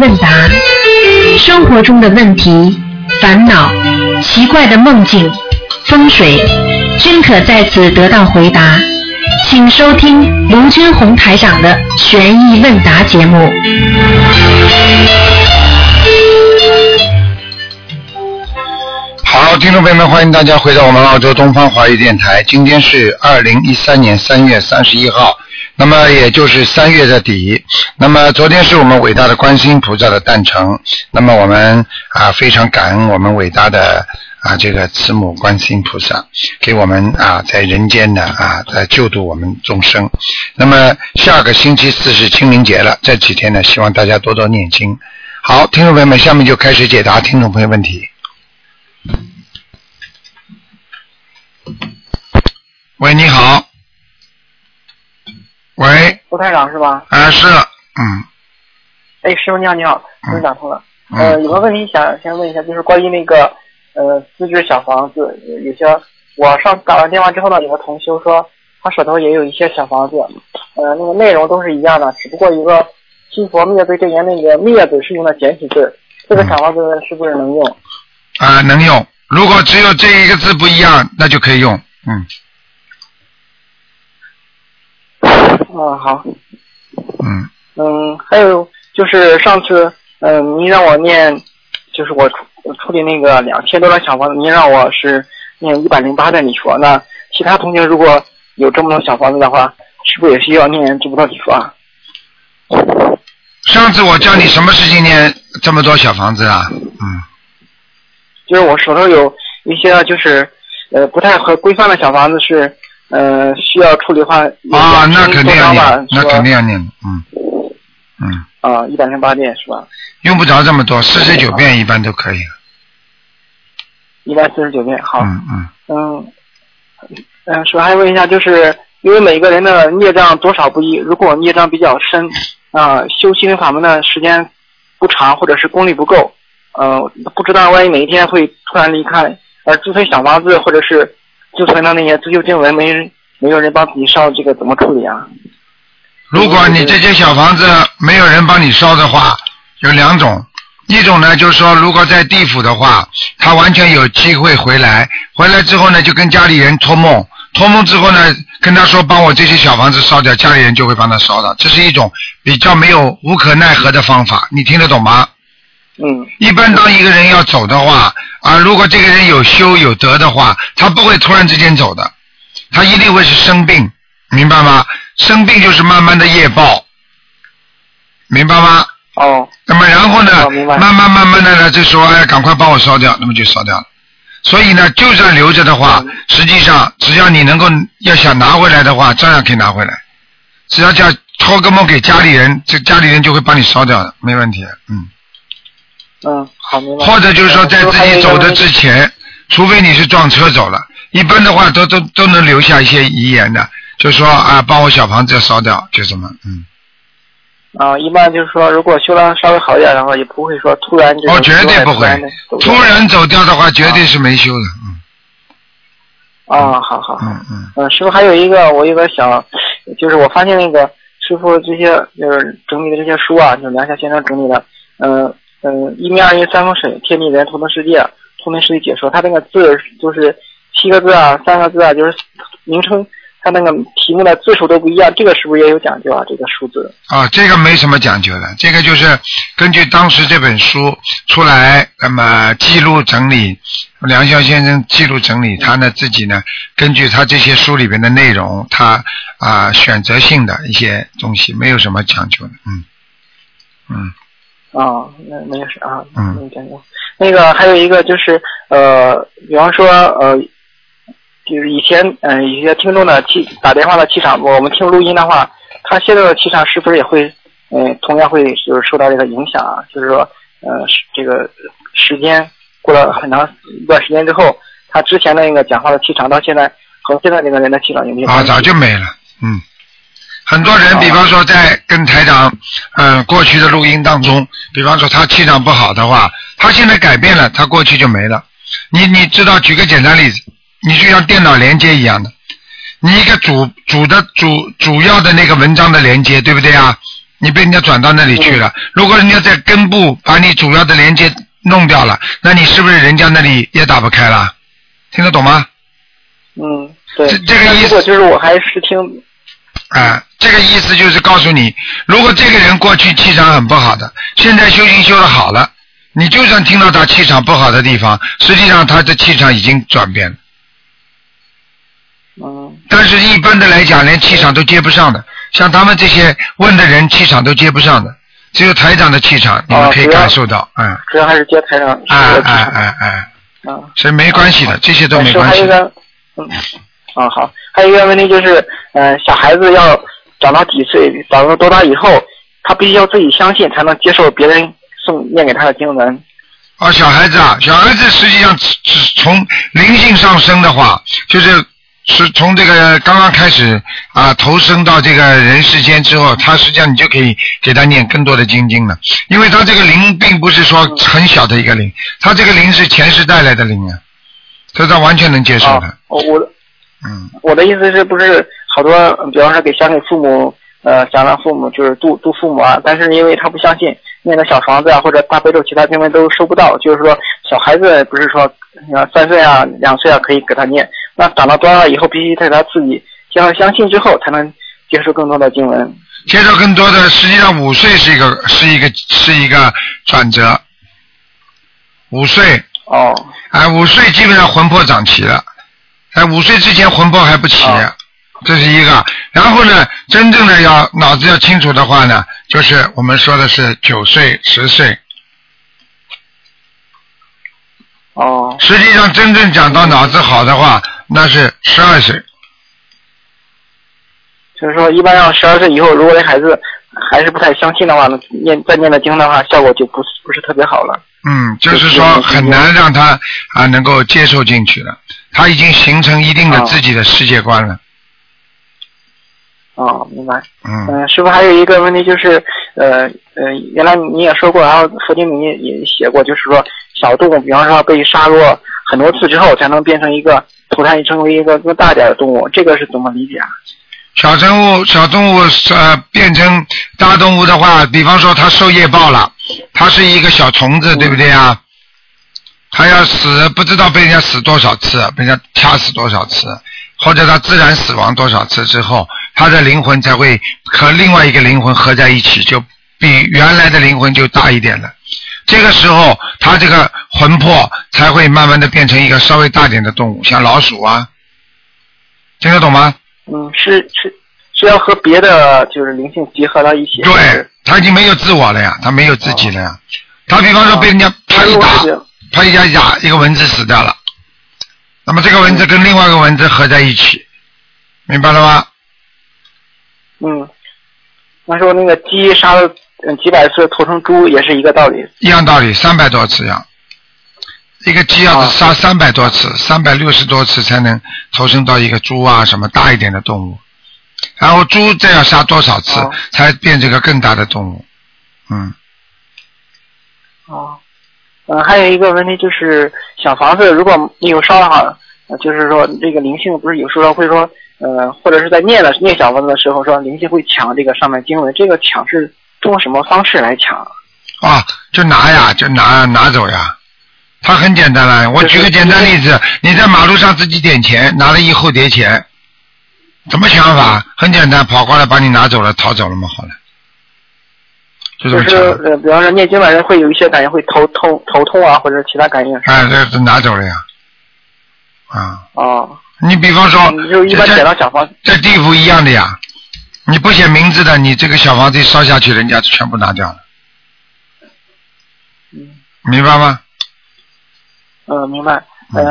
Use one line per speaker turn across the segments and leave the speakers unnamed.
问答，生活中的问题、烦恼、奇怪的梦境、风水，均可在此得到回答。请收听卢军红台长的《悬疑问答》节目。
好，听众朋友们，欢迎大家回到我们澳洲东方华语电台。今天是二零一三年三月三十一号，那么也就是三月的底。那么昨天是我们伟大的观世音菩萨的诞辰，那么我们啊非常感恩我们伟大的啊这个慈母观世音菩萨给我们啊在人间呢啊在救度我们众生。那么下个星期四是清明节了，这几天呢希望大家多多念经。好，听众朋友们，下面就开始解答听众朋友问题。喂，你好。喂，
卢台长是吧？
啊，是，嗯
哎，师傅你好，你好，
嗯
终于打通了。呃，
嗯，
有个问题想先问一下，就是关于那个呃自制小房子，呃有些我上次打完电话之后呢，有个同修说他手头也有一些小房子，呃，那个内容都是一样的，只不过一个西佛灭罪真言那个灭字是用的简体字，这个小
嗯
房子是不是能用？
啊，能用。如果只有这一个字不一样，那就可以用。嗯
嗯，好，
嗯，
嗯，还有就是上次，嗯，您让我念，就是我处我处理那个两千多张小房子，您让我是念一百零八的，你说那其他同学如果有这么多小房子的话，是不是也是要念这么多礼佛啊？
上次我叫你什么事情念这么多小房子啊？嗯
就是我手头有一些啊就是呃不太合规范的小房子是呃需要处理的话，
啊，那肯定要
吧
念，，那肯定要念，嗯嗯，
啊，一百零八遍是吧？
用不着这么多，四十九遍一般都可以了。
一百四十九遍，好，
嗯嗯，
嗯，嗯，首先还问一下，就是因为每个人的孽障多少不一，如果孽障比较深，啊、修心灵法门的时间不长，或者是功力不够，呃，不知道万一哪一天会突然离开，而自存小房子或者是自存的那些自修经文，没人没有人帮自己烧，这个怎么处理啊？
如果你这些小房子没有人帮你烧的话，有两种，一种呢就是说，如果在地府的话，他完全有机会回来，回来之后呢就跟家里人托梦，托梦之后呢跟他说帮我这些小房子烧掉，家里人就会帮他烧的，这是一种比较没有无可奈何的方法，你听得懂吗？
嗯
一般当一个人要走的话，啊，如果这个人有修有德的话，他不会突然之间走的，他一定会是生病，明白吗？生病就是慢慢的业报，明白吗？
哦，
那么然后呢
哦，明白
慢慢慢慢的呢，就说哎，赶快帮我烧掉，那么就烧掉了。所以呢，就算留着的话，
嗯
实际上只要你能够要想拿回来的话，照样可以拿回来。只要叫托个梦给家里人，这家里人就会帮你烧掉的，没问题的，嗯。
嗯，好，明白。
或者就是说，在自己走的
之
之前，除非你是撞车走了，一般的话都都都能留下一些遗言的，就说啊，帮我小房子烧掉，就这么，嗯，
啊、一般就是说，如果修的稍微好一点的话，也不会说突然就
哦，绝对不会，突然走掉的话，绝对是没修的，嗯
啊、好好好。
嗯嗯，
嗯，师傅还有一个，我有个想，就是我发现那个师傅这些就是整理的这些书啊，就是梁夏先生整理的，嗯嗯，一命二运三风水，天地人图腾世界，图腾世界解说，他那个字就是七个字啊，三个字啊，就是名称，他那个题目的字数都不一样，这个是不是也有讲究啊？这个数字，
啊，这个没什么讲究的，这个就是根据当时这本书出来，那么记录整理，梁孝先生记录整理，他呢自己呢根据他这些书里边的内容，他啊、选择性的一些东西，没有什么讲究的，嗯嗯
啊，那没事啊，
嗯
没讲究。那个还有一个就是呃，比方说呃，就是以前嗯、呃、一些听众的气打电话的气场，我们听录音的话，他现在的气场是不是也会嗯、呃同样会就是受到这个影响啊？就是说呃是这个时间过了很长一段时间之后，他之前的那个讲话的气场到现在和现在这个人的气场有没有
啊，
关系
早就没了，嗯。很多人，
哦
比方说在跟台长，嗯、过去的录音当中，比方说他气场不好的话，他现在改变了，他过去就没了。你你知道，举个简单例子，你就像电脑连接一样的，你一个主主的主主要的那个文章的连接，对不对啊？你被人家转到那里去了。如果人家在根部把你主要的连接弄掉了，那你是不是人家那里也打不开了？听得懂吗？
嗯，对。
这这个
那
意思
如果就是我还是听，
啊，这个意思就是告诉你，如果这个人过去气场很不好的，现在修行修的好了，你就算听到他气场不好的地方，实际上他的气场已经转变了。
嗯
但是一般的来讲，连气场都接不上的，像他们这些问的人，气场都接不上的，只有台长的气场你们可以
哦主要
感受到，嗯，啊
主要还是接台上是
啊
我气场
啊啊，
啊。
所以没关系的，这些都没
是
关
还有
系
一
的。
个，嗯，啊好，还有一个问题就是，呃，小孩子要长到几岁，长到多大以后，他必须要自己相信，才能接受别人送念给他的经文。
哦，小孩子啊，小孩子实际上只只从灵性上升的话，就是是从这个刚刚开始啊投生到这个人世间之后，他实际上你就可以给他念更多的经经了，因为他这个灵并不是说很小的一个灵，他这个灵是前世带来的灵啊，所以他完全能接受
啊
的，，
我我的
嗯，
我的意思是不是好多，比方说给想给父母，呃，想让父母就是度度父母啊，但是因为他不相信念的小房子啊或者大悲咒其他经文都收不到，就是说小孩子不是说呃三岁啊两岁啊可以给他念，那长到多大以后必须在他自己加上相信之后才能接受更多的经文。
接受更多的，实际上五岁是一个是一个是一个转折，五岁
哦，
哎，五岁基本上魂魄长齐了，哎，五岁之前魂魄还不齐，
啊
这是一个。然后呢，真正的要脑子要清楚的话呢，就是我们说的是九岁、十岁。
哦，
实际上，真正讲到脑子好的话，那是十二岁。
就是说一般让十二岁以后，如果这孩子还是不太相信的话，那念再念的经的话，效果就不是不是特别好了。
嗯，就是说很难让他啊能够接受进去了，他已经形成一定的
啊
自己的世界观了。
哦，明白。
嗯，
嗯，师傅还有一个问题就是，呃呃，原来你也说过，然后佛经里面也写过，就是说小动物，比方说被杀过很多次之后，才能变成一个投胎成为一个更大点的动物，这个是怎么理解啊？
小动物小动物呃变成大动物的话，比方说它受业报了，它是一个小虫子，对不对啊？它要死，不知道被人家死多少次，被人家掐死多少次，或者它自然死亡多少次之后，它的灵魂才会和另外一个灵魂合在一起，就比原来的灵魂就大一点了。这个时候，它这个魂魄才会慢慢的变成一个稍微大点的动物，像老鼠啊，听得懂吗？
嗯，是是是要和别的就是灵性结合到一起。
对，他已经没有自我了
哦
呀，他没有自己了呀。他比方说被人家
还
拍
是
一
哦我
打
自，己
拍一下一打，一个蚊子死掉了。那么这个蚊子跟另外一个蚊子合在一起，明白了吗？
嗯，那时候那个鸡杀了嗯几百次头成猪也是一个道理。
一样道理，三百多次呀。一个鸡要
啊
是杀三百多次，三百六十多次才能投生到一个猪啊什么大一点的动物，然后猪再要杀多少次
哦
才变成个更大的动物？嗯，
哦，嗯，还有一个问题就是，小房子如果没有烧的话，呃就是说这个灵性不是有时候会说，呃，或者是在念的念小房子的时候说灵性会抢这个上面经文，这个抢是通过什么方式来抢？
啊，就拿呀，就拿拿走呀。它很简单了，我
就是
举个简单例子，你在马路上自己点钱，拿了一后叠钱，怎么想法？很简单，跑过来把你拿走了，逃走了嘛，好了，就这么
就是
想。
呃，比方说念经的人会有一些感觉会头痛、头痛啊，或者其他感应。
哎，这这拿走了呀。啊，
哦，
你比方说
嗯，就一般点
在
到小房子。
在地府一样的呀，你不写名字的，你这个小房子一烧下去，人家就全部拿掉了，
嗯
明白吗？
嗯，明白。嗯、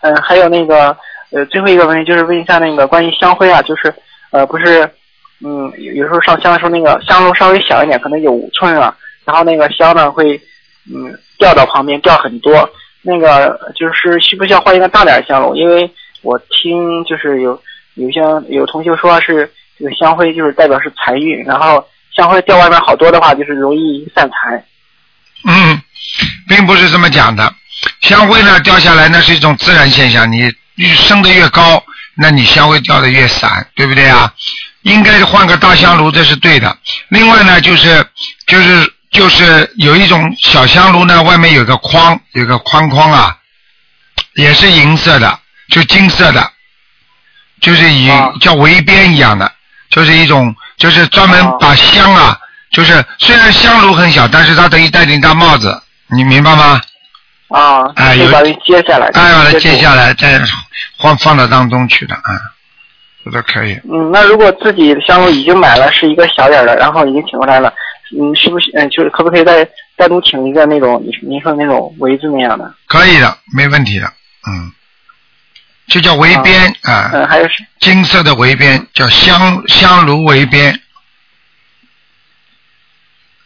呃、嗯、还有那个呃，最后一个问题就是问一下那个关于香灰啊，就是呃，不是嗯，有有时候上香的时候，那个香炉稍微小一点，可能有五寸啊，然后那个香呢会嗯掉到旁边，掉很多。那个就是需不需要换一个大点儿的香炉？因为我听就是有有些有同学说是这个香灰就是代表是财运，然后香灰掉外面好多的话，就是容易散财。
嗯，并不是这么讲的。香灰呢掉下来，那是一种自然现象。你越升得越高，那你香灰掉的越散，对不对啊？应该是换个大香炉，这是对的。另外呢，就是就是就是有一种小香炉呢，外面有个框，有个框框啊，也是银色的，就金色的，就是以、
啊
叫围边一样的，就是一种就是专门
哦
把香啊，就是虽然香炉很小，但是它等于戴顶大帽子，你明白吗？
啊，
哎
就
有
把它接下来，
哎，把它揭
来。
下来，再放放到当中去的啊，这都可以。
嗯，那如果自己的香炉已经买了，是一个小点儿的，然后已经请过来了，嗯，是不是嗯，就是可不可以再单独请一个那种您说的那种围子那样的？
可以的，没问题的，嗯，就叫围边啊、
嗯，还有是
金色的围边叫香香炉围边。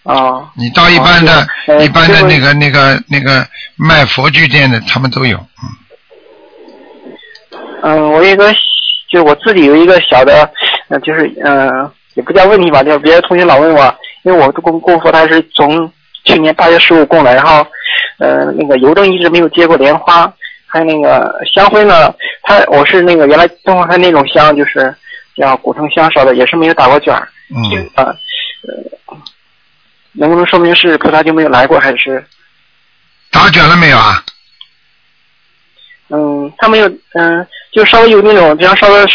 哦
你到一般
哦
的、
是呃
一般的
这个
那个那个那个卖佛具店的，他们都有，嗯，
嗯，我有一个就是我自己有一个小的，呃，就是嗯、呃也不叫问题吧，就是别的同学老问我，因为我供供佛他是从去年八月十五供的，然后呃那个邮政一直没有接过莲花，还有那个香灰呢，它我是那个原来东方它那种香就是叫古藤香烧的，也是没有打过卷儿，这
嗯，
个呃能不能说明是菩萨就没有来过，还是
打卷了没有啊？
嗯，它没有，嗯，就稍微有那种，就像烧的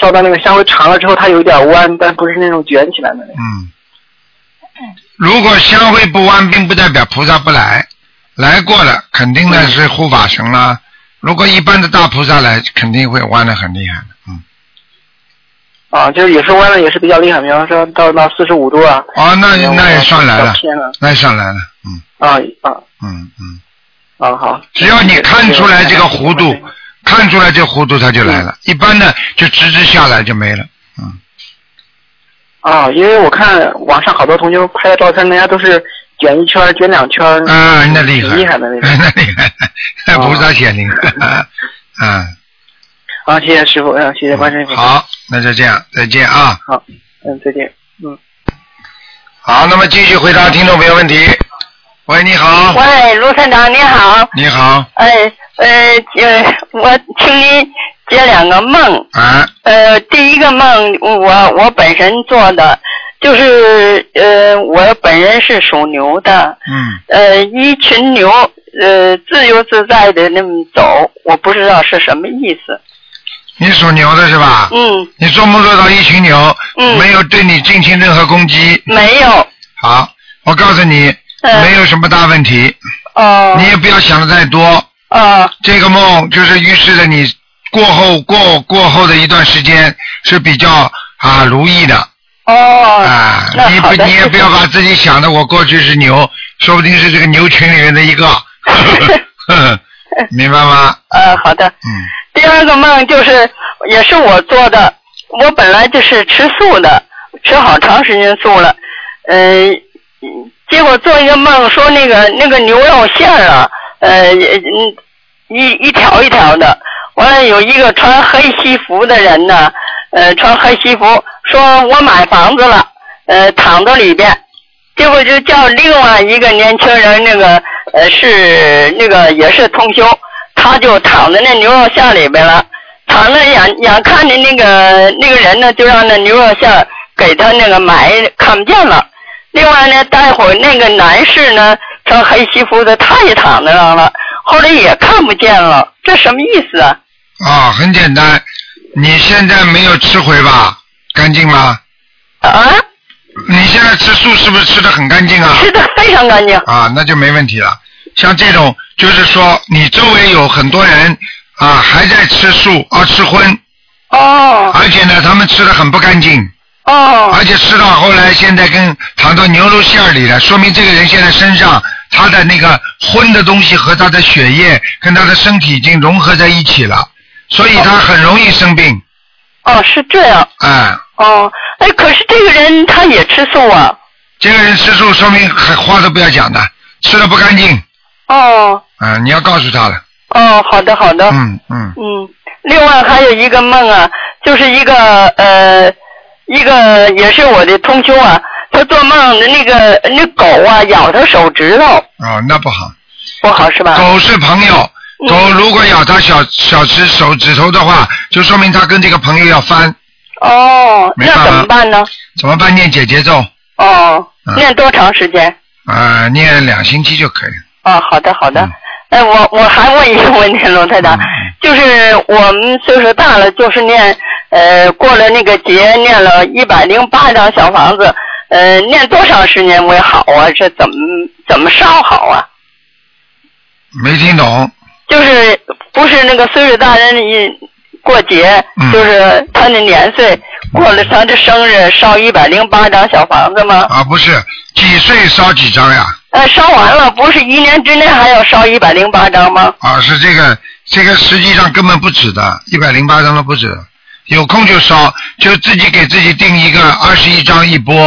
烧到那个香灰长了之后，它有一点弯，但不是那种卷起来的那种。
嗯，如果香灰不弯，并不代表菩萨不来，来过了肯定的是护法神啦。如果一般的大菩萨来，肯定会弯的很厉害的，嗯。
啊，就是也是弯的，也是比较厉害，比方说到到四十五度啊。
哦，那
嗯
那也算来了
比较，偏了。
那也算来了，嗯
啊啊
嗯嗯，
啊，好。
只要你看出来这个弧度，看出来这弧度它就来了，一般的就直直下来就没了，嗯，
啊，因为我看网上好多同学拍的照片，人家都是卷一圈儿、卷两圈儿。
啊，那厉害，
挺厉害的那种。
那厉害， 菩萨显灵，啊，
啊，谢谢师傅，嗯，谢谢观世音菩萨。
好，那就这样，再见啊，
好，嗯，再见。嗯，
好，那么继续回答听众朋友问题，喂，你好，
喂，卢团长你好，
你好，
呃呃呃，我请你解两个梦。
啊，
呃，第一个梦我我本身做的，就是呃我本人是属牛的，
嗯，
呃一群牛呃自由自在的那么走，我不知道是什么意思。
你属牛的是吧？
嗯，
你做梦做到一群牛，
嗯
没有对你进行任何攻击，
没有，
好，我告诉你，
嗯
没有什么大问题，
哦
你也不要想的太多。
哦
这个梦就是预示着你过后过过后的一段时间是比较啊如意的
哦，
啊，
那
你
好
不
的
你也不要把自己想的我过去是牛，说不定是这个牛群里面的一 个， 明白吗？
呃好的。
嗯
第二个梦就是也是我做的，我本来就是吃素的，吃好长时间素了，呃，结果做一个梦说那个那个牛肉馅儿啊，呃，嗯一一条一条的，完了有一个穿黑西服的人呢，呃，穿黑西服说我买房子了，呃，躺到里边，结果就叫另外一个年轻人，那个呃是那个也是通修，他就躺在那牛肉馅儿里边了，躺着眼眼看着那个那个人呢，就让那牛肉馅儿给他那个埋看不见了。另外呢，待会儿那个男士呢，穿黑西服的他也躺在那了，后来也看不见了，这什么意思啊？
啊、很简单，你现在没有吃回吧？干净吗？
啊，
你现在吃素是不是吃的很干净啊？
吃的非常干净。
啊，那就没问题了。像这种，就是说你周围有很多人啊还在吃素啊吃荤，
哦
而且呢他们吃的很不干净，
哦
而且吃到后来现在跟躺到牛肉馅儿里了，说明这个人现在身上他的那个荤的东西和他的血液跟他的身体已经融合在一起了，所以他很容易生病。
哦，是这样。
啊、
哦，哎，可是这个人他也吃素啊。
这个人吃素说明很话都不要讲的，吃的不干净。
哦
啊、你要告诉他了。
哦，好的好的。
嗯嗯
嗯，另外还有一个梦啊，就是一个呃，一个也是我的同修啊，他做梦的那个那狗啊咬他手指头，
哦，那不好。
不好是吧？
狗是朋友，
嗯
狗如果咬他小小指手指头的话，就说明他跟这个朋友要翻。
哦，
没办法
那怎么办呢？
怎么办？念姐姐咒
哦
嗯，
念多长时间？
啊、念两星期就可以。
哦，好的好的
嗯。
哎，我我还问一个问题，罗台长，
嗯
就是我们岁数大了，就是念呃过了那个节，念了一百零八张小房子，呃，念多长时间为好啊？这怎么怎么烧好啊？
没听懂。
就是不是那个岁数大人一过节，
嗯
就是他的年岁过了他的生日，烧一百零八张小房子吗？
啊，不是，几岁烧几张呀？
呃，烧完了不是一年之内还要烧一百零八张吗？
啊，是这个，这个实际上根本不止的，一百零八张都不止。有空就烧，就自己给自己定一个二十一张一波，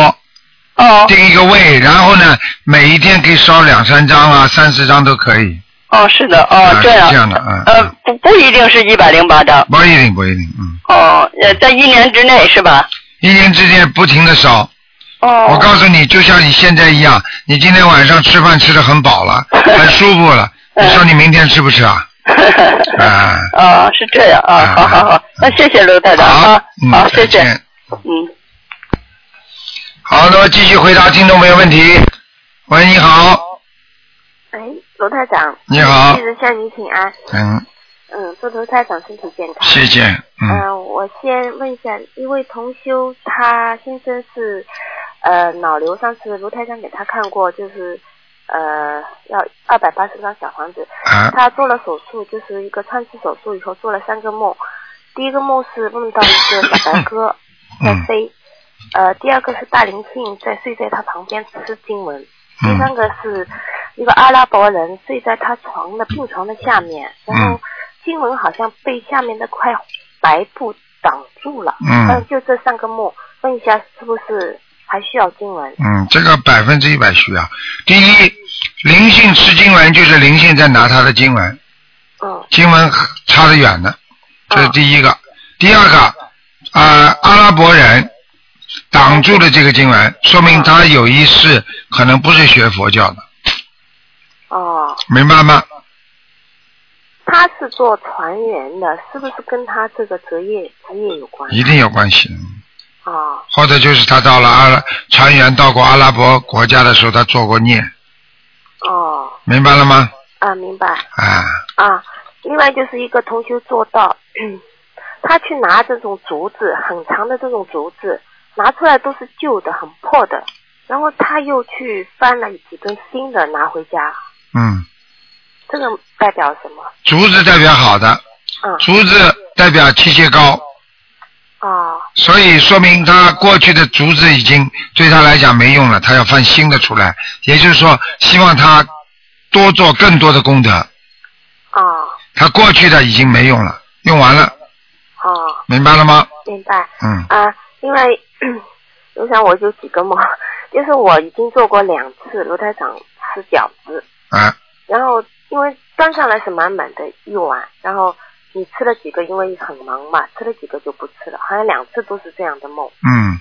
哦
定一个位，然后呢，每一天可以烧两三张啊，三四张都可以。
哦，是的，
啊
哦，
是
样
这样的嗯
呃
嗯，
不不一定是一百零八张，
不一定，不一定，嗯，
哦，呃，在一年之内是吧？
一年之间不停的烧。
哦，
我告诉你，就像你现在一样，你今天晚上吃饭吃的很饱 了，很舒服了，你说你明天吃不吃啊？啊，
哦，是这样啊，好好好，那谢谢刘太太
好
啊，，
嗯，
好，
再
谢谢，
见。
嗯。
好，那么继续回答听众朋友问题。喂，你好，
哎，罗台长，
你好
弟，子向你请安。
嗯，
嗯，祝卢台长身体健康。
谢谢，
嗯、
嗯，
我先问一下，一位同修，他先生是呃脑瘤，上次卢台长给他看过，就是呃要二百八十张小房子。
啊，
他做了手术，就是一个穿刺手术以后做了三个梦，第一个梦是梦到一个小白鸽在
嗯
飞，呃，第二个是大灵性在睡在他旁边吃经文，第三
嗯，
个是一个阿拉伯人睡在他床的病床的下面，然
嗯
后经文好像被下面的块白布挡住了。
嗯
就这三个梦，问一下是不是还需要经文？
嗯，这个百分之一百需要。第一，灵性吃经文就是灵性在拿他的经文，
嗯
经文差得远的，这是
嗯
第一个。第二个，啊，阿拉伯人挡住了这个经文，说明他有一世可能不是学佛教的，
哦，
明白吗？
他是做船员的，是不是跟他这个职业职业有关？
一定有关系。
哦
或者就是他到了阿拉船员到过阿拉伯国家的时候，他做过孽，
哦
明白了吗？
啊，明白。
啊，
啊，另外就是一个同学做到，他去拿这种竹子，很长的这种竹子，拿出来都是旧的，很破的，然后他又去翻了几根新的拿回家，
嗯，
这个代表什么？
竹子代表好的，
嗯
竹子代表气节高，
啊
所以说明他过去的竹子已经对他来讲没用了，他要翻新的出来，也就是说，希望他多做更多的功德，
啊
他过去的已经没用了，用完了，
啊，
明白了吗？
明白
嗯
啊。另外， 我想我有几个梦，就是我已经做过两次罗台长吃饺子，
啊，
然后因为端上来是满满的一碗，然后你吃了几个，因为很忙嘛，吃了几个就不吃了，好像两次都是这样的梦。
嗯，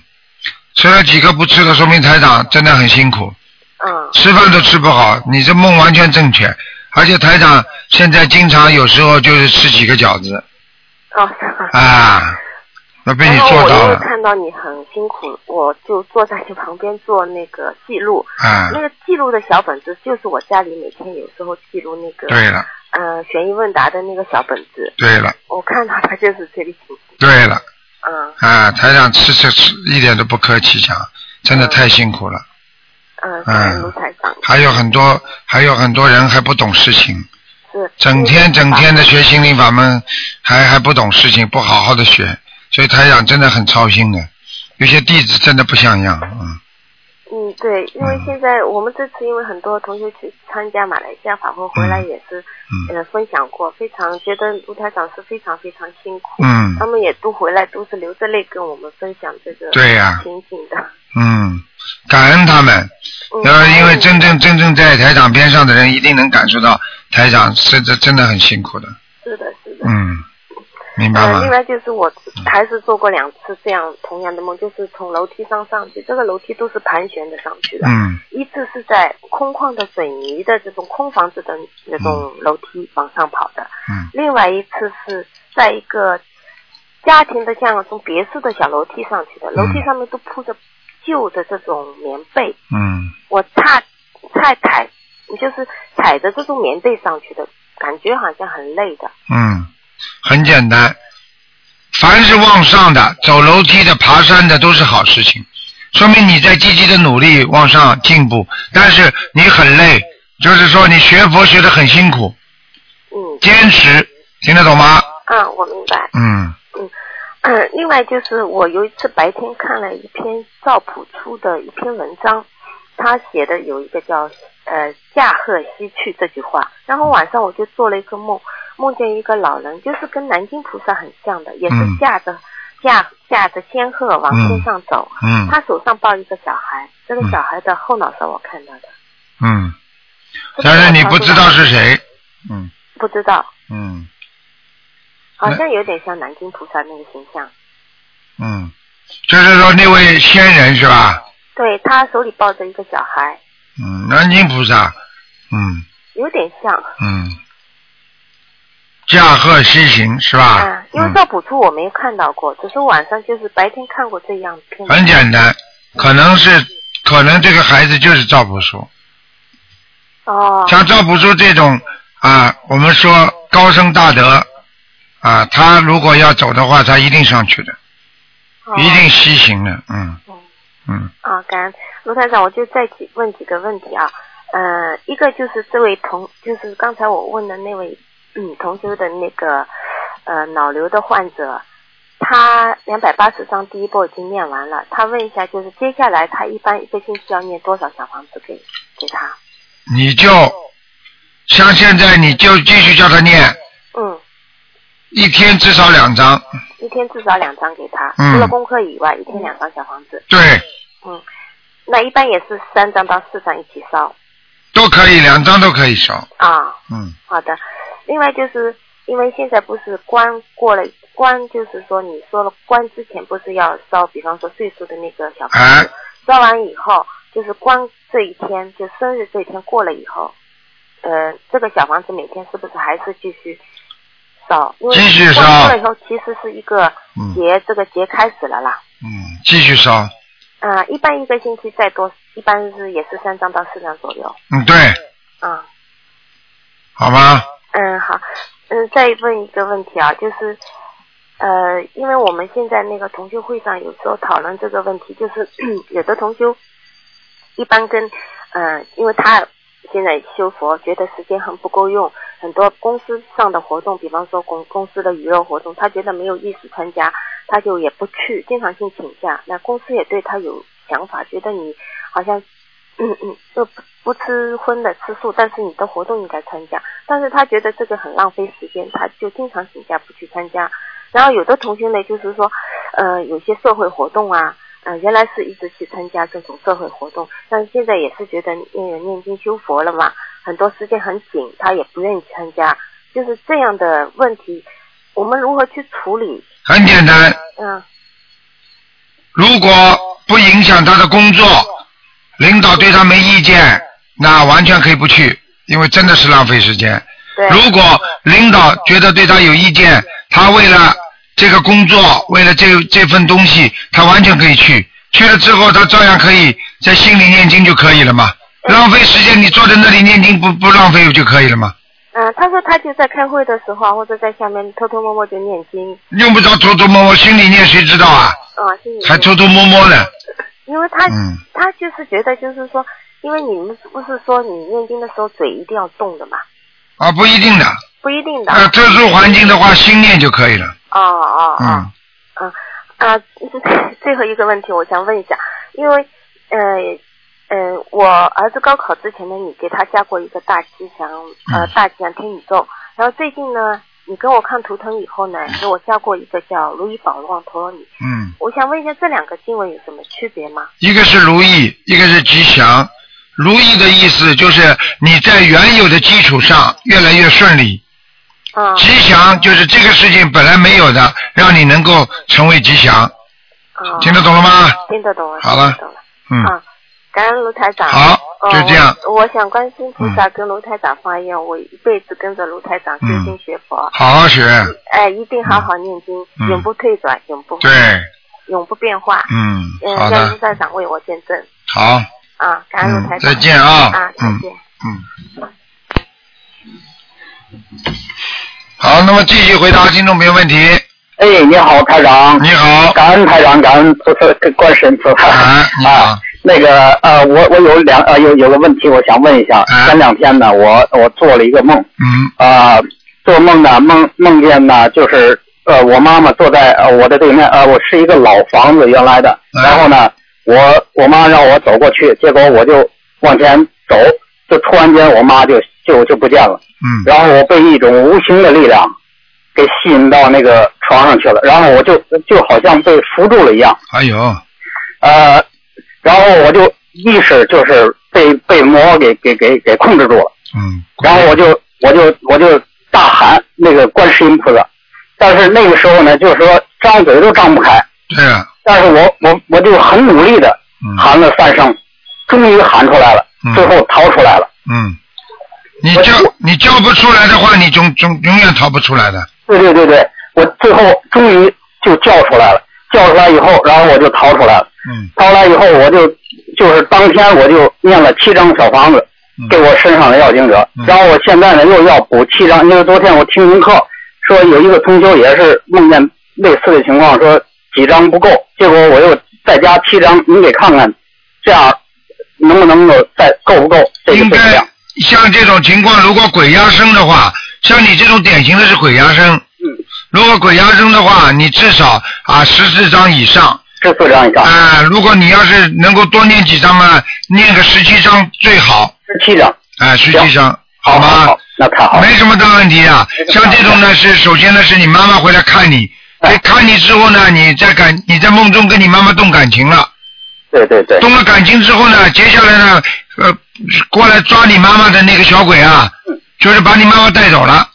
吃了几个不吃的，说明台长真的很辛苦。
嗯
吃饭都吃不好，你这梦完全正确。而且台长现在经常有时候就是吃几个饺子
哦，
啊，那被你
然后
做
我
到
又
了
看到你很辛苦，我就坐在你旁边做那个记录，
啊。
那个记录的小本子就是我家里每天有时候记录那个
对了，
呃悬疑问答的那个小本子，
对了，
我看到它就是这里情形。
对了
嗯
啊！台长吃吃吃，一点都不客气讲，真的太辛苦了。
嗯，感恩卢台长
还有很多，还有很多人还不懂事情，
是
整天整天的学心灵法门，还还不懂事情，不好好的学，所以台长真的很操心的。有些弟子真的不像样，嗯
嗯，对，因为
嗯
现在我们这次因为很多同学去参加马来西亚法会回来
嗯
也是，
嗯
呃，分享过，非常觉得卢台长是非常非常辛苦，
嗯
他。们也都回来都是流着泪跟我们分享这个
对呀
情景的。
嗯，感恩他们，
嗯
呃，因为
嗯
真正真正在台长边上的人，一定能感受到台长是这真的很辛苦的，
是的，是的。
嗯，明白
呃，
吗
另？外就是我还是做过两次这样同样的梦，就是从楼梯上上去，这个楼梯都是盘旋着上去的。
嗯
一次是在空旷的水泥的这种空房子的那种楼梯往上跑的，
嗯
另外一次是在一个家庭的像从别墅的小楼梯上去的，楼梯上面都铺着旧的这种棉被，
嗯，
我踏太踩，就是踩着这种棉被上去的，感觉好像很累的。
嗯，很简单，凡是往上的、走楼梯的、爬山的都是好事情，说明你在积极的努力往上进步。但是你很累，就是说你学佛学得很辛苦，
嗯，
坚持，听得懂吗？
啊，我明白。
嗯
嗯， 另外就是我有一次白天看了一篇赵朴初的一篇文章，他写的有一个叫呃“驾鹤西去”这句话，然后晚上我就做了一个梦，梦见一个老人，就是跟南京菩萨很像的，也是
嗯
驾着驾驾着仙鹤往天上走，
嗯
他手上抱一个小孩，这个
嗯
小孩的后脑勺我看到的，
嗯，
这个
但是你
后脑
不
勺
知道是谁，嗯
不知道，
嗯
好像有点像南京菩萨那个形象。
嗯，就是说那位仙人是吧？
对他手里抱着一个小孩，
嗯，南京菩萨，嗯
有点像
嗯，驾鹤西行是吧？
啊，因为
嗯
赵朴初我没看到过，只是晚上就是白天看过这样的片
很
子。
简单，可能是可能这个孩子就是赵朴初，
哦，
像赵朴初这种啊，我们说高僧大德啊，他如果要走的话，他一定上去的，
哦
一定西行的，嗯嗯
啊，感恩卢台长，我就再几问几个问题啊。呃，一个就是这位同，就是刚才我问的那位嗯同修的那个呃脑瘤的患者，他两百八十章第一波已经念完了，他问一下，就是接下来他一般一个星期要念多少小房子给给他？
你就像现在你就继续叫他念，
嗯，
一天至少两张，
一天至少两张给他，
嗯
除了功课以外，一天两张小房子。
对，
嗯，那一般也是三张到四张一起烧
都可以，两张都可以烧，
啊。
嗯
好的，另外就是因为现在不是关过了关，就是说你说了关之前不是要烧，比方说岁数的那个小朋
哎
友，烧完以后就是关这一天，就生日这一天过了以后，呃，这个小房子每天是不是还是继续烧？因为
继续烧
关过了以后其实是一个
嗯
节，这个节开始了啦。
嗯，继续烧，
啊、一般一个星期再多，一般是也是三张到四张左右。
嗯对，
啊、
好吗？
嗯，好，嗯，再问一个问题啊，就是，呃，因为我们现在那个同学会上有时候讨论这个问题，就是 有的同修一般跟，嗯、因为他现在修佛，觉得时间很不够用，很多公司上的活动，比方说公公司的娱乐活动，他觉得没有意思参加，他就也不去，经常性请假。那公司也对他有想法，觉得你好像，嗯嗯，又不不吃荤的吃素，但是你的活动应该参加。但是他觉得这个很浪费时间，他就经常请假不去参加。然后有的同学呢，就是说，呃，有些社会活动啊，呃，原来是一直去参加这种社会活动，但是现在也是觉得那个念经修佛了嘛，很多时间很紧，他也不愿意参加。就是这样的问题，我们如何去处理？
很简单，
嗯
如果不影响他的工作，领导对他没意见，那完全可以不去，因为真的是浪费时间。，
对，
如果领导觉得对他有意见，他为了这个工作，为了这这份东西，他完全可以去。去了之后，他照样可以在心里念经就可以了嘛。浪费时间，你坐在那里念经不不浪费就可以了嘛？
嗯、他说他就在开会的时候啊，或者在下面偷偷摸摸就念经，
用不着偷偷摸摸，心里念谁知道啊？
啊、心里
还
就
偷偷摸摸呢？
因为他、
嗯
他就是觉得就是说，因为你们不是说你念经的时候嘴一定要动的嘛，
啊，不一定的。
不一定的。
呃，特殊环境的话，心念就可以了。
哦哦
嗯
哦，啊， 最后一个问题我想问一下，因为呃呃，我儿子高考之前呢，你给他加过一个大吉祥呃
嗯
大吉祥天宇宙，然后最近呢，你跟我看图腾以后呢，给我加过一个叫如意宝旺陀罗尼，
嗯，
我想问一下这两个经文有什么区别吗？
一个是如意，一个是吉祥。如意的意思就是你在原有的基础上越来越顺利，
啊、
吉祥就是这个事情本来没有的，让你能够成为吉祥，
啊，
听得懂了吗？
听得懂了，
好了
听得懂了。
嗯，
啊，感恩卢台长。
好
嗯
就这样嗯
我我想观世音菩萨跟卢台长发愿，我一辈子跟着卢台长修心学佛，
嗯好好学，
哎，一定好好念经，
嗯
永不退转，永不
对，
永不变化。
嗯，
嗯，
好
让
的，
卢台长为我见证
好，
啊！感恩卢台
嗯，
长。
再见啊
啊，，再
嗯
见。
嗯。好，那么继续回答听众朋友问题。
哎，你好，台长。
你好，
感恩台长，感恩菩萨，观世音菩萨。
啊，你好，
那个呃，我我有两呃有有个问题，我想问一下。
啊
前两天呢，我我做了一个梦，
嗯
啊、做梦呢梦梦见呢就是呃我妈妈坐在呃我的对面，呃我是一个老房子原来的，
啊
然后呢我我妈让我走过去，结果我就往前走，就突然间我妈就就就不见了。
嗯，
然后我被一种无形的力量给吸引到那个床上去了，然后我就就好像被扶住了一样，
还有，
呃，然后我就意识就是被被魔给给给给控制住了，
嗯，
然后我就我就我就大喊那个观世音菩萨，但是那个时候呢，就是说张嘴都张不开，
对啊，
但是我我我就很努力的
嗯
喊了三声，终于喊出来了，
嗯
最后逃出来了。
嗯，你叫你叫不出来的话，你永永永远逃不出来的。
对对对对，我最后终于就叫出来了，叫出来以后，然后我就逃出来了，
嗯
逃出来以后我就就是当天我就念了七张小房子
嗯
给我身上的要经者
嗯，
然后我现在呢又要补七张，因为昨天我听您课说有一个同修也是梦见类似的情况，说几张不够，结果我又再加七张，您给看看，这样能不能够再够不够这个
应
分
该
量？
像这种情况，如果鬼压身的话，像你这种典型的是鬼压身。
嗯，
如果鬼压身的话，你至少啊十四张以上
是四张以上，
啊。如果你要是能够多念几张啊，念个十七张最好
十七张，
啊，十七张，好吗？
好，那太好了。
没什么大问题啊。像这种呢，是首先呢是你妈妈回来看你，哎，看你之后呢，你在感你在梦中跟你妈妈动感情了，
对对对，
动了感情之后呢，接下来呢，呃，过来抓你妈妈的那个小鬼啊，就是把你妈妈带走了，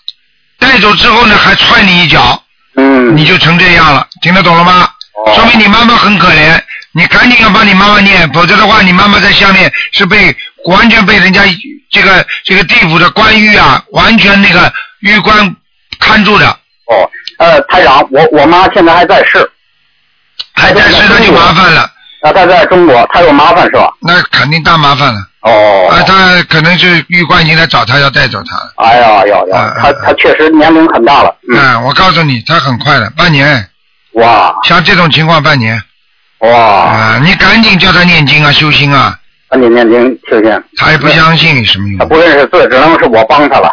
带走之后呢，还踹你一脚，
嗯，
你就成这样了，听得懂了吗？
哦
说明你妈妈很可怜，你赶紧要帮你妈妈念，否则的话，你妈妈在下面是被完全被人家这个这个地府的官狱啊，完全那个狱官看住的，
哦，呃，台长，我我妈现在还在世，
还在世那就麻烦了，
啊，她在中国，她有麻烦是吧？
那肯定大麻烦了。
哦，
啊，他可能是狱官已经来找他，要带走他了。
哎呀呀
啊
呀，
啊
她她确实年龄很大了，嗯，
嗯，我告诉你，他很快的，半年，
哇
像这种情况半年
哇，
啊，你赶紧叫他念经啊，修心啊，
你念经听听，
他也不相信有什么
她
用。
不认识字，只能是我帮她了，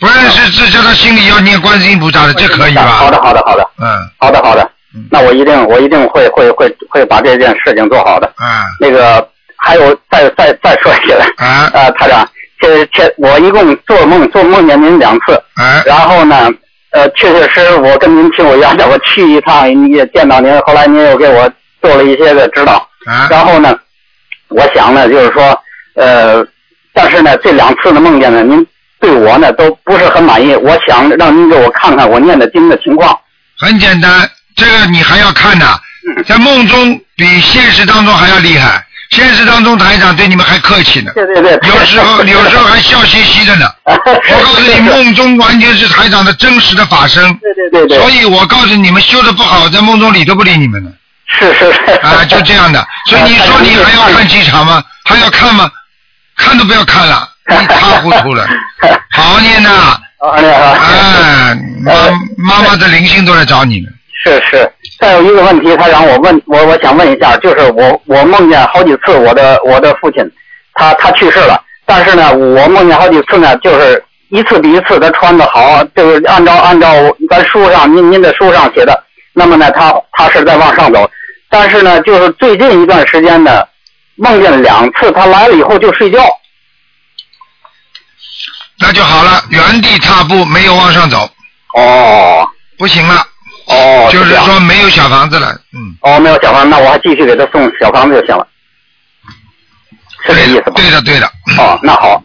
不认识字，叫他心里要念观世音菩萨的，这可以吧？
好的好的好的
嗯
好的好的
嗯，
那我一定我一定会会会会把这件事情做好的。
啊
那个还有再再再说起来，
啊
呃，台长，这这我一共做梦做梦见您两次。
啊！
然后呢，呃，确确实实我跟您听我原来我去一趟您也见到您，后来您又给我做了一些个指导。
啊
然后呢，我想呢，就是说，呃，但是呢，这两次的梦见呢，您对我呢都不是很满意。我想让您给我看看我念的经的情况。
很简单，这个你还要看呐、
嗯
在梦中比现实当中还要厉害。现实当中台长对你们还客气呢，
对对对，
有时候啊有时候还笑嘻嘻的呢。我告诉你，梦中完全是台长的真实的法身，
对对对对，
所以我告诉你们，修的不好，在梦中理都不理你们了
是是是
啊，就这样的。所以你说你还要看机场吗？还要看吗？看都不要看了，一塌糊涂 了。好好念呐，
啊，那个
哎，妈妈妈的灵性都来找你了。
是是，再有一个问题，他让我问我，我想问一下，就是我我梦见好几次我的我的父亲，他他去世了，但是呢，我梦见好几次呢，就是一次比一次他穿的好，就是按照按照咱书上您您的书上写的，那么呢，他他是在往上走，但是呢，就是最近一段时间呢，梦见两次他来了以后就睡觉，
那就好了，原地踏步，没有往上走，
哦
不行了，
哦，
就是
这样
说没有小房子了，嗯，
哦没有小房，那我还继续给他送小房子就行了，是这意
对
思
的
吧，？
对的，对的，
哦，那好，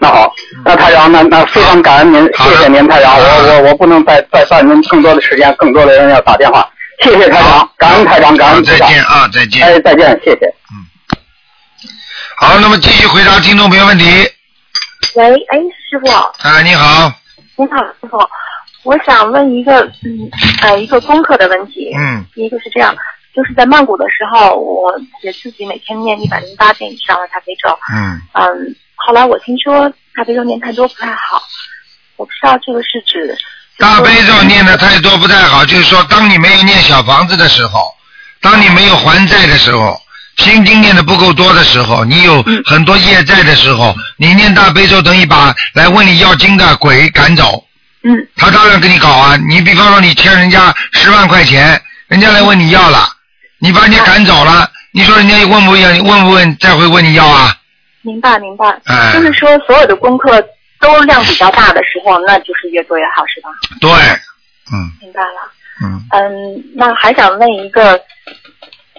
那好，那台长，那那非常感恩您，
嗯好的
谢谢您，台长，我我我不能再再占您更多的时间，更多的人要打电话，谢谢台长，感恩台长，感
好，
恩台
再
长，
见啊，再见。
哎，再见，谢谢。
好，那么继续回答听众朋友问题。
喂，哎，师傅，
啊，你好，
你好，师傅，我想问一个，嗯，呃，一个功课的问题。
嗯
一个是这样，就是在曼谷的时候，我也自己每天念一百零八遍以上的大悲咒。
嗯，
嗯，后来我听说大悲咒念太多不太好，我不知道这个是指
大悲咒念的太多不太好，就是说，当你没有念小房子的时候，当你没有还债的时候，心经念的不够多的时候，你有很多业债的时候，你念大悲咒等于把来问你要经的鬼赶走。
嗯
他当然跟你搞啊！你比方说你欠人家十万块钱，人家来问你要了，你把人家赶走了，你说人家问不问问不问再会问你要啊？
明白明白，
哎
就是说所有的功课都量比较大的时候，那就是越做越好，是吧？
对，嗯
明白了。
嗯
嗯，那还想问一个，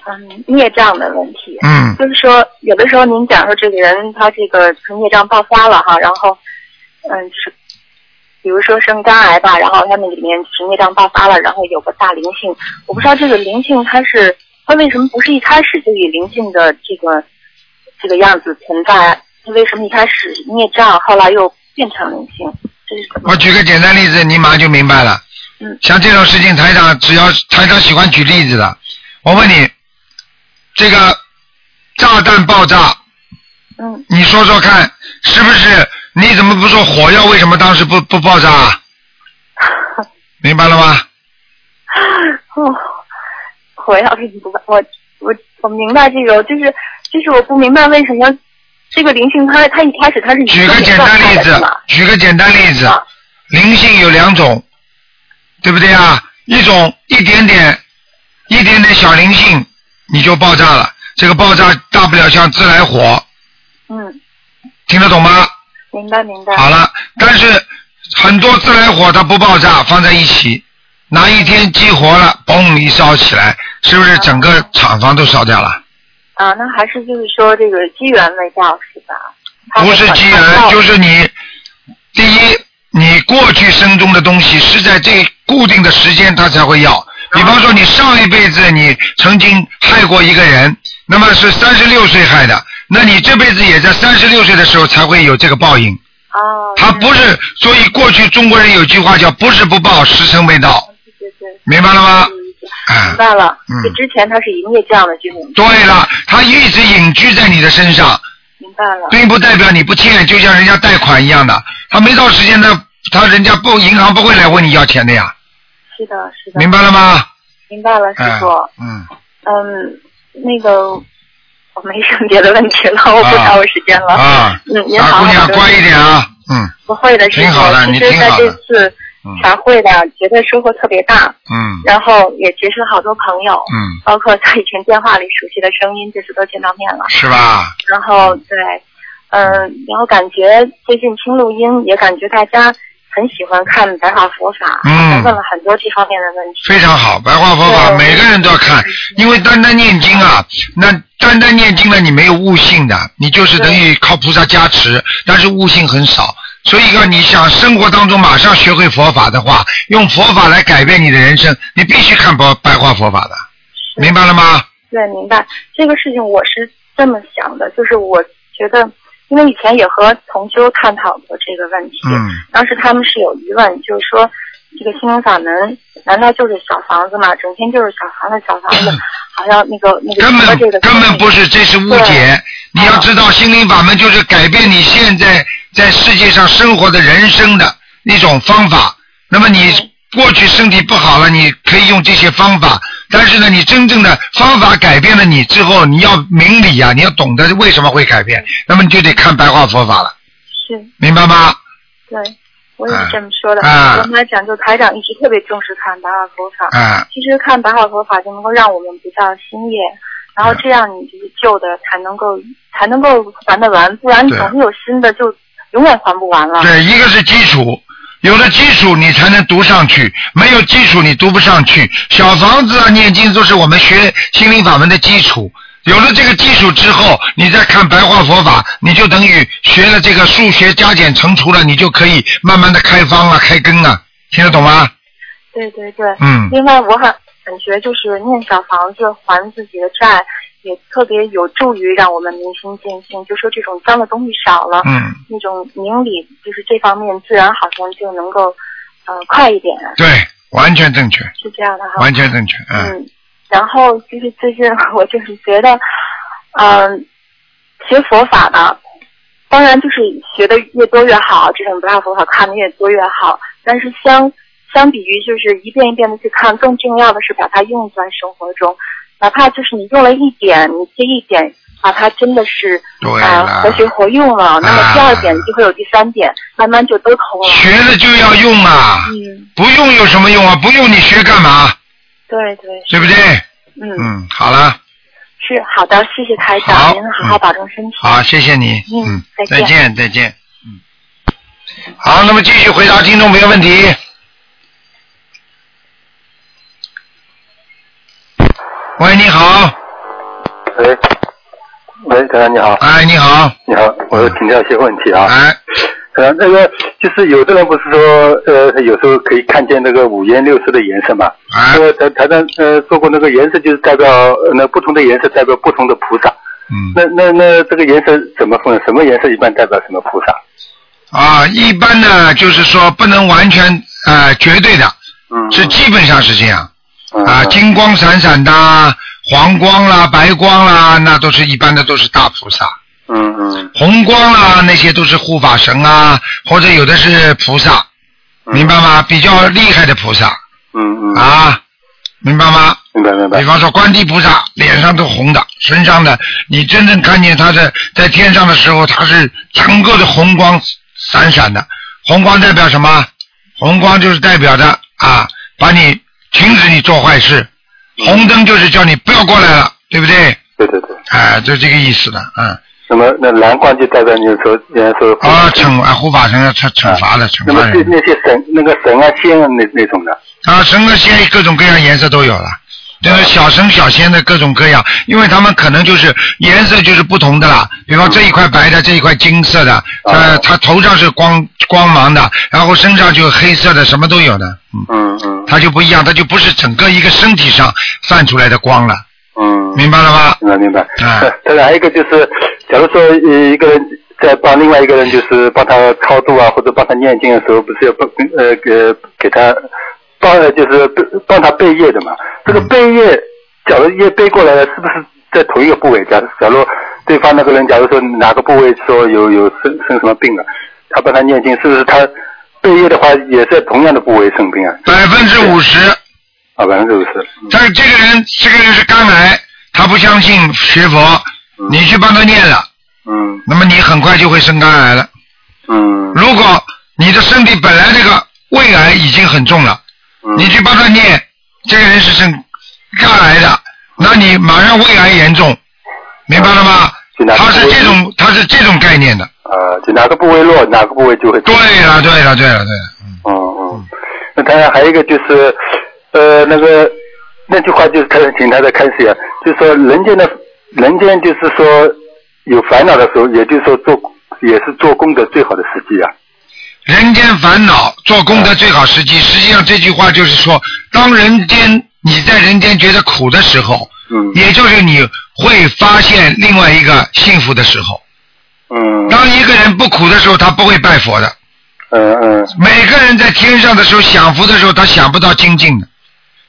嗯，孽障的问题。
嗯
就是说，有的时候您讲说这个人他这个从业障爆发了哈，然后，嗯，就是，比如说生肝癌吧，然后他那里面就是孽障爆发了，然后有个大灵性，我不知道这个灵性它是它为什么不是一开始就以灵性的这个这个样子存在？它为什么一开始孽障，后来又变成灵性？这是怎么？
我举个简单例子，你马上就明白了。
嗯
像这种事情，台长只要台长喜欢举例子的。我问你，这个炸弹爆炸，
嗯，
你说说看，是不是？你怎么不说火药为什么当时不不爆炸啊？明白了吗？
哦，我要是不我我我明白这个，就是就是我不明白为什么这个灵性它它一开始它是以
举个简单例
状态的是
子
吧，
举个简单例子
啊，
灵性有两种，对不对啊？一种一点点，一点点小灵性，你就爆炸了。这个爆炸大不了像自来火，
嗯，
听得懂吗？
明白明白。
好了，但是很多自来火它不爆炸，放在一起，哪一天激活了，嘣一烧起来，是不是整个厂房都烧掉了？
啊，那还是就是说这个机缘未到是
嗯
吧？它
不是机
很
缘，
好
就是你第一，你过去生中的东西是在这固定的时间他才会要。比方说，你上一辈子你曾经害过一个人，那么是三十六岁害的，那你这辈子也在三十六岁的时候才会有这个报应。
哦，
他不是，所以过去中国人有句话叫“不是不报，时辰未到
对对对”，，嗯
明白了吗？
明
啊，
白了。
嗯
就之前它是以孽障的居民，
对了，他一直隐居在你的身上，
明白了。
并不代表你不欠，就像人家贷款一样的，他没到时间他他人家不银行不会来问你要钱的呀，
是的，是的。
明白了吗？
明白了，师
哎
傅。，
嗯，
嗯，那个我没什么别的问题了，我不
啊
耽误时间了。
啊，
嗯，您
傻
好，
姑娘
我的
乖一点啊，嗯
不会的，师
挺好的
傅。
你
其实
挺
在
好
这
的
次
嗯
茶会呢，觉得收获特别大，
嗯
然后也结识了好多朋友，
嗯，
哦
包括在以前电话里熟悉的声音，这次都见到面了。
是吧？
然后对，嗯、然后感觉最近听录音，也感觉大家很喜欢看白话佛法，
嗯
还问了很多这方面的问题。
非常好，白话佛法
对
每个人都要看，因为单单念经啊，那单单念经呢，你没有悟性的，你就是等于靠菩萨加持，但是悟性很少。所以啊要你想生活当中马上学会佛法的话，用佛法来改变你的人生，你必须看白白话佛法的，明白了吗？
对，明白这个事情，我是这么想的，就是我觉得，因为以前也和同修探讨过这个问题，
嗯，
当时他们是有疑问，就是说这个心灵法门难道就是小房子吗？整天就是小房子，小房子，好像那个那个
嗯根
说
本
这个
根本不是，这是误解。你要知道，心灵法门就是改变你现在在世界上生活的人生的一种方法。那么你过去身体不好了，你可以用这些方法，但是呢，你真正的方法改变了你之后，你要明理啊，你要懂得为什么会改变，那么你就得看白话佛法了，
是
明白吗？
对，我也是这么说的。
啊
我们来讲，就台长一直特别重视看白话佛法，
啊，
其实看白话佛法就能够让我们不造新业，然后这样你就是旧的才能够才能够还得完，不然你
对
总是有新的就永远还不完了。
对，呃一个是基础，有了基础你才能读上去，没有基础你读不上去。小房子啊，念经都是我们学心灵法门的基础。有了这个基础之后，你再看白话佛法，你就等于学了这个数学加减乘除了，你就可以慢慢的开方了、开根了，听得懂吗？
对对对。
嗯
另外，我还感觉就是念小房子还自己的债，也特别有助于让我们明心见性，就说这种脏的东西少了，
嗯，
那种明理就是这方面自然好像就能够呃快一点，
对，完全正确，
是这样的哈。
完全正确，嗯，
嗯，然后就是最近 我就是觉得，嗯、学佛法呢，当然就是学的越多越好，这种白话佛法看的越多越好，但是相相比于就是一遍一遍的去看，更重要的是把它用在生活中，哪怕就是你用了一点，你这一点把它真的是
对
啊、
了
活学活用了，那么第二点就会有第三点，慢慢就都通了。
学了就要用啊，
嗯，
不用有什么用啊？不用你学干嘛？
对对，
对不对？
嗯，
嗯，好了，
是好的，谢谢台
好
长，您好好
嗯
保重身体。
好，谢谢你，
嗯
嗯，
再见
见，再见，嗯，好，那么继续回答听众朋友问题。喂，你好，
喂，喂，台长你好，
哎，你好，
你好，我要请教一些问题啊。
哎，
呃，那个就是有的人不是说，呃，他有时候可以看见那个五颜六色的颜色嘛？
哎
那，个台台长呃说过那个颜色就是代表呃那不同的颜色代表不同的菩萨。
嗯，
那那那这个颜色怎么分？什么颜色一般代表什么菩萨？
啊，一般呢，就是说不能完全呃绝对的，
嗯，
是基本上是这样
嗯
啊，金光闪闪的，啊黄光啦、白光啦，那都是一般的都是大菩萨。
嗯嗯，
红光啦、那些都是护法神啊，或者有的是菩萨，
嗯
明白？吗？比较厉害的菩萨
嗯嗯，
啊，明白吗？
明白明白
比。方说观地菩萨，脸上都红的，身上的，你真正看见他的在天上的时候，他是整个的红光闪闪的。红光代表什么？红光就是代表着啊，把你停止你做坏事。红灯就是叫你不要过来了，对不对？
嗯对对对。
哎，就这个意思的，嗯。
那么那蓝光就代表你说人家说
啊，惩啊，护法神要惩惩罚的，惩
那
罚
么对
人。
那些神那个神啊仙啊那那种的。
啊，神和仙各种各样颜色都有了，就是小神小仙的各种各样，因为他们可能就是颜色就是不同的啦。比方这一块白的，这一块金色的，呃，他头上是光光芒的，然后身上就黑色的，什么都有的，嗯，
嗯嗯
它就不一样，它就不是整个一个身体上散出来的光了，
嗯，
明白了吗？
明白明白。
啊
当然还有一个就是，假如说呃一个人在帮另外一个人，就是帮他超度啊，或者帮他念经的时候，不是要帮呃给给他帮呃就是帮他背业的嘛？这个背业，假如业背过来了，是不是在同一个部位？假如假如对方那个人，假如说哪个部位说有有生生什么病了，他帮他念经，是不是他背业的话也在同样的部位生病啊？
百分之五十，
啊，百分之五十。嗯
但是这个人这个人是肝癌，他不相信学佛，你去帮他念了，
嗯
那么你很快就会生肝癌了。
嗯
如果你的身体本来这个胃癌已经很重了，
嗯，
你去帮他念，这个人是生肝癌的，那你马上胃癌严重，明白了吗？
就拿
他是
部位
这种，他是这种概念的。
呃，就哪个部位弱，哪个部位就会
对了，对了，对了，对了，
嗯嗯，那当然还有一个就是，呃，那个那句话就是他请他再开始呀，就是说人间的人间就是说有烦恼的时候，也就是说做也是做功德最好的时机啊。
人间烦恼，做功德最好时
嗯
机。实际上这句话就是说，当人间你在人间觉得苦的时候，
嗯
也就是你会发现另外一个幸福的时候。
嗯
当一个人不苦的时候，他不会拜佛的。
嗯嗯
每个人在天上的时候享福的时候，他想不到精进的。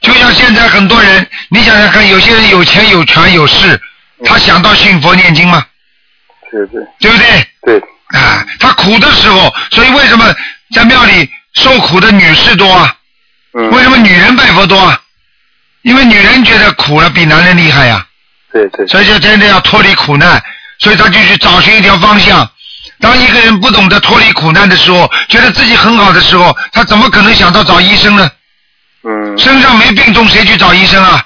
就像现在很多人，你想想看，有些人有钱有权有势，他想到信佛念经吗？
对对
对不对？
对，
啊，他苦的时候，所以为什么在庙里受苦的女士多啊？
嗯
为什么女人拜佛多啊？因为女人觉得苦了比男人厉害呀、啊
对对
所以就真的要脱离苦难，所以他就去找寻一条方向。当一个人不懂得脱离苦难的时候，觉得自己很好的时候，他怎么可能想到找医生呢？
嗯
身上没病痛，谁去找医生啊？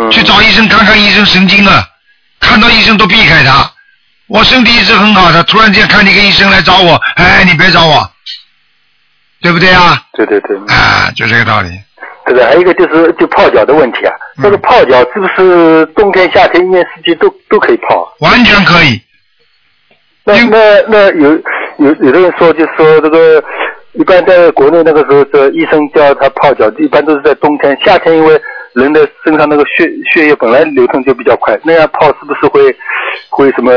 嗯
去找医生看看医生神经啊，看到医生都避开他。我身体一直很好的，突然间看见一个医生来找我，哎，你别找我，对不对啊？
对对嗯对，
啊，就这个道理。
对的，还有一个就是就泡脚的问题啊，这个泡脚是不是冬天夏天一年四季都都可以泡啊？
完全可以。
那
因
那那有有有的人说，就说这个一般在国内那个时候，这医生叫他泡脚，一般都是在冬天，夏天因为人的身上那个血血液本来流通就比较快，那样泡是不是会会什么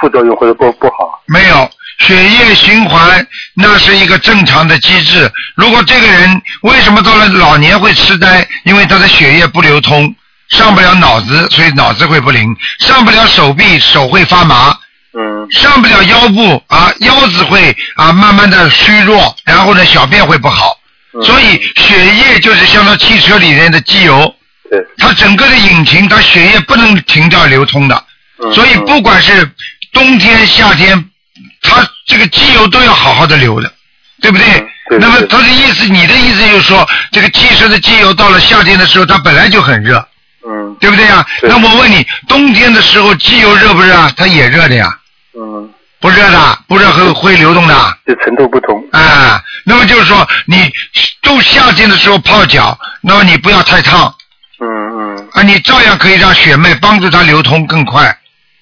副作用或者不不好？
没有血液循环，那是一个正常的机制。如果这个人为什么到了老年会痴呆？因为他的血液不流通，上不了脑子，所以脑子会不灵；上不了手臂，手会发麻；
嗯
上不了腰部啊，腰子会啊慢慢的虚弱，然后呢，小便会不好。
嗯
所以血液就是相当汽车里面的机油，
对，
它整个的引擎，它血液不能停掉流通的。
嗯
所以不管是冬天夏天，它这个机油都要好好的流的，对不对？
嗯对对
那么
对
它的意思，你的意思就是说，这个汽车的机油到了夏天的时候，它本来就很热，
嗯
对不对呀？
对
那我问你，冬天的时候机油热不热啊？它也热的呀，
嗯，
不热的，不热会会流动的。
就程度不同。
啊，那么就是说，你都夏天的时候泡脚，那么你不要太烫
嗯嗯
啊，你照样可以让血脉帮助它流通更快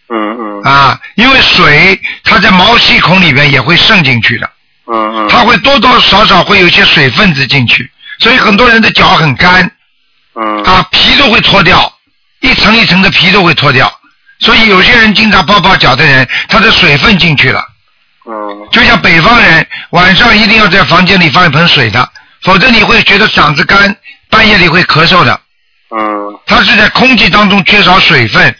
嗯嗯
啊，因为水它在毛细孔里边也会渗进去的，
嗯嗯，
它会多多少少会有一些水分子进去，所以很多人的脚很干
嗯
啊，皮都会脱掉，一层一层的皮都会脱掉，所以有些人经常泡泡脚的人，他的水分进去了。
嗯
就像北方人晚上一定要在房间里放一盆水的，否则你会觉得嗓子干，半夜里会咳嗽的。
嗯
它是在空气当中缺少水分，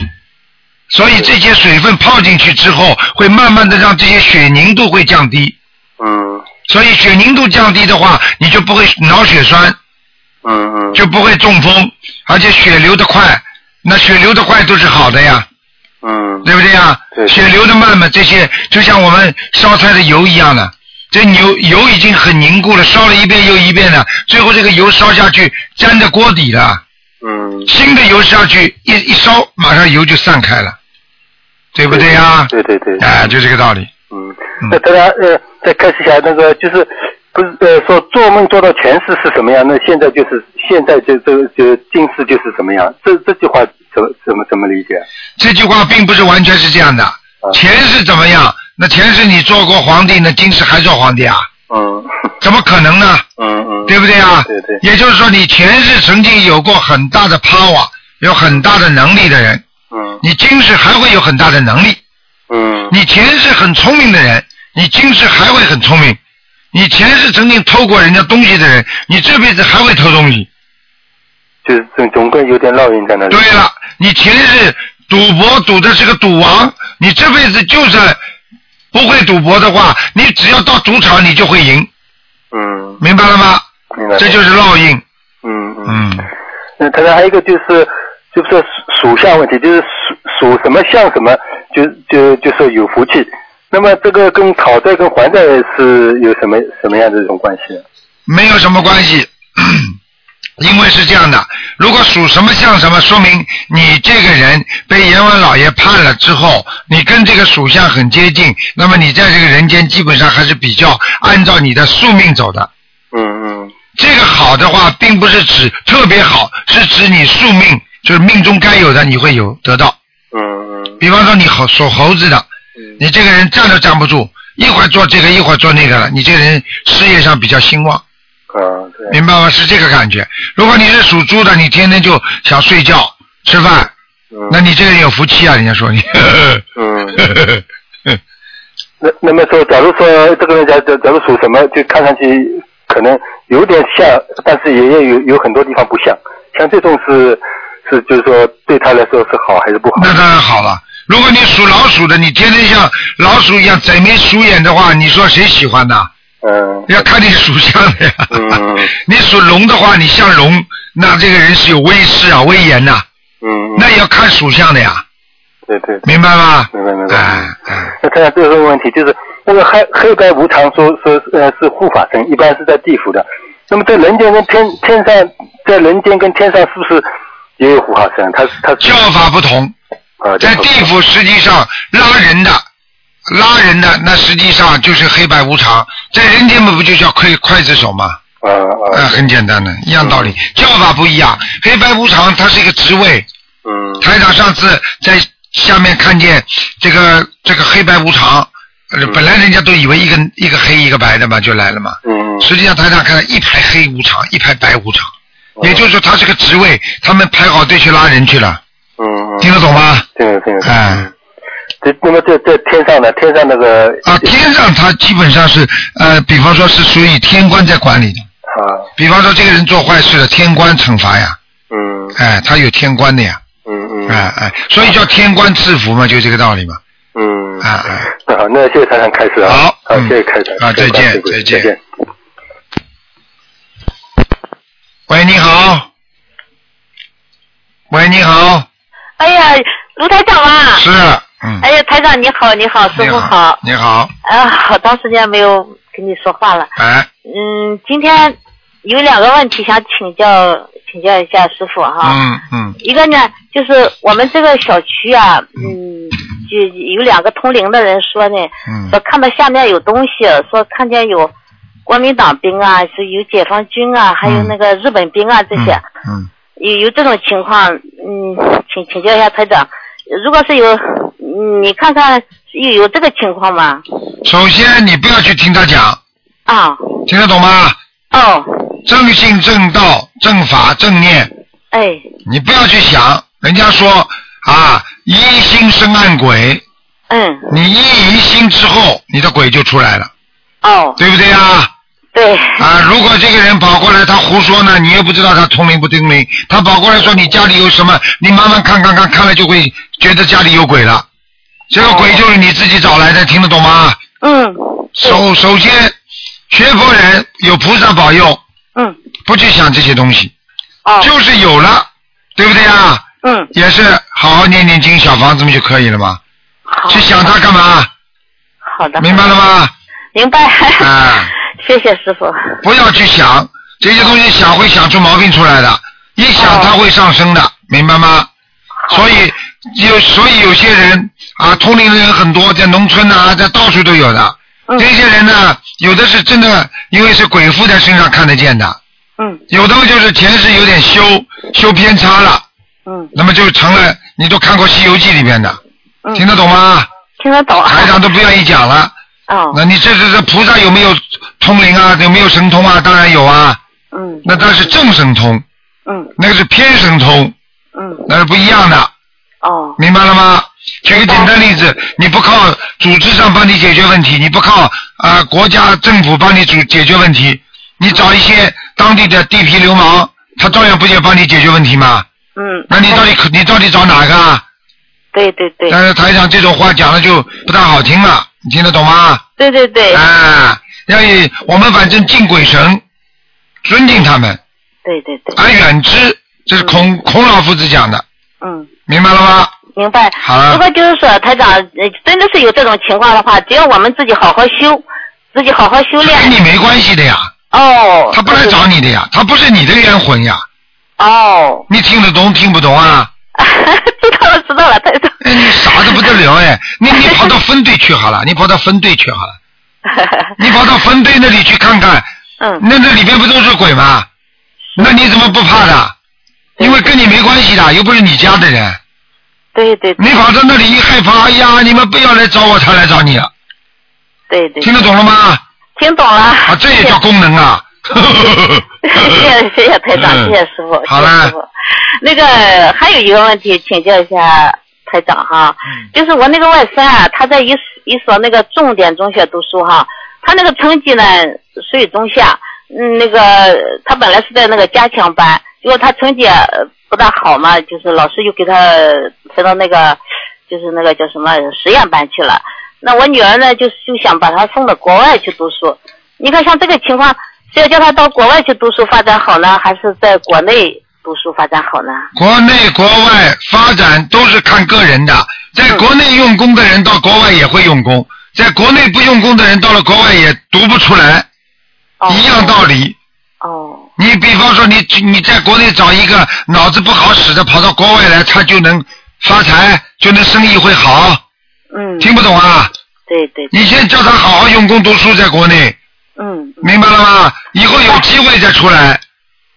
所以这些水分泡进去之后，会慢慢的让这些血凝度会降低。
嗯
所以血凝度降低的话，你就不会脑血栓，
嗯嗯，
就不会中风，而且血流得快。那血流得快都是好的呀，
嗯
对不对呀？
对
血流的慢嘛，这些就像我们烧菜的油一样的，这牛油已经很凝固了，烧了一遍又一遍了，最后这个油烧下去粘在锅底了，
嗯，
新的油下去一一烧，马上油就散开了，对不对呀？
对对对，
哎，就这个道理。
嗯，那大家呃，再开始一下那个就是。不是呃，说做梦做到前世是什么样？那现在就是现在就就就今世就是什么样？这这句话怎么怎么怎么理解？
这句话并不是完全是这样
啊
的，前世怎么样？那前世你做过皇帝，那今世还做皇帝啊？
嗯
怎么可能呢？
嗯嗯，
对不对啊？
对对
也就是说，你前世曾经有过很大的 power，有很大的能力的人，
嗯
你今世还会有很大的能力。
嗯
你前世很聪明的人，你今世还会很聪明。你前世曾经偷过人家东西的人，你这辈子还会偷东西。
就是总总归有点烙印在那里。
对了，你前世赌博赌的是个赌王，你这辈子就算不会赌博的话，你只要到赌场你就会赢，
嗯，
明白了吗？
明白了。
这就是烙印。
嗯嗯。
嗯，
那他还有一个就是就是说属属相问题，就是属属什么像什么，就就就说有福气。那么这个跟讨债跟还债是有什么什么样的一种关系？
没有什么关系。 因为是这样的，如果属什么像什么，说明你这个人被阎王老爷判了之后，你跟这个属相很接近，那么你在这个人间基本上还是比较按照你的宿命走的。
嗯嗯
这个好的话，并不是指特别好，是指你宿命，就是命中该有的你会有得到。
嗯嗯
比方说你猴属猴子的，你这个人站都站不住，一会儿做这个，一会儿做那个了，你这个人事业上比较兴旺。
啊对
明白吗？是这个感觉。如果你是属猪的，你天天就想睡觉、吃饭，
嗯
那你这个人有福气啊！人家说你，
嗯。那那么说，假如说这个人假假假如属什么，就看上去可能有点像，但是也也有有很多地方不像。像这种是是就是说对他来说是好还是不好？
那当然好了。如果你属老鼠的，你天天像老鼠一样贼眉鼠眼的话，你说谁喜欢呢？
嗯
要看你属相的呀。
嗯
你属龙的话，你像龙，那这个人是有威势啊、威严呐、
嗯，
那也要看属相的呀，
对对对，
明白吗？
明白明白。
哎哎，
那他最后一个问题就是，那个黑黑白无常说说呃是护法神，一般是在地府的。那么在人间跟天天上，在人间跟天上是不是也有护法神？他他
叫法不同，
啊，
在地府实际上拉人的，拉人的那实际上就是黑白无常，在人间嘛不就叫刽刽子手吗？
啊
呃，
啊
很简单的，一样道理，叫法不一样。黑白无常它是一个职位，
嗯
台长上次在下面看见这个这个黑白无常，
嗯
呃本来人家都以为一个一个黑一个白的嘛，就来了嘛。
嗯
实际上台长看到一排黑无常，一排白无常，
哦
也就是说他是个职位，他们排好队去拉人去了，
嗯嗯，
听得懂吗？
听得懂听得懂。
哎，
这那么这这天上的天上那个
啊，天上他基本上是呃，比方说是属于天官在管理的，
啊，
比方说这个人做坏事了，天官惩罚呀，
嗯
哎，他有天官的呀，
嗯嗯
哎哎，所以叫天官赐福嘛，就这个道理嘛，
嗯
啊，哎，
那好，那谢谢台长开始啊，
好
好，
嗯
谢谢开始
啊再见再
再
见
见。
喂，你好，喂，你好，
哎呀，卢台长啊！
是，嗯，
哎呀，台长你好，你好，师
你
傅好。
你好，
啊，好长时间没有跟你说话了。
哎，
嗯，今天有两个问题想请教请教一下师傅哈。
嗯
Ừ,
嗯
一个呢，就是我们这个小区啊，嗯，就有两个同龄的人说呢，
ừ,
嗯
说看到下面有东西，说看见有国民党兵啊，是有解放军啊，还有
嗯
那个日本兵啊这些。
嗯，
有有这种情况，嗯，请请教一下台长，如果是有，嗯你看看有有这个情况吗？
首先你不要去听他讲，
啊，
听得懂吗？
哦，
正信正道正法正念，
哎，
你不要去想，人家说啊，一心生暗鬼，
嗯，
你一疑心之后，你的鬼就出来了，
哦，
对不对啊？
对，
啊，如果这个人跑过来，他胡说呢，你又不知道他通灵不通灵。他跑过来说你家里有什么，你慢慢看看看，看了就会觉得家里有鬼了。这个鬼就是你自己找来的，听得懂吗？
嗯，
首首先，学佛人有菩萨保佑，
嗯，
不去想这些东西，
哦，
就是有了，对不对啊？
嗯，
也是好好念念经，小房子不就可以了吗？
好，
去想他干嘛？
好的，
明白了吗？
明白，
啊，
谢谢师傅，
不要去想这些东西，想会想出毛病出来的，一想
哦
它会上升的，明白吗？所以有所以有些人啊，通灵的人很多，在农村呐、在到处都有的。
嗯
这些人呢，有的是真的，因为是鬼附在身上看得见的，
嗯
有的就是前世有点修修偏差了，
嗯
那么就成了你都看过《西游记》里面的，
嗯，
听得懂吗？
听得懂啊，
台长都不愿意讲了。
哦，
那你这这这菩萨有没有通灵啊？有没有神通啊？当然有啊，
嗯
那但是正神通，
嗯
那个是偏神通，
嗯，
那是不一样的，
哦，
明白了吗？举个简单例子，你不靠组织上帮你解决问题，你不靠啊、呃国家政府帮你主解决问题，你找一些当地的地痞流氓，他照样不也帮你解决问题吗？
嗯，
那你到底可你到底找哪个？啊？
对对对
但是台长这种话讲了就不大好听了，你听得懂吗？
对对对
啊，要以我们反正敬鬼神，尊敬他们，
对对对，
而啊远之，这是孔孔老夫子讲的，
嗯。
明白了吗？
明白。
好了
如果就是说，台长，呃真的是有这种情况的话，只要我们自己好好修，自己好好修
这跟
炼。
你没关系的呀，
哦。
他不来找你的呀，他不是你的冤魂呀，
哦。
你听得懂听不懂啊？
知道了，知道了，台长。
哎，你傻的不得了哎，你你跑到分队去好了，你跑到分队去好了， 你跑到分队那里去看看，
嗯，
那那里边不都是鬼吗？那你怎么不怕的？因为跟你没关系的，又不是你家的人。
对对
你跑到那里一害怕，哎呀，你们不要来找我，他来找你了，
对对，
听得懂了吗？
听懂了。
啊，这也叫功能啊！
谢谢谢谢台长，
嗯
谢谢师傅，
好
谢谢
了
师，傅。那个还有一个问题，请教一下台长哈，
嗯
就是我那个外孙啊，他在一所一所那个重点中学读书哈，他那个成绩呢水中下，嗯，那个他本来是在那个加强班，结果他成绩呃不大好嘛，就是老师又给他分到那个就是那个叫什么实验班去了。那我女儿呢，就就想把她送到国外去读书。你看像这个情况，是要叫她到国外去读书发展好呢，还是在国内读书发展 好呢？
国内国外发展都是看个人的，在
嗯
国内用功的人到国外也会用功，在国内不用功的人到了国外也读不出来，
哦、
一样道理。
哦，
你比方说你你在国内找一个脑子不好使的跑到国外来，他就能发财，就能生意会好，
嗯，
听不懂啊？
对对，
你先叫他好好用功读书，在国内，
嗯，
明白了吗？以后有机会再出来。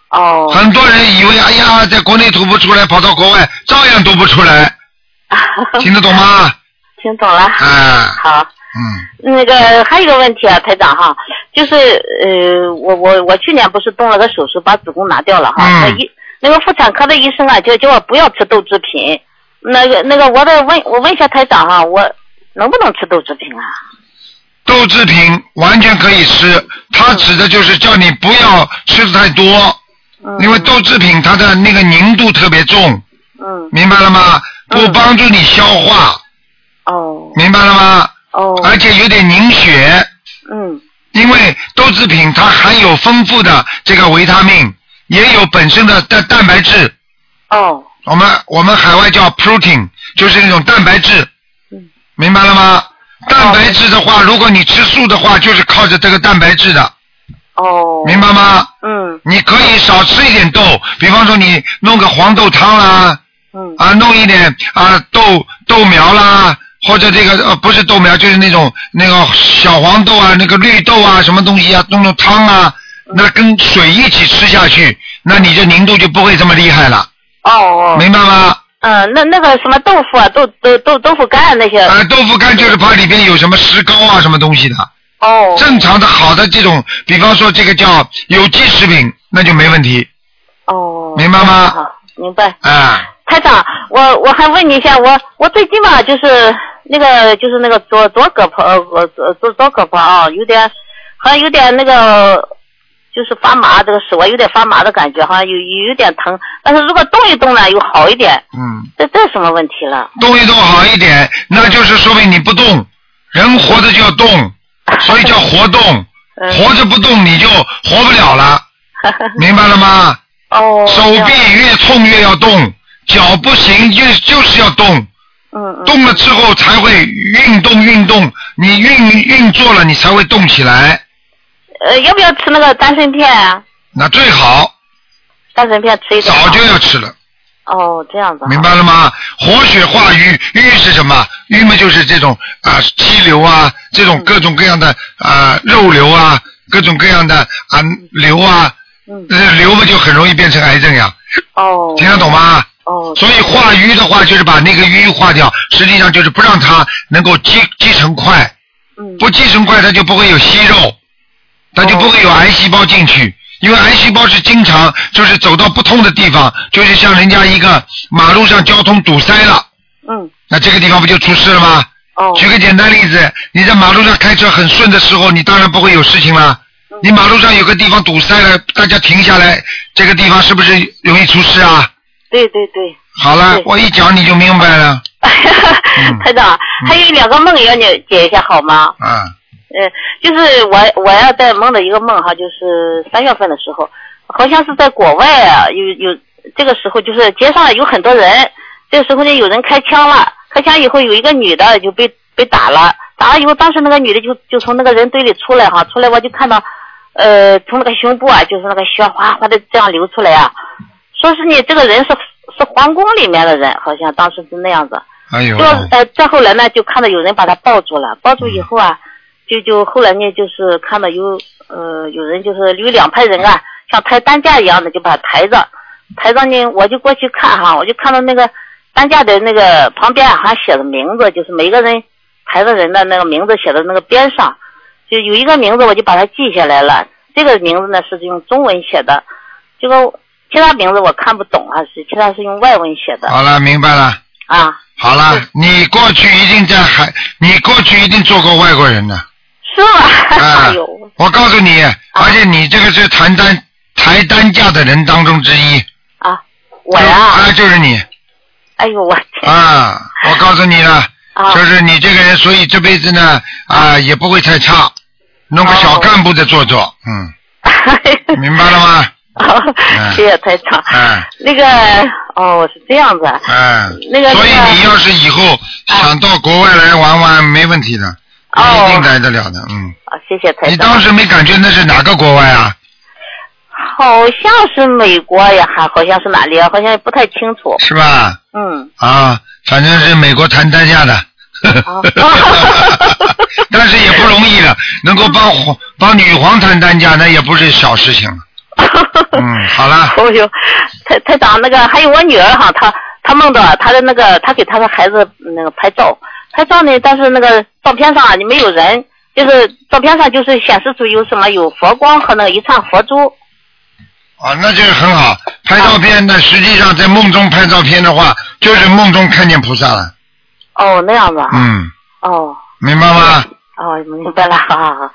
哦，
很多人以为，哎呀，在国内读不出来，跑到国外照样读不出来，听得懂吗？
听懂了。
啊，
好，那个还有一个问题啊，台长哈，就是呃，我我我去年不是动了个手术，把子宫拿掉了哈。
嗯
那医那个妇产科的医生啊，就叫我不要吃豆制品。那个那个，我得问我问一下台长哈，我能不能吃豆制品啊？
豆制品完全可以吃，
嗯
它指的就是叫你不要吃的太多，因为豆制品它的那个凝度特别重，
嗯，
明白了吗？不帮助你消化，
哦，
明白了吗？
哦，
而且有点凝血，
嗯，
因为豆制品它含有丰富的这个维他命，也有本身的蛋蛋白质，
哦，
我们我们海外叫 protein，就是那种蛋白质，明白了
哦
吗？蛋白质的话，如果你吃素的话，就是靠着这个蛋白质的，
哦，
明白吗？
嗯，
你可以少吃一点豆，比方说你弄个黄豆汤啦，
嗯，
啊，弄一点啊豆豆苗啦，或者这个呃不是豆苗，就是那种那个小黄豆啊，那个绿豆啊，什么东西啊，弄弄汤啊，
嗯
那跟水一起吃下去，那你这凝度就不会这么厉害了，
哦哦，
明白吗？
嗯，那那个什么豆腐啊，豆豆豆豆腐干那些。
啊，豆腐干就是怕里边有什么石膏啊，什么东西的。
哦。
正常的好的这种，比方说这个叫有机食品，那就没问题。
哦。
明白吗？
好，明白。
啊，
台长，我我还问你一下，我我最近吧，就是那个就是那个左左胳膊呃左左左胳膊啊，有点好像有点那个就是发麻，这个手啊有点发麻的感觉，好像有有有点疼，但是如果动一动呢，又好一点。
嗯。
这这什么问题了？
动一动好一点，那就是说明你不动。人活着就要动，所以叫活动。
嗯
活着不动你就活不了 了，明白了吗？
哦。
手臂越痛越要动，脚不行就就是要动。
嗯。
动了之后才会运动运动，你运运作了你才会动起来，
呃，要不要吃那个丹参片啊？
那最好
丹参片吃一点。
早就要吃了。
哦，这样子。
明白了吗？活血化瘀，瘀是什么？瘀嘛就是这种啊、肌瘤啊，这
嗯
种各种各样的啊、肉瘤啊，各种各样的啊、瘤啊，呃瘤嘛就很容易变成癌症呀。
嗯哦。
听得懂吗？
哦。
所以化瘀的话，就是把那个瘀化掉，实际上就是不让它能够积积成块。
嗯
不积成块，它就不会有息肉，它就不会有癌细胞进去。因为癌细胞是经常就是走到不通的地方，就是像人家一个马路上交通堵塞了，
嗯，
那这个地方不就出事了吗？
哦。
举个简单例子，你在马路上开车很顺的时候，你当然不会有事情啦。
嗯
你马路上有个地方堵塞了，大家停下来，这个地方是不是容易出事啊？
对对对，
好了，我一讲你就明白了。
台长，还有两个梦要你解一下好吗？
啊，
嗯，就是我我要在梦的一个梦哈，就是三月份的时候，好像是在国外啊，有有这个时候就是街上有很多人，这个时候呢有人开枪了，开枪以后有一个女的就被被打了，打了以后当时那个女的就就从那个人堆里出来哈，出来我就看到，呃，从那个胸部啊就是那个血哗哗的这样流出来啊，说是你这个人是是皇宫里面的人，好像当时是那样子。
哎呦
就，呃，再后来呢，就看到有人把他抱住了，抱住以后啊，就就后来呢，就是看到有呃有人就是有两派人啊，像抬担架一样的就把他抬着，抬着呢，我就过去看哈，我就看到那个担架的那个旁边啊好像写的名字，就是每个人抬着人的那个名字写的那个边上，就有一个名字我就把它记下来了，这个名字呢是用中文写的，这个其他名字我看不懂啊，是其他是用外文写的
好了，明白了。
啊。
好了，你过去一定在海，你过去一定做过外国人呢。
是吗？
啊，我告诉
啊
你，而且你这个是谈单抬担架的人当中之一。
啊，我
呀、啊。就是你
哎呦我 啊
啊！我告诉你了，就是你这个人，所以这辈子呢，啊，也不会太差，弄
哦
个小干部的做做， 嗯，明白了吗？
哦
嗯
谢谢台长。
嗯
那个哦，是这样子啊。
嗯，
那个
所以你要是以后想到国外来玩玩，没问题的，
哦
一定来得了的，嗯。
啊，谢谢台长。
你当时没感觉那是哪个国外啊？
好像是美国呀，还好像是哪里啊？好像也不太清楚。
是吧？
嗯，
啊，反正是美国谈单价的。 但是也不容易了，能够帮皇帮女皇谈单价，那也不是小事情了。嗯，好了，
哦呦，台台啊长那个还有我女儿哈，她她梦到她的那个她给她的孩子那个拍照，拍照呢，但是那个照片上啊，你没有人，就是照片上就是显示出有什么有佛光和那个一串佛珠。
啊，那就是很好。拍照片的，实际上在梦中拍照片的话，就是梦中看见菩萨了。
哦，那样子啊。
嗯，
哦
明白吗？
哦，明白了，好好好，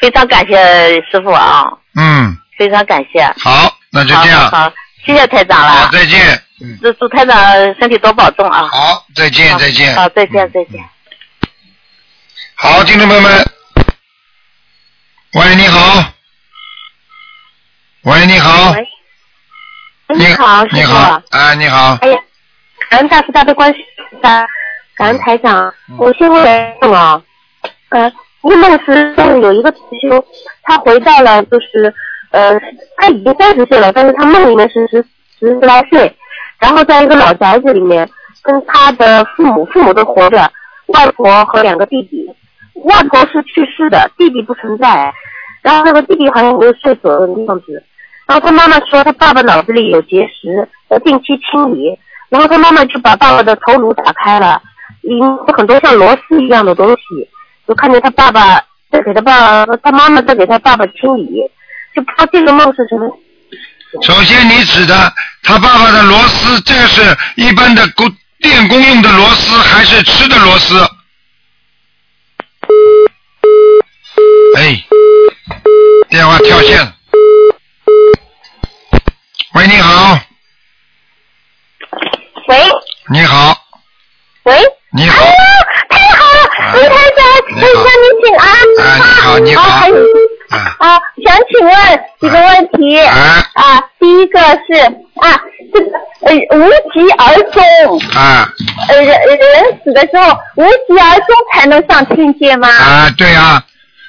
非常感谢师傅啊，
嗯，
非常感谢。
好，那就这
好
样。
好好，谢谢台长了
好，。再见。
祝祝台长身体多保重啊！
好，再见，再见。
好，再见，再见。
好，听众朋友们，喂，你好，喂，你好，
喂，你好，师
你好
傅。，
哎，你好，
哎呀，感恩大慈大悲观世音菩萨，感恩台长。
嗯
我先问梦啊，呃，一个梦是梦有一个同修，他回到了就是呃，他已经三十岁了，但是他梦里面是十十来岁，然后在一个老宅子里面，跟他的父母，父母都活着，外婆和两个弟弟，外婆是去世的，弟弟不存在，然后那个弟弟好像五六岁左右的样子。然后他妈妈说他爸爸脑子里有结石，要定期清理。然后他妈妈就把爸爸的头颅打开了，里面有很多像螺丝一样的东西，就看见他爸爸在给他爸爸，他妈妈在给他爸爸清理，就不知道这个梦是什么。
首先你指的他爸爸的螺丝，这个是一般的工电工用的螺丝，还是吃的螺丝？哎，电话跳线了。喂，你好，
喂
你好，
喂，
你
哎
好，
太好了，卢台
啊
长，向你
哎，你好，你
请安。啊，
好
还，有啊，想请问几个问题
啊，
第一个是啊，这个呃无疾而终，
啊
呃人人死的时候无疾而终才能上天界吗？
啊，对啊，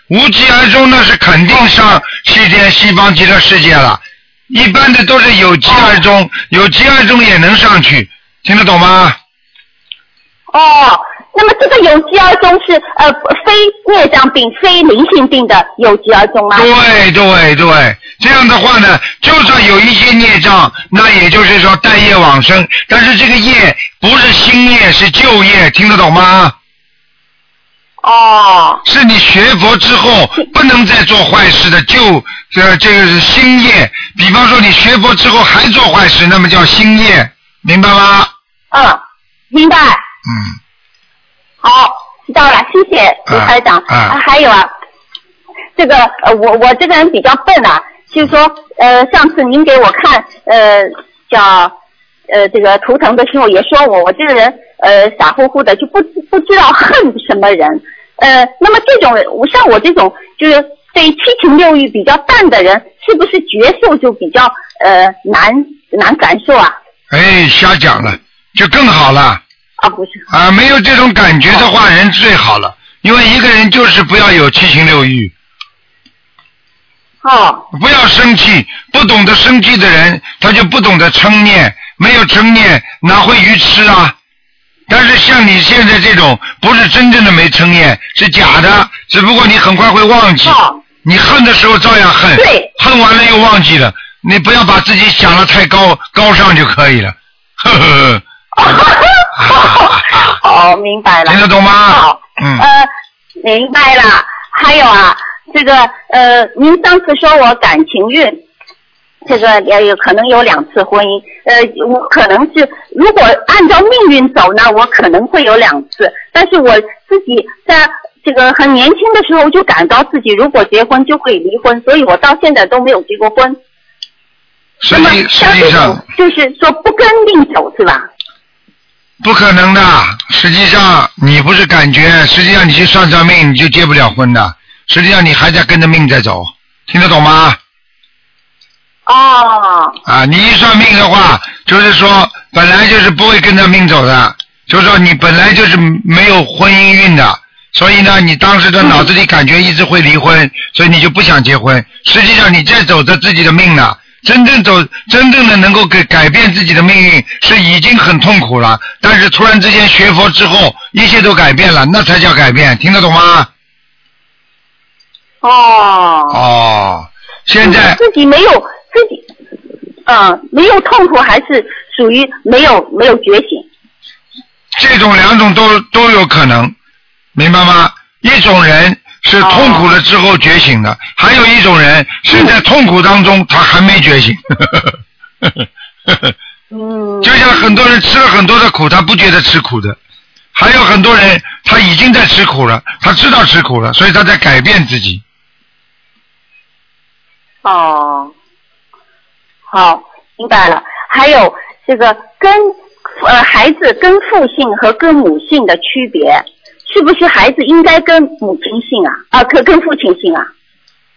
无疾而终那是肯定上西天西方极乐世界了。一般的都是有疾而终，有疾而终也能上去，听得懂吗？
哦，那么这个有疾而终是呃非孽障病、非灵性病的有疾而终吗？
对对对，这样的话呢，就算有一些孽障，那也就是说带业往生，但是这个业不是新业，是旧业，听得懂吗？
哦，
是你学佛之后不能再做坏事的旧，呃，这个是新业。比方说你学佛之后还做坏事，那么叫新业，明白吗？
嗯，明白。
嗯，
好，知道了，谢谢卢台长。
啊啊
还有啊，这个呃，我我这个人比较笨啊，就是说呃，上次您给我看呃叫呃这个图腾的时候也说我我这个人呃傻乎乎的，就不不知道恨什么人。呃，那么这种我像我这种就是对七情六欲比较淡的人，是不是觉受就比较呃难难感受啊？
哎，瞎讲了，就更好了。
啊，不是，
啊，没有这种感觉的话，人最好了，因为一个人就是不要有七情六欲，
哦。
不要生气。不懂得生气的人，他就不懂得嗔念，没有嗔念哪会愚痴啊？但是像你现在这种，不是真正的没嗔念，是假的，只不过你很快会忘记。你恨的时候照样恨，
哦对
恨完了又忘记了。你不要把自己想的太高高尚就可以了， 呵呵呵，
哦，明白了。
听得懂吗
好，
嗯
呃，明白了。还有啊，这个呃，您上次说我感情运，这个也有可能有两次婚姻，呃，我可能是如果按照命运走呢，我可能会有两次，但是我自己在。这个很年轻的时候就感到自己如果结婚就会离婚，所以我到现在都没有结过婚。
实际实
像这
际上
种就是说不跟命走是吧？
不可能的，实际上你不是感觉，实际上你去算算命，你就结不了婚的。实际上你还在跟着命在走，听得懂吗？
哦，
啊，你一算命的话，就是说本来就是不会跟着命走的，就是说你本来就是没有婚姻运的，所以呢，你当时的脑子里感觉一直会离婚，所以你就不想结婚。实际上你在走着自己的命呢，真正走真正的能够改改变自己的命运是已经很痛苦了，但是突然之间学佛之后，一切都改变了，那才叫改变，听得懂吗？
哦，嗯
哦，现在
自己没有自己，呃嗯，没有痛苦，还是属于没有没有觉醒。
这种两种都都有可能，明白吗？一种人是痛苦了之后觉醒的，还有一种人是在痛苦当中他还没觉醒。 就像很多人吃了很多的苦，他不觉得吃苦的，还有很多人他已经在吃苦了，他知道吃苦了，所以他在改变自己。
哦，好，明白了。还有这个跟呃孩子跟父姓和跟母姓的区别，是不是孩子应该跟母亲姓啊？啊，跟跟父亲姓啊？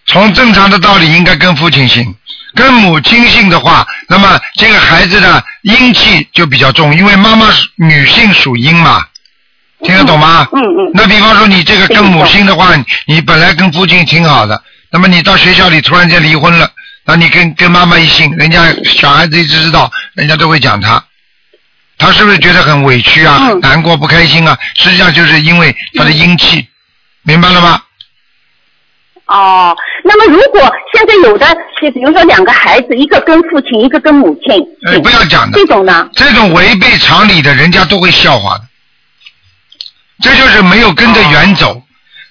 从正常的道理应该跟父亲姓，跟母亲姓的话，那么这个孩子的阴气就比较重，因为妈妈属女性属阴嘛，听得懂吗？嗯嗯。那比方说你这个跟母姓的话，你你本来跟父亲挺好的，那么你到学校里突然间离婚了，那你跟跟妈妈一姓，人家小孩子一直知道，人家都会讲他，他是不是觉得很委屈啊、难过、不开心啊？实际上就是因为他的阴气，明白了吗？
哦，那么如果现在有的是，比如说两个孩子，一个跟父亲，一个跟母亲，
哎，不要讲的。
这种呢？
这种违背常理的，人家都会笑话的。这就是没有跟着缘走。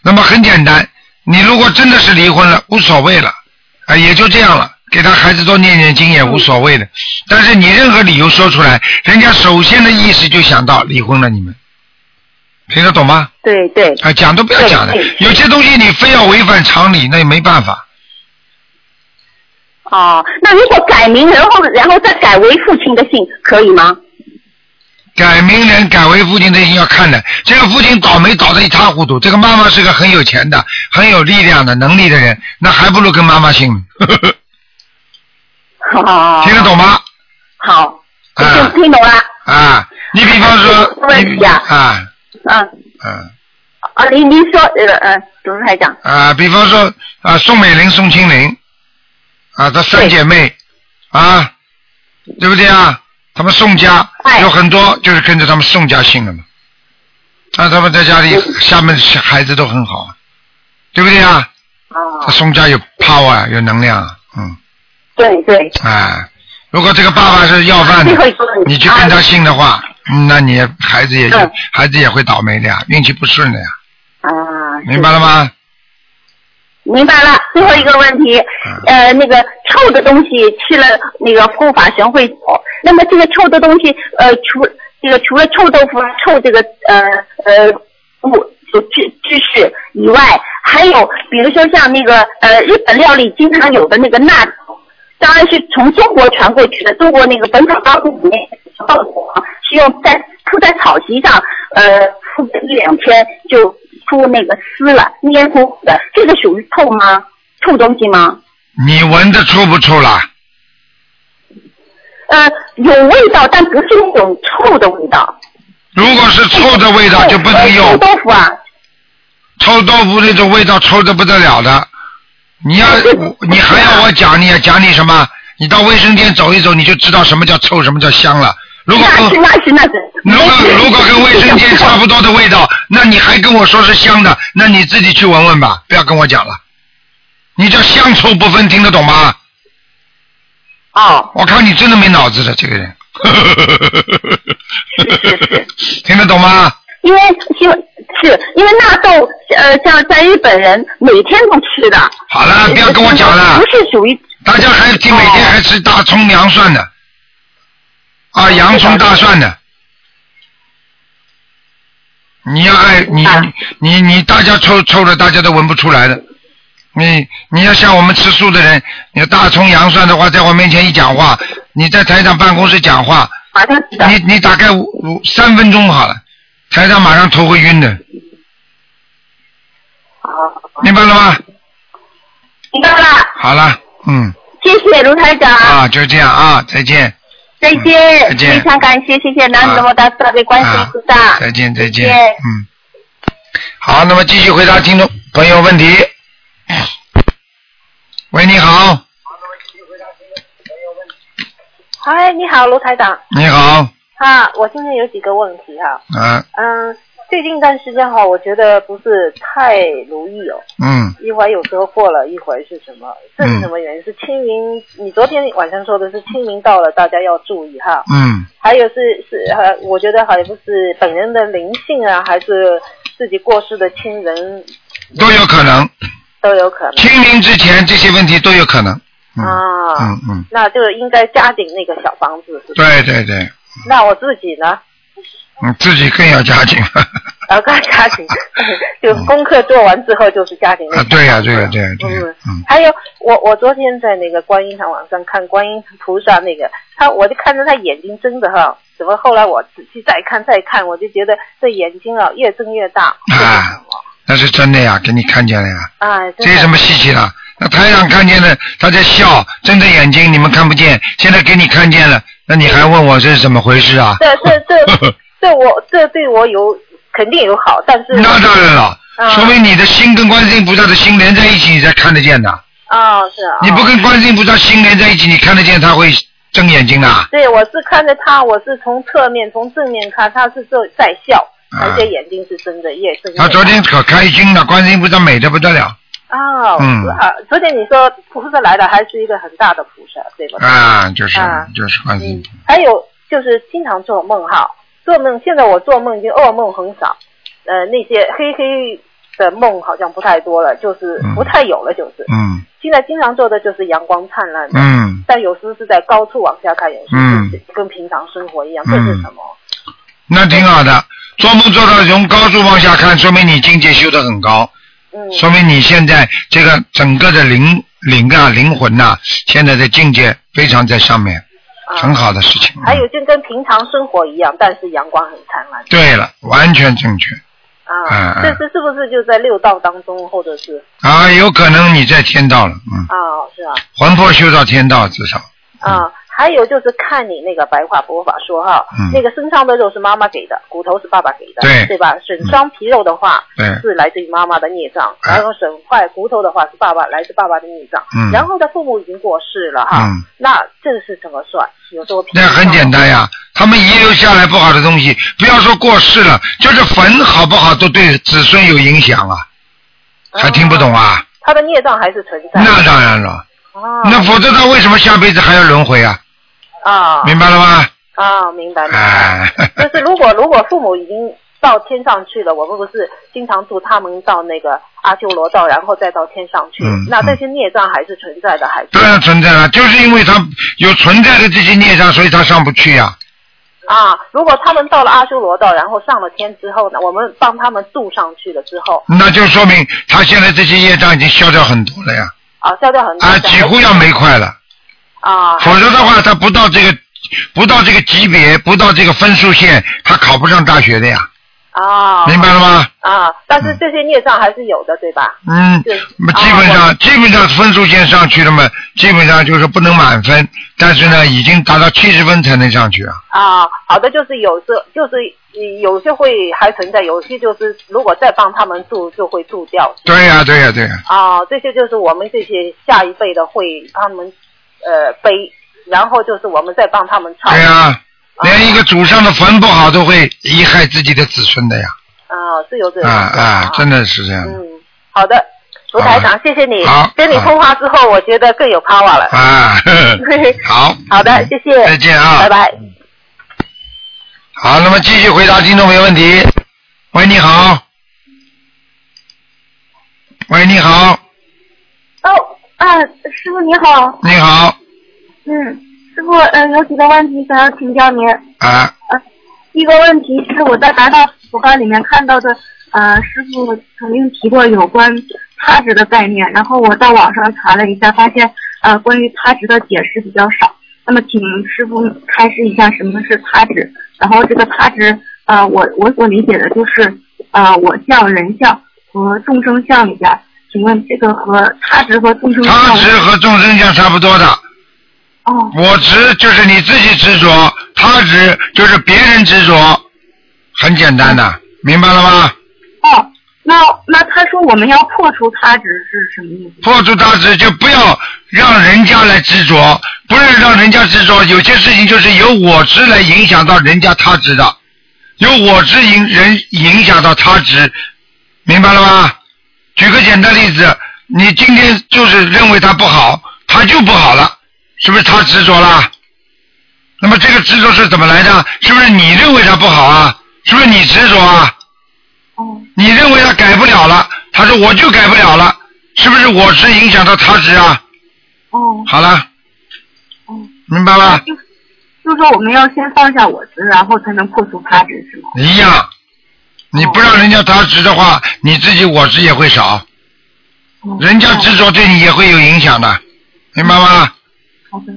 那么很简单，你如果真的是离婚了，无所谓了，哎，也就这样了，给他孩子多念念经也无所谓的。但是你任何理由说出来，人家首先的意识就想到离婚了，你们听得懂吗？
对对。
啊，讲都不要讲了
对对，
有些东西你非要违反常理，那也没办法。
哦，那如果改名，然后然后再改为父亲的姓，可以吗？
改名人改为父亲的心要看的，这个父亲倒霉倒得一塌糊涂，这个妈妈是个很有钱的、很有力量的、能力的人，那还不如跟妈妈姓呢。
哦，
听得懂吗？
好，
啊
听懂了。
啊，你比方说，
问题啊，
啊
嗯，
啊
啊，您您说，呃呃，董事台长，
啊，比方说啊，宋美龄、宋庆龄，啊，她三姐妹，啊，对不对啊？他们宋家有很多就是跟着他们宋家姓的嘛，那他们在家里下面孩子都很好啊，对不对啊？他宋家有 power 有能量啊，嗯，
对对，
哎，如果这个爸爸是要饭的
最后一个问，题啊
你去跟他姓的话，嗯那你也孩子也就、
嗯
孩子也会倒霉的呀，运气不顺的呀，
啊，
明白了吗？
明白了。最后一个问题，呃，那个臭的东西吃了那个护法神会走，那么这个臭的东西，呃，除这个除了臭豆腐、臭这个呃呃物就知知识以外，还有比如说像那个呃日本料理经常有的那个辣条，当然是从中国传过去的，中国那个本草纲目里面放火是用在铺在草席上，呃，铺个一两天就出那个丝了，黏糊糊的，这个属于臭吗？臭东西吗？
你闻得出不出啦？
呃，有味道，但不是那种臭的味道。
如果是臭的味道就不能
臭
用，
豆腐啊，
臭豆腐那种味道臭的不得了的，你要你还要我讲你讲你什么？你到卫生间走一走，你就知道什么叫臭，什么叫香了。如果呃
那是那是那是。
如果如果跟卫生间差不多的味道，那你还跟我说是香的，那你自己去闻闻吧，不要跟我讲了。你叫香臭不分，听得懂吗？
哦。
我看你真的没脑子的这个 人。 听得懂吗？
因为因为是因为纳豆，呃，像在日本人每天都吃的。
好了，不要跟我讲了。
不是属于。
大家还听每天还吃大葱、洋蒜的，啊，洋葱、大蒜的。你要爱你你你大家臭臭的，大家都闻不出来的。你你要像我们吃素的人，你大葱洋蒜的话，在我面前一讲话，你在台长办公室讲话，你你大概五五三分钟好了，台长马上头会晕的。明白了吗？
明白了，
好了，嗯，
谢谢卢台长，
啊，就这样啊，再见，
再见，
嗯再见啊
非常感谢，谢谢南无那么大慈悲观世音菩萨。
再见，再见
再，见
嗯。好，那么继续回答听众朋友问题。喂，你好，
嗨，你好，卢台长。
你好，
啊，我今天有几个问题哈、
啊，
嗯，最近一段时间哈，我觉得不是太如意哦。
嗯
一会儿有车祸了，一会儿是什么？这是什么原因？是清明？你昨天晚上说的是清明到了，大家要注意哈。
嗯
还有是是呃，我觉得好像不是本人的灵性啊，还是自己过世的亲人
都有可能。
都有可能。
清明之前这些问题都有可能。
啊，
嗯嗯，
那就应该加紧那个小房子，是吧？
对对对，
那我自己呢？
你自己更要加紧。
啊，刚加紧， 就
嗯
功课做完之后就是加紧那
啊
个。
对呀、对呀、对呀、对呀、
嗯
嗯，
还有我我昨天在那个观音堂网上看观音菩萨那个，他我就看着他眼睛睁着哈，怎么后来我仔细再看再看，我就觉得这眼睛啊越睁越大，
啊，那是真的呀，给你看见了呀，
哎，
这有什么稀奇
的？
的？那台上看见了，他在笑，睁着眼睛，你们看不见，现在给你看见了，那你还问我这是怎么回事啊？
这这 这这我这对我有肯定有好，但是
那当然了，
啊
说明你的心跟观世音菩萨的心连在一起，你才看得见的。
啊、是啊，
你不跟观世音菩萨心连在一起，你看得见他会睁眼睛的啊。
对，我是看着他，我是从侧面从正面看，他是这在笑，而且眼睛是睁着，越睁越大。
啊他昨天可开心了，观世音菩萨美得不得了
啊、
嗯
是啊，昨天你说菩萨来了，还是一个很大的菩萨，对吧？
啊，就是
啊
就是观世音菩萨。
还有就是经常做梦哈，做梦现在我做梦已经噩梦很少，呃，那些黑黑的梦好像不太多了，就是
嗯
不太有了，就是。
嗯
现在经常做的就是阳光灿烂的，
嗯
但有时是在高处往下看，有时
嗯
是跟平常生活一样，这是
嗯
什么？，
那挺好的。做梦做到从高处往下看，说明你境界修得很高，
嗯，
说明你现在这个整个的灵灵啊灵魂呐、现在的境界非常在上面，很好的事情。
还有就跟平常生活一样，但是阳光很灿烂
对了，完全正确嗯
啊。
嗯
这是是不是就在六道当中，或者是
啊！有可能你在天道了，嗯，
啊，是啊，
魂魄修到天道至少，
啊，还有就是看你那个白话佛法说哈，
嗯
那个身上的肉是妈妈给的，骨头是爸爸给的，
对嗯
吧？损伤皮肉的话，
对
是来自于妈妈的孽障，
哎
然后损坏骨头的话是爸爸来自爸爸的孽障，
嗯
然后他父母已经过世了哈，
嗯，
那这是怎么算？有多平？
那很简单呀。他们遗留下来不好的东西，不要说过世了，就是坟好不好都对子孙有影响啊，还听不懂啊？
他的孽障还是存在，
那当然了。那否则他为什么下辈子还要轮回啊？
啊，
明白了吗？
啊，明白明白。
哎，
就是如果如果父母已经到天上去了，我们不是经常度他们到那个阿修罗道，然后再到天上去，
嗯
那这些孽障还是存在的，还是
当然存在了，就是因为他有存在的这些孽障，所以他上不去呀、
啊。如果他们到了阿修罗道，然后上了天之后呢，我们帮他们度上去了之后，
那就说明他现在这些业障已经消掉很多了呀，
啊，消掉很多
啊，几乎要没快了。
啊，
否则的话，他不到这个，不到这个级别，不到这个分数线，他考不上大学的呀，
啊，
明白了吗？
啊，但是这些孽障还是有的，对吧？
嗯，
对
那么基本
啊
上、基本上分数线上去了嘛，基本上就是不能满分，但是呢，已经达到七十分才能上去啊。
啊，好的，就是有时就是有些会还存在，有些就是如果再帮他们度，就会度掉。
对呀、对呀、对呀、
啊，这些就是我们这些下一辈的会帮他们呃背，然后就是我们再帮他们唱。
哎对呀、连一个祖上的坟不好都会贻害自己的子孙的呀，
啊，是有这
啊
种。
啊，真的是这样的
嗯，好的，卢台长，谢谢你
好，
跟你通话之后，我觉得更有 power 了。
啊，呵呵好，
好的，谢谢。
再见啊
拜拜。
好，那么继续回答听众朋友问题。喂，你好。喂，你好，
哦啊，师傅你好，
你好，
嗯，师傅，嗯、有几个问题想要请教您。
啊，
第一个问题是我在达到佛法里面看到的，呃，师傅曾经提过有关他值的概念，然后我到网上查了一下，发现呃关于他值的解释比较少。那么，请师傅开示一下什么是他值，然后这个他值，呃，我我所理解的就是，呃，我相、人相和众生相里边儿，请问这个和他值和众生相
他执和众生相差不多的。
哦。
我执就是你自己执着，他执就是别人执着，很简单的，明白了吗？
哦，那那他说我们要破除他执是什么意思？
破除他执就不要让人家来执着，不是让人家执着，有些事情就是由我执来影响到人家他执的。由我执影人影响到他执，明白了吗？举个简单例子，你今天就是认为他不好，他就不好了，是不是他执着了？那么这个执着是怎么来的？是不是你认为他不好啊？是不是你执着啊？你认为他改不了了，他说我就改不了了，是不是我执影响到他执啊？
哦，
好了，明白吗？
就是说我们要先放下我执，然后才能破除他执，是吗？
一样，你不让人家他执的话，你自己我执也会少，人家执着对你也会有影响的，明白吗？
好的。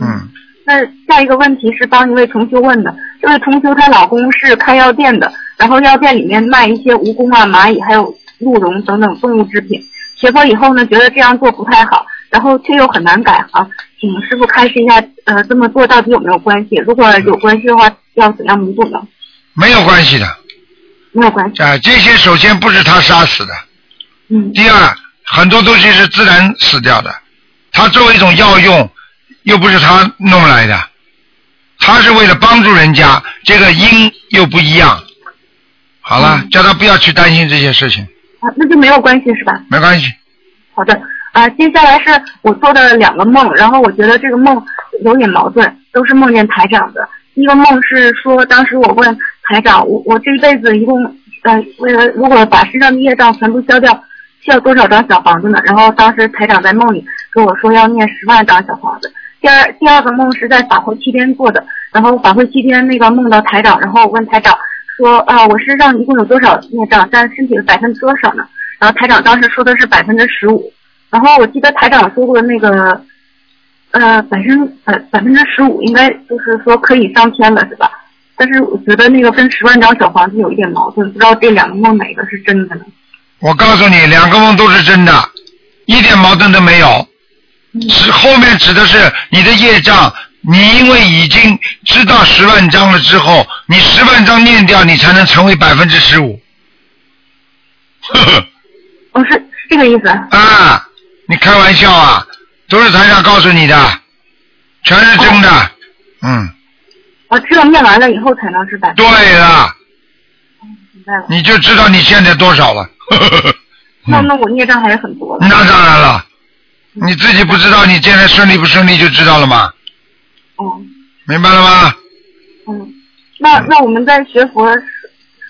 嗯。
那下一个问题是帮一位同修问的，这位同修她老公是开药店的，然后药店里面卖一些蜈蚣啊、蚂蚁还有鹿茸等等动物制品。学佛以后呢，觉得这样做不太好，然后却又很难改行，请师傅开示一下，呃，这么做到底有没有关系？如果有关系的话，要怎样弥补呢？
没有关系的。
没有关系。
啊，这些首先不是他杀死的。
嗯。
第二，很多东西是自然死掉的，他作为一种药用，又不是他弄来的，他是为了帮助人家，这个因又不一样。好了，叫他不要去担心这些事情，
嗯啊，那就没有关系是吧？
没关系。
好的，啊、接下来是我做的两个梦，然后我觉得这个梦有点矛盾，都是梦见台长的。一个梦是说，当时我问台长，我我这一辈子一共，呃，为了如果把身上的业障全部消掉，需要多少张小房子呢？然后当时台长在梦里跟我说要念十万张小房子。第二第二个梦是在法会期间做的，然后法会期间那个梦到台长，然后我问台长说啊，我身上一共有多少业障，占身体的百分之多少呢？然后台长当时说的是百分之十五，然后我记得台长说过那个，呃，百分百百分之十五应该就是说可以上天了，是吧？但是我觉得那个跟十万张小房子有一点矛盾，不知道这两个梦哪个是真的呢？
我告诉你，两个梦都是真的，一点矛盾都没有。
嗯
是后面指的是你的业障，你因为已经知道十万章了之后，你十万章念掉，你才能成为百分之十五。呵呵。
哦，是是这个意思。
啊，你开玩笑啊？都是台长告诉你的，全是真的。
哦
嗯，
我只有念完啊了以后才能是百分之
对了，
哦明白了。
你就知道你现在多少了。呵呵呵。
那
嗯
那我业障还是很多的。
那当然了，你自己不知道你现在顺利不顺利就知道了嘛，
哦，
明白了吗？
嗯，那那我们在学佛，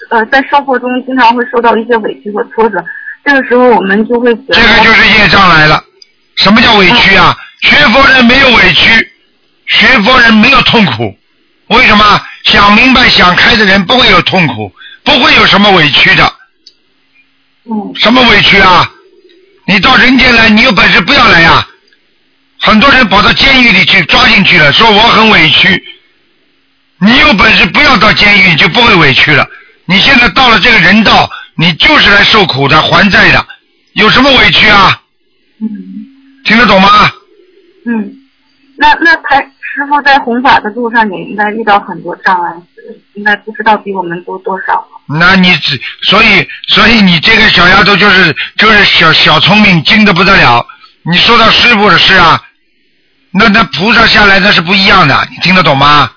呃，在生活中经常会受到一些委屈和挫折，这个时候我们就会觉得。这个
就是业障来了。什么叫委屈啊？学佛人没有委屈，学佛人没有痛苦。为什么？想明白、想开的人不会有痛苦，不会有什么委屈的。
嗯。
什么委屈啊？你到人间来，你有本事不要来呀、很多人跑到监狱里去抓进去了，说我很委屈。你有本事不要到监狱，你就不会委屈了。你现在到了这个人道，你就是来受苦的、还债的，有什么委屈啊？听得懂吗？
嗯，那那台师傅在弘法的路上也应该遇到很多障碍，应该不知道比我们多多少。
那你只所以所以你这个小丫头就是就是小小聪明，精的不得了。你说到师傅的事啊，那那菩萨下来那是不一样的，你听得懂吗？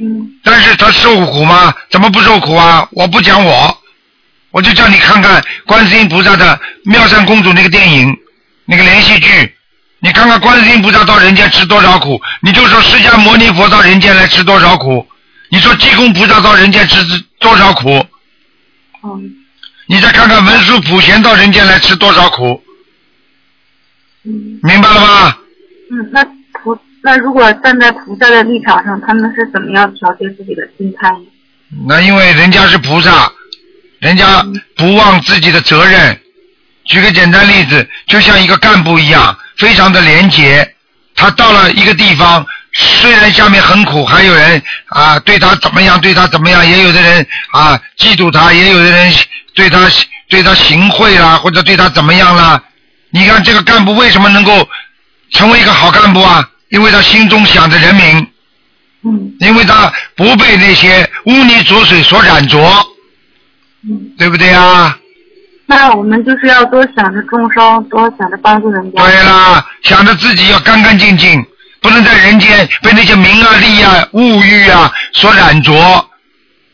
嗯。
但是他受苦吗？怎么不受苦啊？我不讲我，我就叫你看看观世音菩萨的妙善公主那个电影，那个连续剧，你看看观世音菩萨到人间吃多少苦，你就说释迦牟尼佛到人间来吃多少苦，你说济公菩萨到人间吃多少苦，
嗯
你再看看文殊普贤到人间来吃多少苦，
嗯
明白了吗？
嗯，那菩那如果站在菩萨的立场上，他们是怎么样调节自己的心态呢？
那因为人家是菩萨，人家不忘自己的责任。举个简单例子，就像一个干部一样，非常的廉洁。他到了一个地方，虽然下面很苦，还有人啊对他怎么样，对他怎么样，也有的人啊嫉妒他，也有的人对他对他行贿啦，或者对他怎么样啦。你看这个干部为什么能够成为一个好干部啊？因为他心中想着人民。
嗯
因为他不被那些污泥浊水所染着，对不对啊？
嗯那我们就是要多想着众生，多想着帮助人家。
对啦，想着自己要干干净净，不能在人间被那些名啊利啊、物欲啊所染着。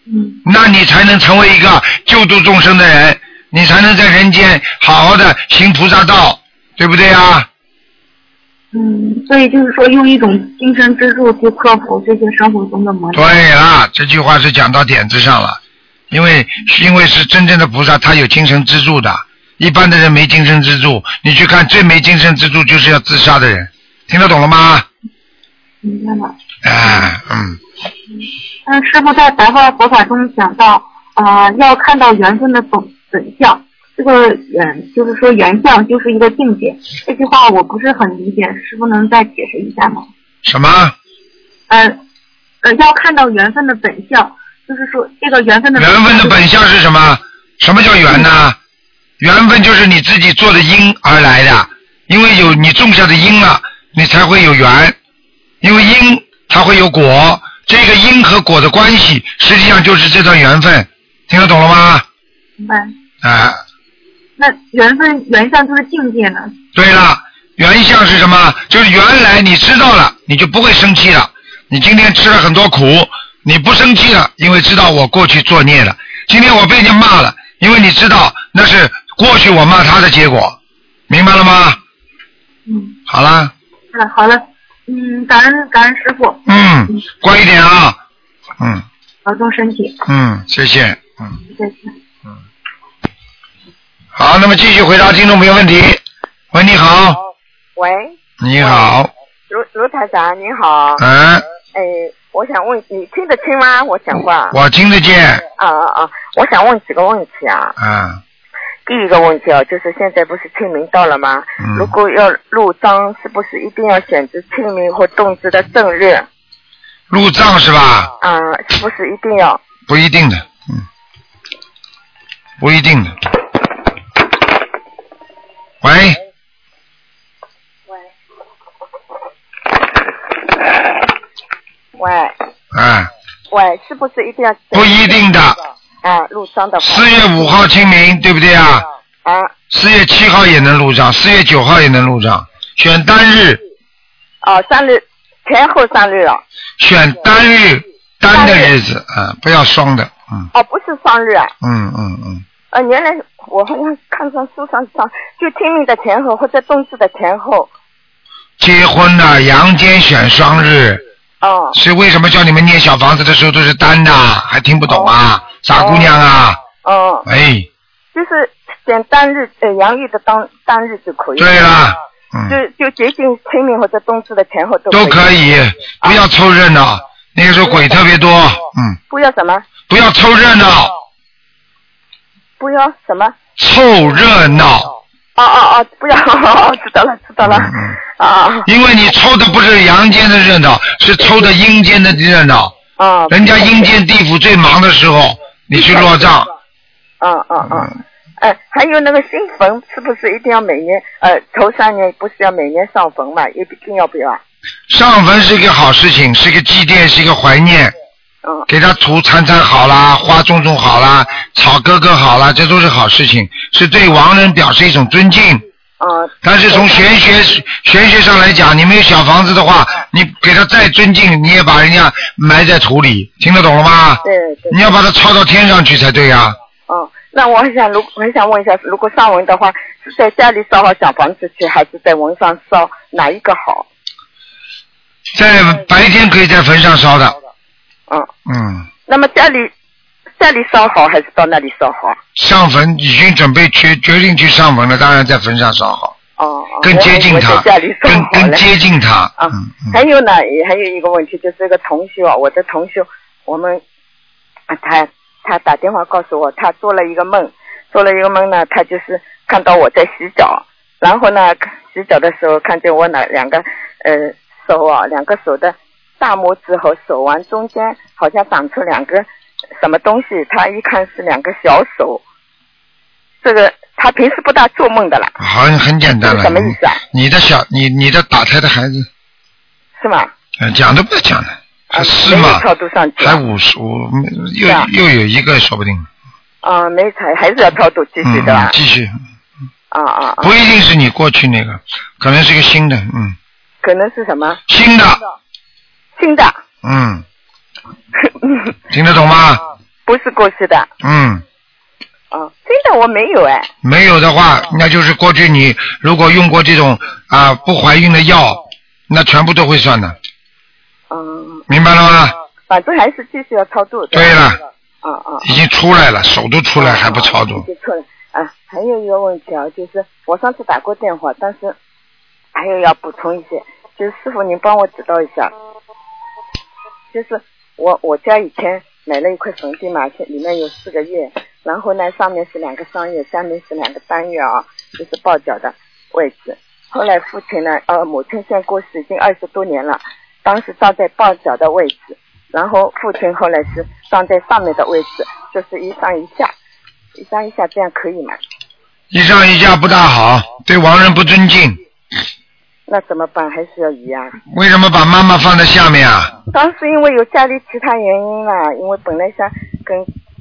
嗯
那你才能成为一个救度众生的人，你才能在人间好好的行菩萨道，对不对啊？
嗯，所以就是说，用一种精神支柱去克服这些生活中的磨难。
对啦，这句话是讲到点子上了，因为因为是真正的菩萨，他有精神支柱的，一般的人没精神支柱，你去看最没精神支柱就是要自杀的人，听得懂了吗？
明白了。
哎，嗯，
嗯，师傅在白话佛法中讲到，呃，要看到缘分的本本相，这个嗯，就是说缘相就是一个境界。这句话我不是很理解，师傅能再解释一下吗？
什么？
呃，呃，要看到缘分的本相，就是说这个缘分的
缘分的本相是什么？什么叫缘呢？缘分就是你自己做的因而来的，因为有你种下的因了，你才会有缘。因为因它会有果，这个因和果的关系，实际上就是这段缘分，听得懂了吗？
明白？
啊、
那缘分缘相就是境界呢？
对了，原相是什么？就是原来你知道了，你就不会生气了。你今天吃了很多苦，你不生气了，因为知道我过去作孽了。今天我被人家骂了，因为你知道那是过去我骂他的结果，明白了吗？
嗯。
好啦，
嗯，好了，嗯，感恩感恩师傅，
嗯，乖一点啊，嗯
保重身体，
嗯，谢谢，嗯。
再见。
好，那么继续回答听众朋友问题。喂，你好，
喂，
你好，
卢卢台长，你好。
嗯，
哎，我想问你听得清吗？我讲话。
我听得见。
啊啊啊！我想问几个问题啊。
啊，
第一个问题啊，就是现在不是清明到了吗？
嗯
如果要入章，是不是一定要选择清明或冬至的正日？
入账是吧？
啊，是不是一定要？
不一定的，嗯，不一定的。喂，
喂
啊，
喂，是不是一定要？
不一定的。
啊，入章的话。
四月五号清明，对不对啊？
啊，
四月七号也能入账，四月九号也能入账，选单日，
哦，三日前后三日啊。
选单日单的日子啊，不要双的，嗯
哦，不是双日啊。
嗯嗯嗯，
呃，原来我好像看上书上上，就清明的前后或者冬至的前后，
结婚了，阳间选双日，
哦，
是为什么叫你们念小房子的时候都是单的，还听不懂啊，傻姑娘啊，
哦，
哎，
就是选单日呃阳历的当单日就可以。
对啊啦，
就就接近清明或者冬至的前后都
都可
以，
以，不要凑热
啊
闹，那个时候鬼特别多，嗯，
不要什么，
不要凑热闹，
不要什么，
凑热闹，
哦哦哦，不要，知道了知道
嗯
了，啊
因为你凑的不是阳间的热闹，是凑的阴间的热闹，
啊，
人家阴间地府最忙的时候，你去落账，
嗯嗯嗯，哎，还有那个新坟是不是一定要每年呃头三年不是要每年上坟嘛？一定要不要啊？
上坟是一个好事情，是一个祭奠，是一个怀念。
嗯
给他涂参参好啦，花种种好啦，草割割好啦，这都是好事情，是对亡人表示一种尊敬。
呃
但是从玄学玄学上来讲，你没有小房子的话，你给他再尊敬，你也把人家埋在土里，听得懂了吗？
对对。
你要把它抄到天上去才对啊呀、
哦，那我很想如很想问一下，如果上坟的话，是在家里烧好小房子去，还是在坟上烧，哪一个好？
在白天可以在坟上烧的，
嗯，
嗯，
那么家里家里烧好还是到那里烧好？
上坟已经准备决决定去上坟了，当然在坟上烧好，
哦，哦
更接近
我以为
他
在家里，烧
更
好
更
了。
接近他，
啊
嗯。
还有呢，也还有一个问题，就是这个同修啊，我的同修，我们啊他他打电话告诉我，他做了一个梦，做了一个梦呢，他就是看到我在洗澡，然后呢洗澡的时候看见我那两个呃手啊，两个手的大拇指和手腕中间好像长出两个什么东西，他一看是两个小手，这个他平时不大做梦的啦，
好像很简单了。
这是什么意思啊
你你的小你你的打胎的孩子，
是吗？
呃讲都不要讲了，还是
啊没有
嘛，
超度上去啊。
还五十五，又
是啊
又有一个说不定，
啊，没才，还是要超度继续
嗯，
的
嗯？
吧
继续，
啊啊啊！
不一定是你过去那个，可能是个新的，嗯
可能是什么？
新的，
新的。
嗯，听得懂吗？
不是过去的，
嗯，
嗯，真的我没有哎，
没有的话，
哦
那就是过去你如果用过这种啊不怀孕的药，
哦
那全部都会算的，
嗯，
明白了吗？
反正还是继续要超度。
对了
了，嗯嗯，
已经出来了，手都出来
哦
还不超度，
就错了啊。还有一个问题啊，就是我上次打过电话，但是还有要补充一些，就是师傅您帮我指导一下，就是我我家以前买了一块坟地嘛，现里面有四个月，然后呢上面是两个商月，下面是两个单月啊，就是抱脚的位置。后来父亲呢，呃，母亲现在过世已经二十多年了，当时葬在抱脚的位置，然后父亲后来是葬在上面的位置，就是一上一下，一上一下这样可以吗？
一上一下不大好，对亡人不尊敬。
那怎么办？还是要移啊？
为什么把妈妈放在下面啊？
当时因为有家里其他原因啦，因为本来想跟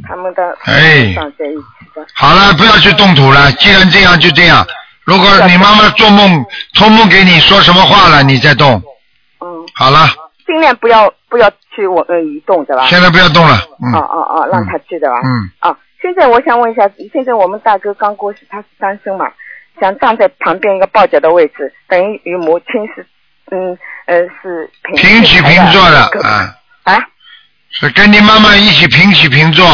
他们的
哎
长在一起的，
好了，不要去动土了。既然这样，就这样。如果你妈妈做梦托梦给你说什么话了，你再动。
嗯，
好了，
尽量不要不要去我呃移动，对吧？
现在不要动了嗯
哦哦哦，让他去对吧？
嗯。
啊，现在我想问一下，现在我们大哥刚过世，他是单身嘛？想站在旁边一个抱脚的位置，等于与母亲是，嗯呃是平哎
平起平坐的啊。
啊。
是跟你妈妈一起平起平坐。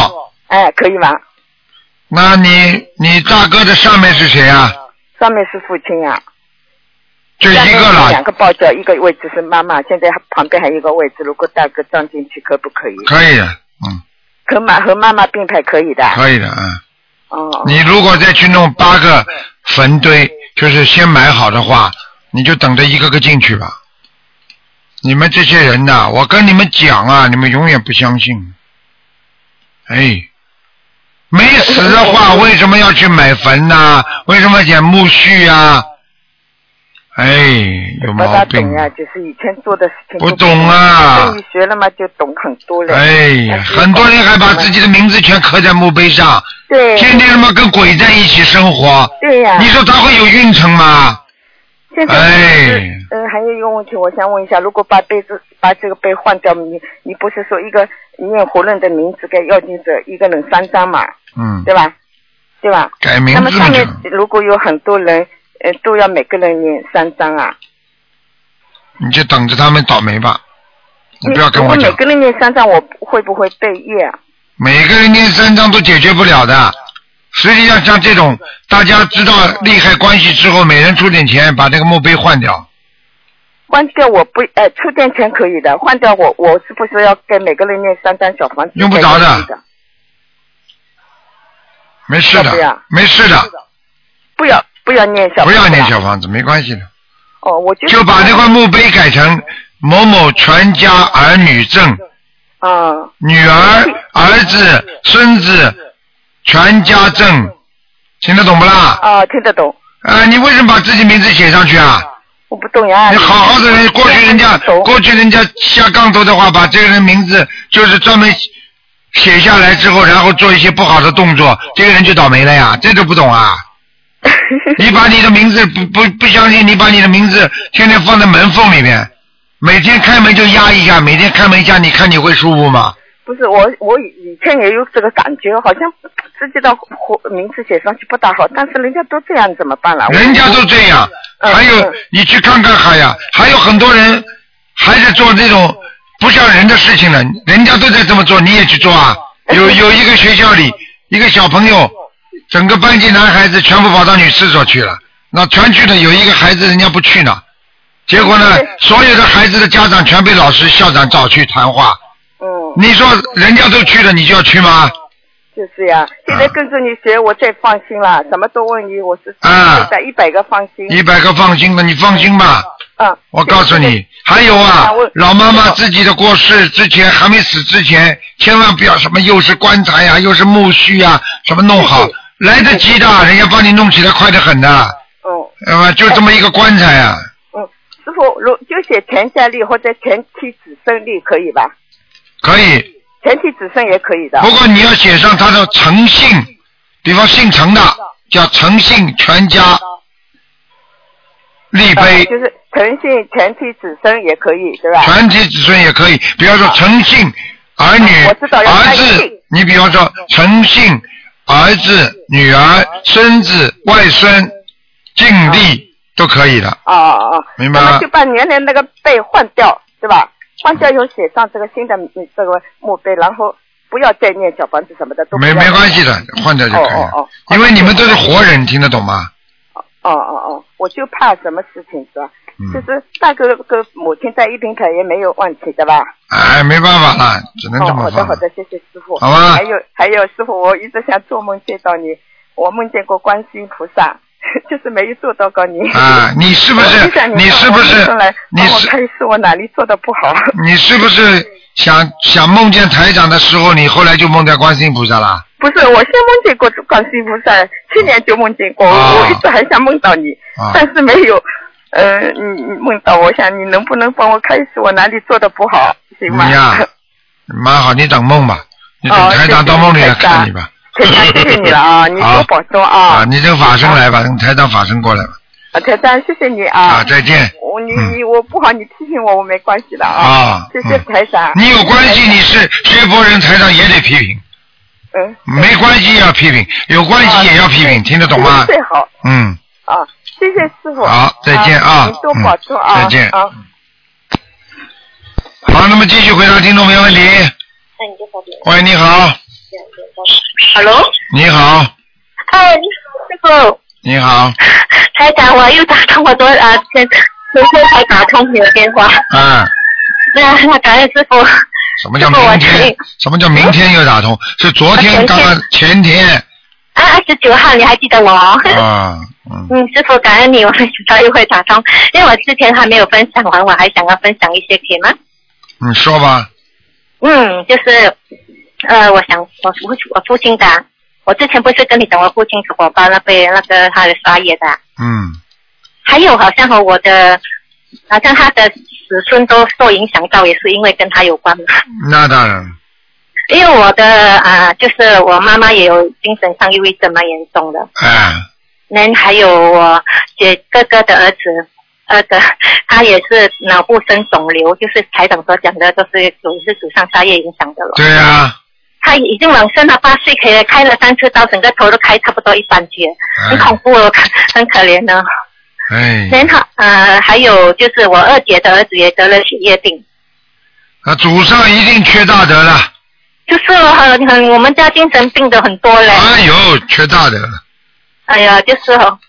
哎，可以吗？
那你你大哥的上面是谁啊？
上面是父亲呀、
就一个了
两个抱脚，一个位置是妈妈，现在旁边还有一个位置，如果大哥站进去可不可以？
可以的，
和妈和妈妈并排可以的。
可以的啊。
哦。
你如果再去弄八个坟堆，就是先买好的话，你就等着一个个进去吧。你们这些人呐、我跟你们讲啊，你们永远不相信。哎，没死的话，为什么要去买坟呐、为什么捡墓穴啊？哎，有
不大
毛病
懂。呀、就是以前做的事情
不懂啊
跟你学了嘛，就懂很多了。
哎呀，很多人还把自己的名字全刻在墓碑上，
对，
天天他妈跟鬼在一起生活，
对呀、
你说他会有运程吗？
啊现在就是
哎，
嗯，还有一个问题，我想问一下，如果把被子把这个被换掉，你你不是说一个念活人的名字给要经者一个人三张嘛，
嗯，
对吧？对吧？
改名字
那么上面
嘛
如果有很多人，呃，都要每个人念三张啊。
你就等着他们倒霉吧，你不要跟我
如果
讲
每，个人念三张，我会不会被业啊？
每个人念三张都解决不了的。实际上，像这种大家知道利害关系之后，每人出点钱把这个墓碑换掉。
换掉我不，呃，出店前可以的，换掉我，我是不是要给每个人念三张小房子？
用不着的
再给你
没事
要不要
的，没事的，
不要不要念啊小房
不
子啊，
要念小房子，没关系的。
哦，我就
就把这块墓碑改成某某全家儿女证，
哦
嗯，
女儿、儿子、孙子全家证，听得懂不啦？
啊，听得懂，
啊，你为什么把自己名字写上去啊？
我不懂呀。
你好好的人，过去人家过去人家下杠头的话，把这个人名字就是专门写下来之后，然后做一些不好的动 作，这个人就倒霉了呀，这都不懂啊！你把你的名字不不不相信，你把你的名字天天放在门缝里面，每天开门就压一下，每天开门一下，你看你会舒服吗？
不是我，我以前也有这个感觉，好像自己的活名字写上去不大好，但是人家都这样，怎么办啦？我
人家都这样，还
嗯
有你去看看海呀，还有很多人还在做这种不像人的事情了，人家都在这么做，你也去做啊？
嗯
有有一个学校里，一个小朋友，整个班级男孩子全部跑到女厕所去了，那全去了，有一个孩子人家不去呢，结果
嗯
呢，所有的孩子的家长全被老师、校长找去谈话。
嗯
你说人家都去了，你就要去吗？
就是呀，啊现在跟着你学，我最放心啦，什么都问你，我是
啊
现在一百个放心。
一百个放心的，你放心吧。
嗯，
我告诉你，还有啊，老妈妈自己的过世之前，还没死之前，千万不要什么又是棺材呀、又是墓穴呀、什么弄好，来得及的，人家帮你弄起来快得很的。
哦。
呃，就这么一个棺材啊呀、
嗯，师傅，如就写全家利或者全体子孙利可以吧？
可以。
全体子孙也可以的。
不过你要写上他的诚信，比方姓陈的叫诚信全家立碑
呃，就是诚信全体子孙也可以，对吧？
全体子孙也可以。比方说诚信儿女、
我知道要
儿
爱
子
信、
你比方说诚信、儿子、女儿、孙子、外孙、尽力都可以了。
哦哦哦，
明白了
那么就把原来那个背换掉，是吧？换掉以后写上这个新的嗯这个墓碑，然后不要再念小房子什么的，都不
没
要
没
念
关系的，换掉就可以了。
哦哦哦
因为你们都是活人，听得懂吗？
哦哦哦，我就怕什么事情是吧？
嗯
就是大哥跟母亲在一平台也没有问题的吧？
哎，没办法了，只能这么
哦，好的
放
好
了。
的，谢谢师傅。
好吧
还有还有，师傅，我一直想做梦见到你，我梦见过观世音菩萨， 就是没有做到过你。
啊你是不是
我就想
你是不是
帮我看出来
你是
帮我看是我哪里做的不好？啊
你是不是想想梦见台长的时候，你后来就梦见观世音菩萨了？
不是，我先梦见过观世音菩萨，去年就梦见过，我一直还想梦到你，
啊
但是没有。呃，你你梦到，我想你能不能帮我看一次我哪里做的不好，行
你
吗？
嗯呀、 蛮好，你等梦吧，你等
哦
台长
谢谢
到梦里
台
来看
长
你吧。
台长，谢谢你了 啊，你
好
多保重
啊
啊！，
你这个法身来吧，等台长法身过来吧。
啊，台长，谢谢你啊！
啊再见
我你
嗯
你我不好，你提醒我，我没关系的
啊
谢谢台长。
你有关系，你是学佛人，台长也得批评。
嗯。哦
没关系也要批评，有关系也要批评，听得懂吗？
啊最好
嗯，
啊！谢谢师傅。
好再见啊
您多保重啊！
嗯再见
啊！
好，那么继续回答听众朋友问题。喂，你好，
Hello，
你好，
哎，你好，师傅，
你好，
台长，我又打通我多啊，前昨天才打通你的电话，
啊，
那那感恩师傅，
什么叫
师傅我
明
请
天
你？
什么叫明天又打通？是昨天刚刚前天
啊，二十九号你还记得我哦？
啊，
嗯，师傅，感恩你，我没想到又会打通，因为我之前还没有分享完，我还想要分享一些，可以吗？
你说吧，
嗯，就是，呃，我想我父我父亲的，我之前不是跟你讲我父亲我爸那边那个他的刷野的，
嗯，
还有好像和我的，好像他的子孙都受影响到，也是因为跟他有关嘛。
那当然，
因为我的啊、就是我妈妈也有精神上抑郁症蛮严重的，
哎，
那还有我姐哥哥的儿子，二哥他也是脑部生肿瘤，就是台长所讲的，都是有是祖上杀业影响的了。
对呀、
他已经往生了八岁，可以开了三次刀，整个头都开差不多一半截，很恐怖哦，很可怜呢、
哎，
然后呃，还有就是我二姐的儿子也得了血液病，
啊，祖上一定缺大德了，
就是很很我们家精神病的很多嘞。
哎呦，缺大德了，
哎呀，就是哦，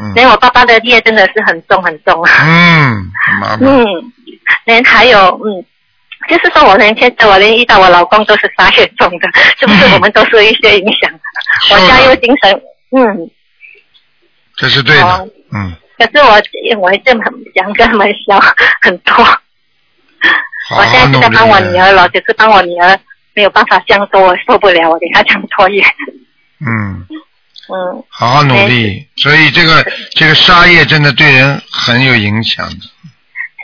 嗯
连我爸爸的业真的是很重很重啊。
嗯，妈妈，
嗯，连还有嗯，就是说我连现在我连遇到我老公都是发血重的， 是不是我们都受一些影 响？啊我家又精神嗯，
这是对的，
哦
嗯，
可是我我这很两个门销 很多，
好
我现在
好
是
努
在
力
帮我女
啊，
儿了，只是帮我女儿没有办法这样做，我受不了，我给她讲作业。
嗯，
嗯，
好好努力，所以这个这个杀业真的对人很有影响的，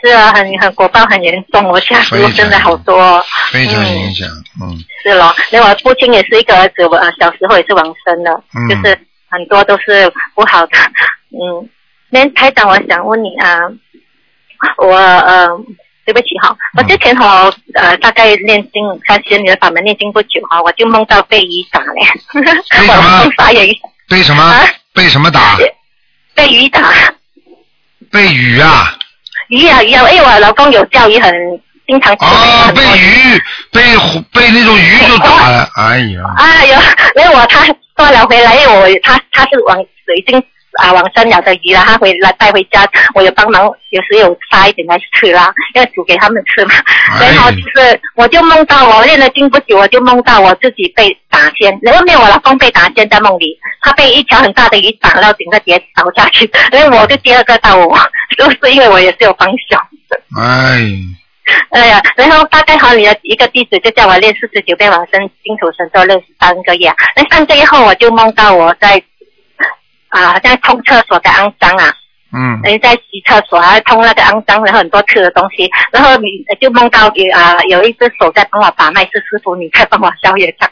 是啊，很很果报很严重，我下
非
次
常
真的好多、哦。
非常影响，嗯
是咯，那我父亲也是一个儿子，我呃小时候也是往生的，
嗯
就是很多都是不好的。 嗯，那台长，我想问你啊，我呃，对不起哈，我之前哈、呃大概念经，开始你的法门念经不久哈，我就梦到被雨打嘞， 我梦法也
被什
啊
么被什么打？
被雨打，
被雨啊，
雨啊雨啊，因为我老公有钓鱼很经常
啊，被
哦
鱼被虎被那种鱼就打了，哎呀，
啊，有，没有我他多了回来，因为我他他是往已经啊往生了的鱼啦，他回来带回家，我有帮忙，有时有杀一点来吃啦，要煮给他们吃嘛。
哎
然后就是我就梦到我练了经不久，我就梦到我自己被打先，然后没有我老公被打先在梦里，他被一条很大的鱼打到整个跌倒下去，然后我就第二个到我， 是不是因为我也是有方向？
哎，
哎呀，然后大概和你的一个弟子就叫我练四十九遍往生净土神咒，练三个月。那三个月后，我就梦到我在啊，好像冲厕所的肮脏啊，
嗯
人在洗厕所啊，冲那个肮脏，然后很多吃的东西，然后你呃就梦到有啊，有一只手在帮我把脉，是师傅你在帮我消业障。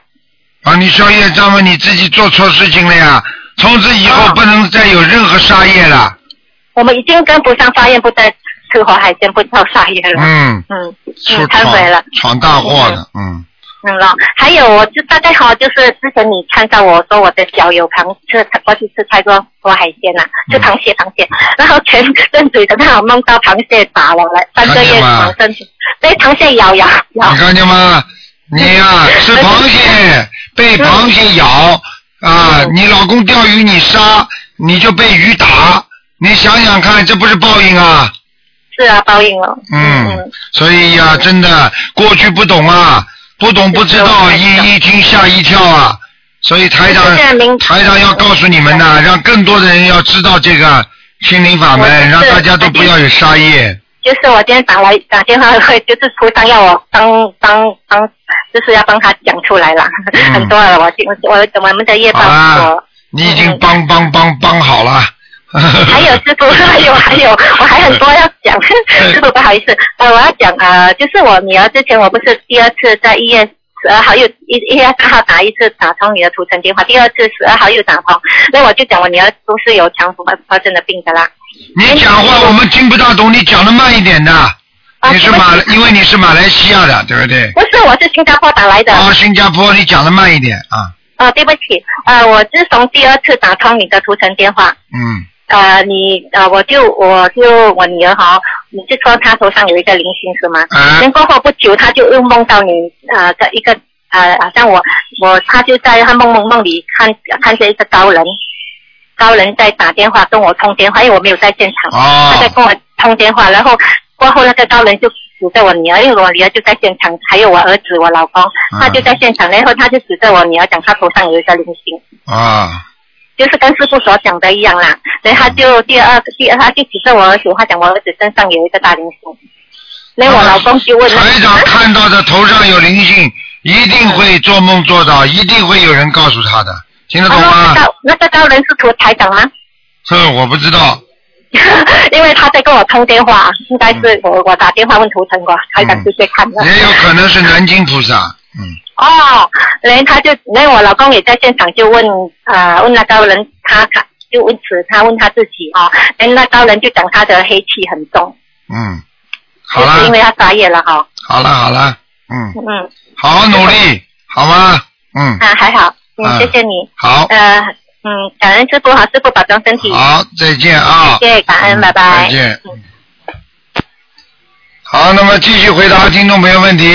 啊，你宵夜障嘛，你自己做错事情了呀，从此以
哦
后不能再有任何杀业了，
我们已经跟不上发愿，不再吃活海鲜，不造杀业了。
嗯
嗯，
出
嗯，忏悔了
闯。闯大祸了，嗯，
嗯了，还有我就大概哈，就是之前你看到我说我的脚有螃吃过去吃太多多海鲜呐、
嗯
吃螃蟹螃蟹， 然后前阵子刚好梦到螃蟹打我了，三个月
看见吗
往生去，被螃蟹咬咬咬。
你看见吗？你呀、吃螃蟹被螃蟹咬啊，你老公钓鱼你杀，你就被鱼打，你想想看，这不是报应啊？
是啊，报应了。
嗯，所以呀、真的过去不懂啊，不懂不知道，一一听吓一跳啊。所以台
我现在
长，台长要告诉你们呐、让更多的人要知道这个心灵法
我
门，
是
让大家都不要有杀业。
就是我今天打来打电话会，就是图上要我帮帮帮，就是要帮他讲出来啦， 很多啊了，我我我我们的业报
嗯啊
我。
你已经帮帮帮帮好了。
还有师傅， 还有还有，我还很多要讲， 师傅不好意思，呃，我要讲呃，就是我女儿之前我不是第二次在医院。十二号又一一月三号打一次打通你的图腾电话，第二次十二号又打通，那我就讲我女儿都是有强迫发症的病的啦。
你讲话我们听不大懂，你讲的慢一点的。
啊
你是马来，因为你是马来西亚的，对不对？
不是，我是新加坡打来的。
啊，新加坡，你讲的慢一点啊。
呃，对不起，呃，我自从第二次打通你的图腾电话，
嗯，
呃，你呃，我就我就我女儿哈，你是说她头上有一个灵性是吗？
嗯。
然后过后不久，她就又梦到你呃在一个呃，好像我我她就在她梦梦梦里看看见一个高人，高人在打电话跟我通电话，因为我没有在现场，
哦、
他在跟我通电话，然后过后那个高人就指着我女儿，因为我女儿就在现场，还有我儿子我老公，他就在现场，然后他就指着我女儿讲，她头上有一个灵性。
啊，
就是跟师傅所讲的一样啦，所以他就第二第二，他就指着我儿子，他讲我儿子身上有一个大灵性，那我老公就问他，
台长看到的头上有灵性，一定会做梦做到，一定会有人告诉他的，听得懂
哦那
吗
个？高那个高人是图台长吗？
这我不知道，
因为他在跟我通电话，应该是我我打电话问图腾过，台长直接看的。
嗯也有可能是南京菩萨。
哦，然后他就，然后我老公也在现场就问，呃，问那高人，他他就问此，他问他自己哦，然后那高人就讲他的黑气很重，
嗯，好
就是因为
了，
他撒野了哈、
好了，好了，嗯，
嗯，
好好努力，好吗？嗯，
啊还好，
嗯
嗯，谢谢你，
好，
呃，嗯，感恩师傅好，师傅保重身体，
好，再见啊，
谢谢，感恩，拜拜，
再见。嗯好，那么继续回答听众朋友问题。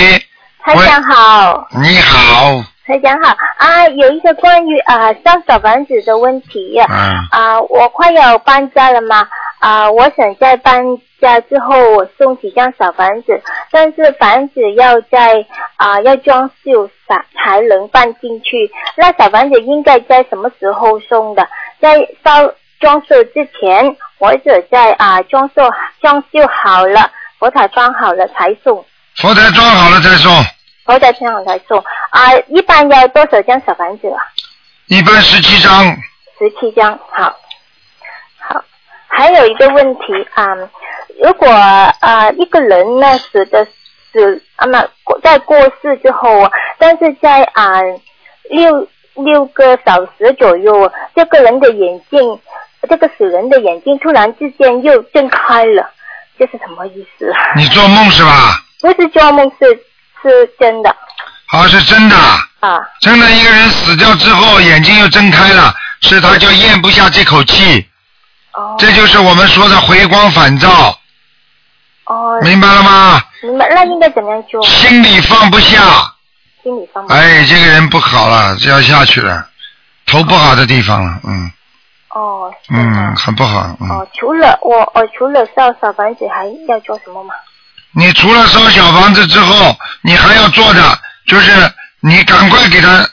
台长好，
你好，
台长好啊，有一个关于啊烧小房子的问题
嗯
啊，我快要搬家了嘛啊，我想在搬家之后我送几张小房子，但是房子要在啊要装修才才能搬进去，那小房子应该在什么时候送的？在烧装修之前，或者在啊装修装修好了，佛台放好了才送。
佛台装好了再送，
我在天上来送啊，一般要多少张小房子啊？
一般十七张。
十七张，好，好。还有一个问题啊、嗯如果啊、呃一个人呢死的死啊那在过世之后啊，但是在啊、六六个小时左右，这个人的眼睛，这个死人的眼睛突然之间又睁开了，这是什么意思啊？
你做梦是吧？
不是做梦，是是真的
好，是真的。
啊。
真的，一个人死掉之后，眼睛又睁开了，是他叫咽不下这口气。
哦
这就是我们说的回光返照，
哦。
明白了吗？
明白，那应该怎么样做？
心里放不下。
心里放不下。
哎，这个人不好了，这要下去了，头不好的地方了，嗯
哦
嗯，很不好，嗯。
哦，除了我，我除了烧小房子，还要做什么吗？
你除了烧小房子之后，你还要做的就是你赶快给他，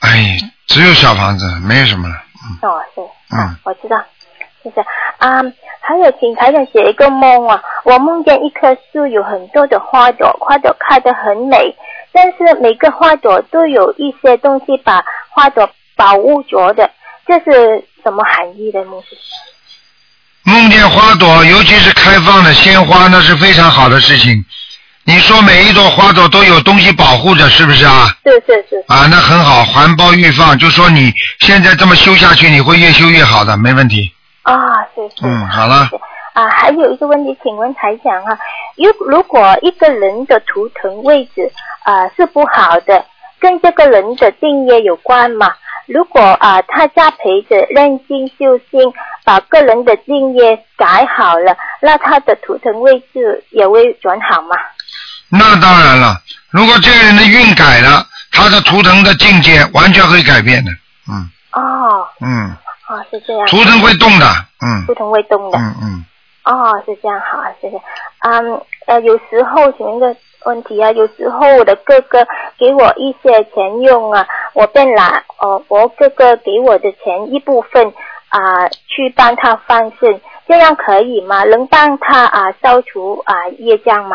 哎，只有小房子，没有什么了，
哦，是，
嗯，
我知道，谢谢。啊、还有，请台长写一个梦啊，我梦见一棵树有很多的花朵，花朵开得很美，但是每个花朵都有一些东西把花朵保护着的，这是什么含义的梦？
梦见花朵，尤其是开放的鲜花，那是非常好的事情。你说每一朵花朵都有东西保护着，是不是啊？
是是是。
啊，那很好，环抱欲放，就说你现在这么修下去，你会越修越好的，没问题。
啊，是是。
嗯，好了，
啊，还有一个问题，请问台长哈、啊，如如果一个人的图腾位置啊是不好的，跟这个人的敬业有关嘛？如果啊他加培着认真修心，把个人的敬业改好了，那他的图腾位置也会转好嘛？
那当然了，如果这个人的运改了，他的图腾的境界完全会改变的。嗯
哦，
嗯，
哦是这样。
图腾会动的。嗯
图腾会动的。
嗯嗯，
哦，是这样，好啊，谢谢。嗯，呃，有时候请问一个问题啊，有时候我的哥哥给我一些钱用啊，我便拿哦，我哥哥给我的钱一部分啊、去帮他放生，这样可以吗？能帮他啊、消除啊、业障吗？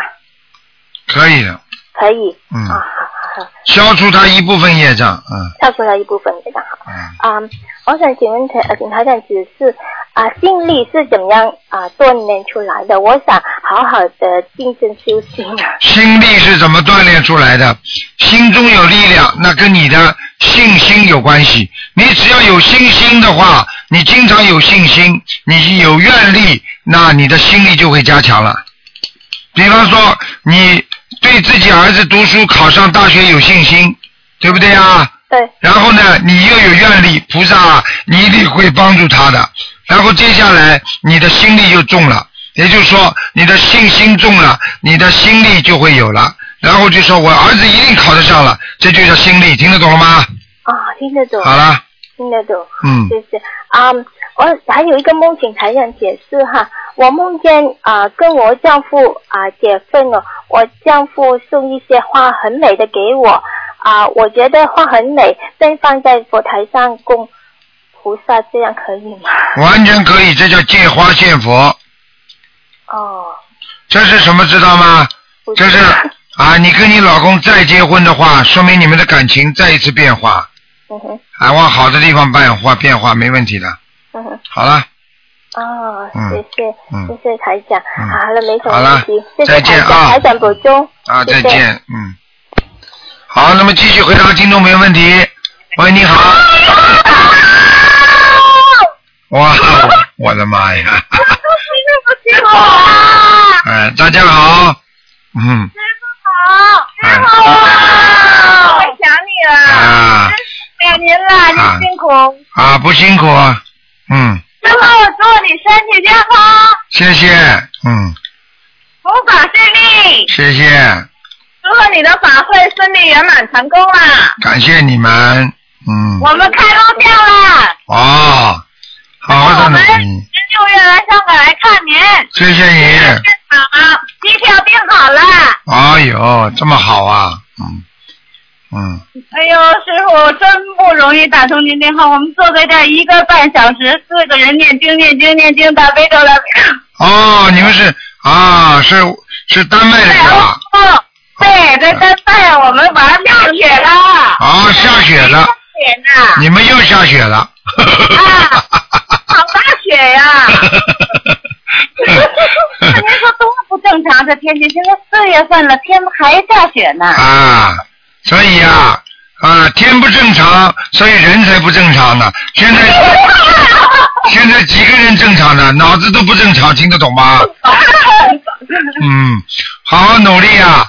可以的。
可以，哦
嗯，
好好
消除他一部分业障。嗯，
跳出来一部分业障。啊、我想请问台呃，请台长指示啊，心力是怎么样啊锻炼出来的？我想好好的精神修行啊。
心力是怎么锻炼出来的？心中有力量，那跟你的信心有关系。你只要有信心的话，你经常有信心，你有愿力，那你的心力就会加强了。比方说，你对自己儿子读书考上大学有信心，对不对啊？
对。
然后呢，你又有愿力，菩萨你一定会帮助他的。然后接下来，你的心力就重了，也就是说，你的信心重了，你的心力就会有了。然后就说我儿子一定考得上了，这就叫心力，听得懂了吗？
啊，听得懂。
好了，
听得懂。
嗯
谢谢。啊、我还有一个梦，请台长解释哈。我梦见啊、跟我丈夫啊、结婚了，我丈夫送一些花很美的给我啊、我觉得花很美，便放在佛台上供菩萨，这样可以吗？
完全可以，这叫借花献佛。
哦，
这是什么知道吗？这是啊，你跟你老公再结婚的话，说明你们的感情再一次变化，
嗯哼，
啊，往好的地方变化，变化没问题的。
嗯哼，
好了，
哦，
嗯
谢谢，
嗯
谢谢台长，
嗯
好了，没什
好
么
了
问题，谢谢
再见
台长，
啊
台长保重，
啊，
谢谢
再见，嗯。好，那么继续回答听众朋友问题。喂，你好。哇，我的妈呀！
对不起我，
哎，大家好，嗯，
好，太好
哎
了，我想你了，真
哎
是想您了，
啊
您辛苦，
啊，不辛苦，啊，嗯，
正好我祝你身体健康，
谢谢，嗯，
佛法顺利，
谢谢，
祝你的法会顺利圆满成功
啊
啦，
感谢你们，嗯，
我们开通票了，
哦，好好的努力，
六月来香港来看您，
谢谢你，
好，机票订好了，
哎呦，这么好啊，嗯，嗯，
哎呦，师傅真不容易打通您电话，我们坐在这儿一个半小时，四个人念经念经念经，大悲咒大悲咒。
哦，你们是啊，是是丹麦的是吧？
哦，对，在丹麦我们玩儿下雪了，
啊，下雪了，
雪呢，
你们又下雪了，
好大雪 呀！那您说多不正常？这天气现在四月份了，天还下雪呢。
啊，所以啊，啊，天不正常，所以人才不正常呢。现在 现在几个人正常呢？脑子都不正常，听得懂吗？嗯，好好努力啊，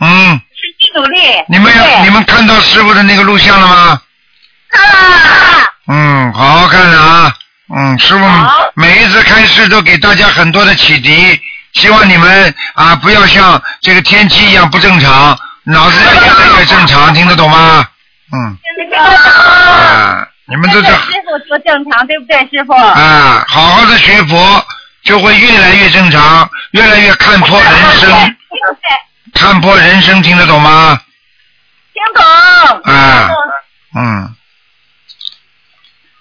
嗯，
一努力。
你们
对
有你们看到师傅的那个录像了吗？
啊
嗯，好好看着啊，嗯，师傅每一次开示都给大家很多的启迪，希望你们啊不要像这个天气一样不正常，脑子要越来越正常，听得懂吗？嗯， 啊，你们都是
哎师傅多正常，对不对，师傅？
啊，好好的学佛，就会越来越正常，越来越看破人生，看破人生，听得懂吗？
听懂。
啊，嗯，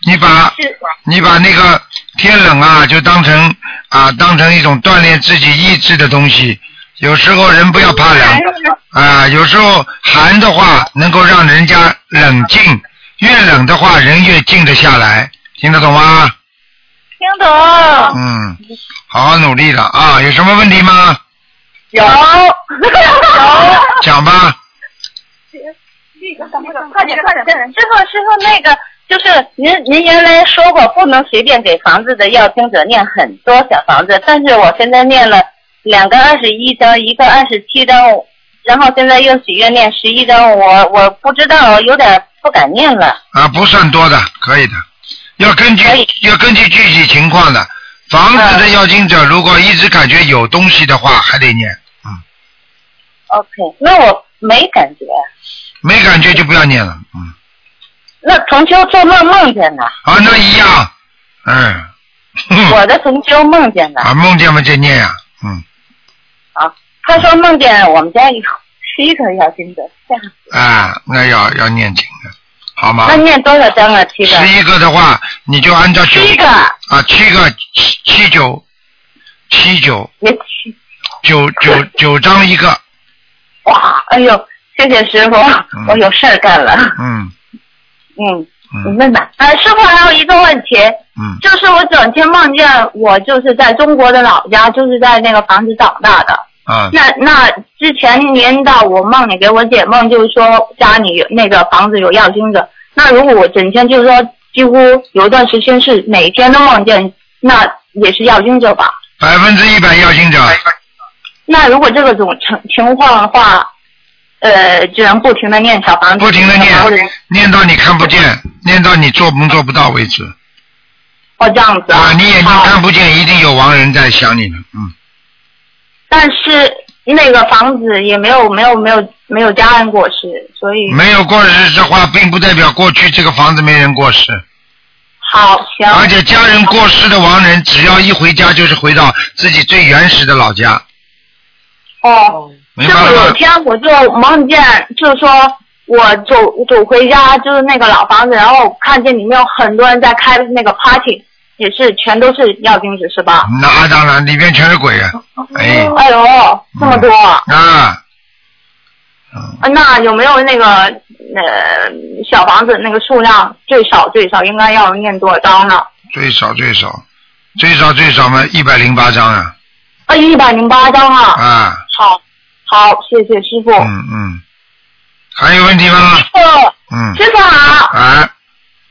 你把
是
你把那个天冷啊，就当成啊，当成一种锻炼自己意志的东西。有时候人不要怕冷啊，有时候寒的话能够让人家冷静，越冷的话人越静得下来，听得懂吗？
听懂。
嗯，好好努力了啊！有什么问题吗？
有 有。
讲吧。
快点快点，师傅师傅那个。就
就是您您原来说过不能随便给房子的要经者念很多小房子，但是我现在念了两个二十一章，一个二十七章，然后现在又许愿念十一章，我我不知道，有点不敢念了。
啊，不算多的，可以的，要根据要根据具体情况的。房子
嗯
的要经者，如果一直感觉有东西的话，还得念，
OK，那我没感觉。
没感觉就不要念了。
那同修做梦梦见的，
啊，那一样，嗯，
我的同修梦见的
啊，梦见嘛就念呀、嗯，
啊，他说梦见我们家有十一个小金子，这样
啊，那要要念经的，好吗？
那念多少章啊？七个。
十一个的话，你就按照九
七个
啊，七个七七九七九
也七。
九九九张一个，
哇，哎呦，谢谢师傅，我有事儿干了。
嗯
嗯，你问吧。呃，师傅还有一个问题，
嗯，
就是我整天梦见我就是在中国的老家，就是在那个房子长大的。
啊
那那之前您到我梦里给我解梦，就是说家里有那个房子有药精者。那如果我整天就是说几乎有一段时间是每天都梦见，那也是药精者吧？
百分之一百要经者，
那如果这个种情情况的话，呃，只能不停的念小房子，
不停的
或者
念，念到你看不见，念到你做梦做不到为止。
哦这样子
啊，你眼睛看不见，一定有亡人在想你呢。嗯，
但是那个房子也没有没有没有没有家人过世，所以
没有过世的话，并不代表过去这个房子没人过世。
好行。
而且家人过世的亡人，只要一回家就是回到自己最原始的老家，
哦，
明
就
白
是
了
有
吗？
天我就梦见，就是说我走走回家，就是那个老房子，然后看见里面有很多人在开那个 party，也是全都是药精子是吧？
那当然，里边全是鬼啊！哎，
哎呦，这么多啊！
啊，
那有没有那个呃小房子那个数量最少最少应该要念多少张呢？
最少最少，最少最少嘛，一百零八张啊！
啊，一百零八张啊！
啊，
好，好，谢谢师傅。
嗯嗯，还有问题吗？
哦
傅，
嗯，
师傅好，
啊，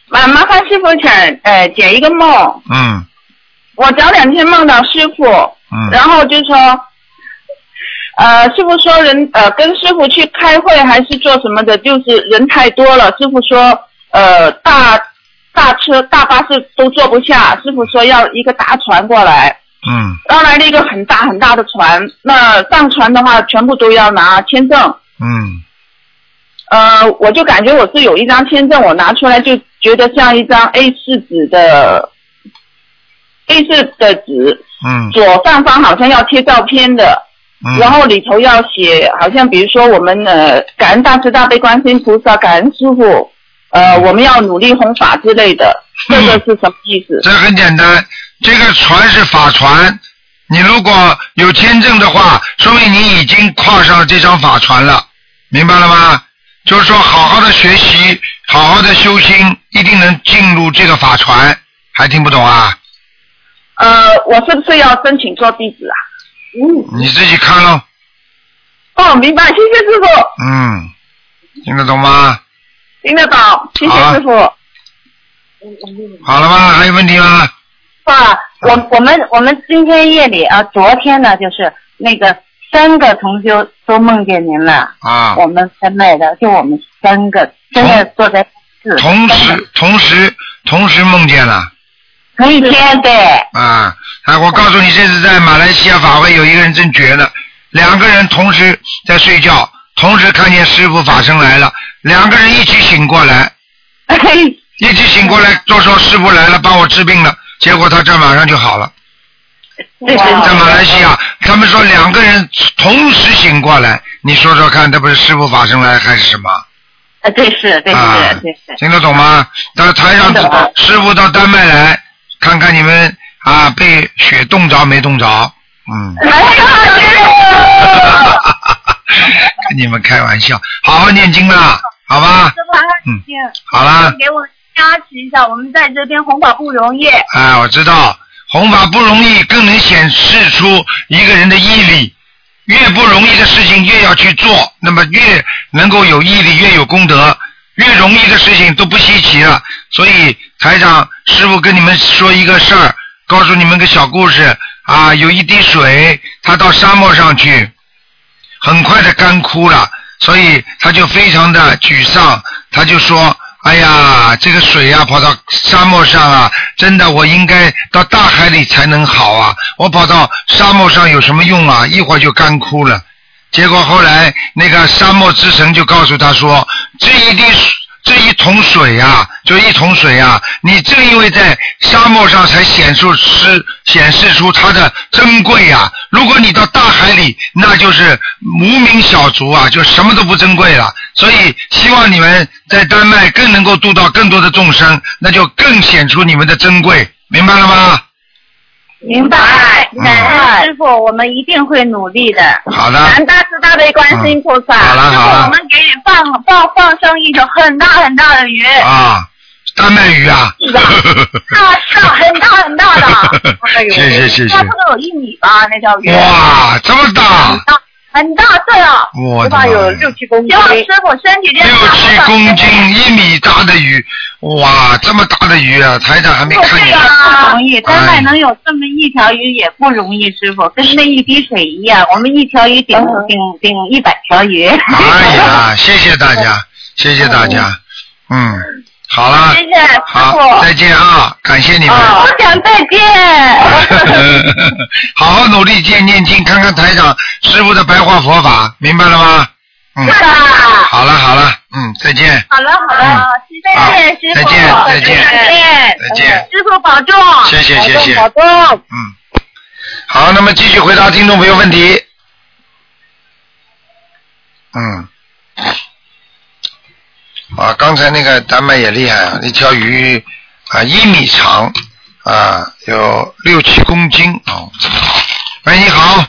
麻麻烦师傅请呃解一个梦。
嗯
我早两天梦到师傅，
嗯，
然后就说，呃，师傅说人呃跟师傅去开会还是做什么的，就是人太多了。师傅说，呃，大大车大巴士都坐不下，师傅说要一个大船过来。
嗯
然后来了一个很大很大的船，那上船的话全部都要拿签证。
Ừ.
嗯
呃，我就感觉我是有一张签证，我拿出来就觉得像一张 A 四纸的 A 四的纸，
嗯
左上方好像要贴照片的，
嗯，
然后里头要写，好像比如说我们呃感恩大慈大悲观世音菩萨，感恩师傅，呃，
嗯
我们要努力弘法之类的，这个是什么意思？
这很简单，这个船是法船，你如果有签证的话，说明你已经跨上这张法船了，明白了吗？就是说，好好的学习，好好的修心，一定能进入这个法船。还听不懂啊？
呃，我是不是要申请做弟子啊？嗯，
你自己看喽。
哦，明白，谢谢师傅，
嗯，听得懂吗？
听得懂，谢谢师傅。
啊好了吗？还有问题吗？
爸，
嗯
我我们我们今天夜里啊，昨天呢就是那个三个同修都梦见您了，
啊，
我们分类的就我们三个真的坐在是
同时同时同时梦见了。
同一天对，
啊，哎，我告诉你，这次在马来西亚法会有一个人真绝了，两个人同时在睡觉，同时看见师傅法身来了，两个人一起醒过来，一起醒过来，都说师傅来了，帮我治病了，结果他这马上就好了。
这是
在马来西亚，他们说两个人同时醒过来，你说说看，这不是师傅法身来还是什么？
呃，对是对
啊
是对是，
听得懂吗？到台上师傅到丹麦来，看看你们啊被雪冻着没冻着？嗯，跟你们开玩笑，好好念经啦，好吧？嗯
师傅还有请，
好啦
给我加持一下，我们在这边弘法不容易。
啊，我知道，弘法不容易，更能显示出一个人的毅力。越不容易的事情越要去做，那么越能够有毅力，越有功德。越容易的事情都不稀奇了，所以台长师傅跟你们说一个事儿，告诉你们个小故事啊，有一滴水，它到沙漠上去，很快的干枯了，所以他就非常的沮丧，他就说。哎呀，这个水呀、跑到沙漠上啊，真的，我应该到大海里才能好啊！我跑到沙漠上有什么用啊？一会儿就干枯了。结果后来那个沙漠之神就告诉他说：“这一滴水，这一桶水啊，就一桶水啊，你正因为在沙漠上才显示出显示出它的珍贵呀、啊。如果你到大海里，那就是无名小卒啊，就什么都不珍贵了。所以希望你们在丹麦更能够度到更多的众生，那就更显出你们的珍贵，明白了吗？
明白，感恩师傅，我们一定会努力的。
好的
南大慈大悲观世音菩萨，
嗯好了
师
好了
傅，我们给你放放放生一条很大很大的鱼，
啊，丹麦鱼啊，
是吧？大大很大很大的， 哎呦
是是是是
那不能有一米吧？那条鱼，
哇，这么大，
很嗯大对啊，
我的妈呀！
六七公斤。希望师傅身体健康。
七公斤一米大的鱼，哇，这么大的鱼啊！台长还没
做
看
这
见
个。不容易，丹麦
哎
能有这么一条鱼也不容易，师傅跟那一滴水一样，我们一条鱼顶顶顶一百条鱼。
哎呀，谢谢大家，谢谢大家，嗯，好了
嗯谢，谢师
好，
傅，
再见啊，感谢你们，
我想再见。
好好努力念念经，看看台长师傅的白话佛法，明白了吗？嗯，好了好了，嗯，再见，
好了好了，再见师
嗯啊再见
傅，
再见
再见，嗯
再见。
师傅保重。
谢谢谢谢嗯
保重。保重
好，那么继续回答听众朋友问题。嗯，啊，刚才那个丹麦也厉害啊，一条鱼啊一米长啊，有六七公斤哦。喂，你好。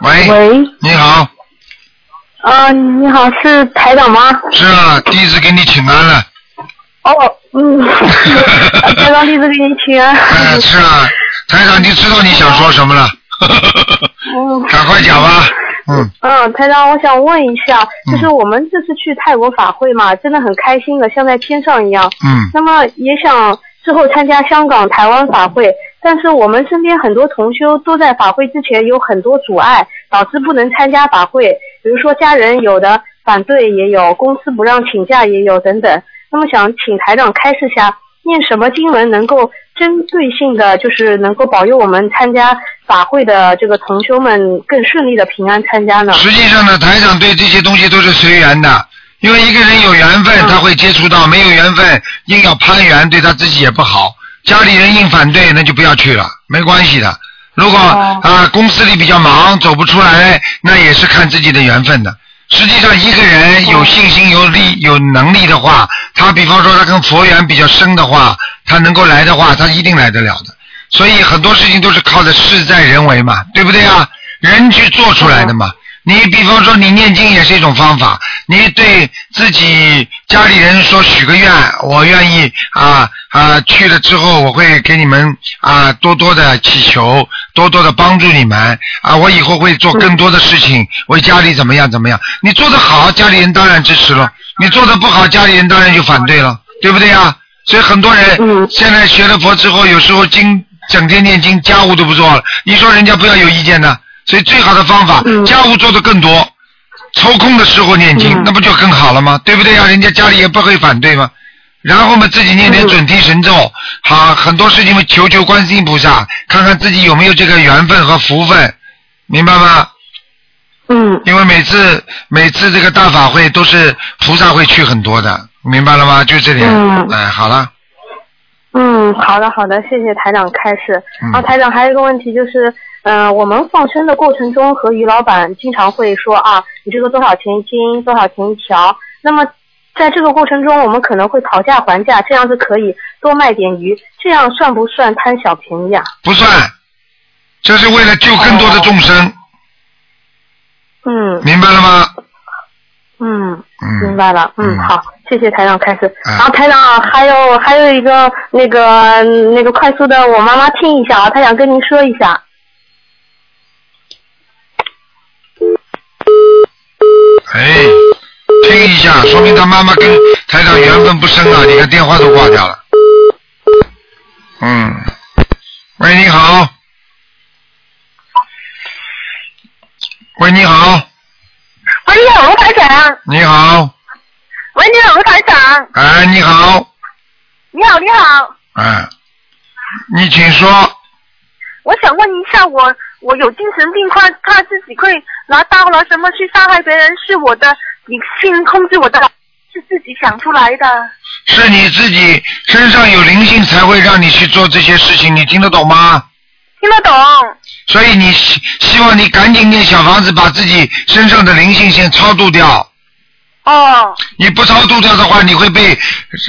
喂。
喂。
你好，
啊，你好，是台长吗？
是啊，第一次给你请安了。
哦， 嗯，呃台长弟子给你请安。
嗯，是啊，台长，你知道你想说什么了？
嗯，
赶快讲吧。嗯，
嗯，台长，我想问一下，就是我们这次去泰国法会嘛，真的很开心的，像在天上一样。
嗯
那么也想之后参加香港、台湾法会，但是我们身边很多同修都在法会之前有很多阻碍，导致不能参加法会。比如说家人有的反对也有，公司不让请假也有等等。那么想请台长开示下，念什么经文能够针对性的，就是能够保佑我们参加法会的这个同修们更顺利的平安参加呢？
实际上呢，台长对这些东西都是随缘的，因为一个人有缘分，他会接触到；没有缘分，硬要攀缘，对他自己也不好。家里人硬反对，那就不要去了，没关系的。如果啊、公司里比较忙，走不出来，那也是看自己的缘分的。实际上，一个人有信心、有力、有能力的话，他比方说他跟佛缘比较深的话，他能够来的话，他一定来得了的。所以很多事情都是靠着事在人为嘛，对不对啊？人去做出来的嘛。你比方说，你念经也是一种方法。你对自己家里人说许个愿，我愿意啊啊去了之后，我会给你们啊多多的祈求，多多的帮助你们啊。我以后会做更多的事情，为家里怎么样怎么样。你做得好，家里人当然支持了；你做得不好，家里人当然就反对了，对不对啊呀？所以很多人现在学了佛之后，有时候经整天念经，家务都不做了。你说人家不要有意见呢？所以最好的方法，家务做得更多，抽空的时候念经，那不就更好了吗？对不对呀、人家家里也不会反对吗？然后嘛，自己念点准提神咒，好，很多事情嘛，求求观世音菩萨，看看自己有没有这个缘分和福分，明白吗？
嗯。
因为每次每次这个大法会都是菩萨会去很多的，明白了吗？就这点。
嗯
哎，好了。
嗯，好的好的，谢谢台长开示。
嗯
然后台长还有一个问题就是，呃，我们放生的过程中和于老板经常会说啊，你这个多少钱一斤，多少钱一条。那么在这个过程中，我们可能会讨价还价，这样子可以多卖点鱼，这样算不算贪小便宜啊？
不算，这是为了救更多的众生，
嗯
明白了吗？
嗯，
嗯
明白了。嗯，好，谢谢台长开示。
啊
然后台长啊还有还有一个那个那个快速的，我妈妈听一下啊，她想跟您说一下。
哎，听一下，说明他妈妈跟台长缘分不深。声
嗯
啊，你的电话都挂掉了。嗯，喂，你好。喂，你好，
哎
喂，你好，卢台长。
你好，
喂，你好，卢台长。
哎，你好，
你好，你好，
哎，你请说，
我想问一下我，我有精神病，怕怕自己会拿刀拿什么去伤害别人，是我的理性控制我的，是自己想出来的。
是你自己身上有灵性才会让你去做这些事情，你听得懂吗？
听得懂。
所以你希希望你赶紧念小房子，把自己身上的灵性先超度掉。
哦。
你不超度掉的话，你会被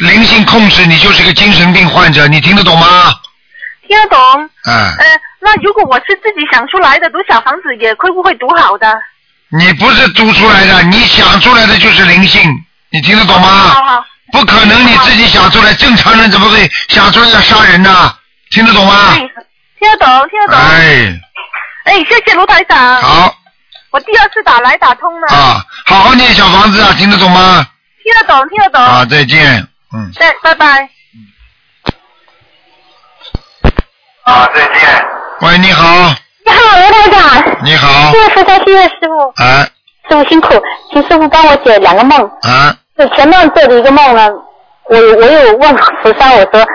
灵性控制，你就是个精神病患者，你听得懂吗？
听得懂。
哎，
呃，那如果我是自己想出来的，读小房子也会不会读好的？
你不是读出来的，你想出来的就是灵性，你听得懂
好
吗？
好，
不可能你自己想出来，正常人怎么会想出来要杀人呢？听得懂吗？
哎听得懂，听得懂。
哎，
哎，谢谢卢台长。
好。
我第二次打来打通了。
啊，好好念小房子啊，听得懂吗？
听得懂，听得懂。
啊，再见。
再拜拜。
喂，你好，
你好，刘台长。
你好
谢，谢菩萨，谢谢师傅，
哎
师傅辛苦，请师傅帮我解两个梦。
哎，
就前面做的一个梦呢，我我有问菩萨，我说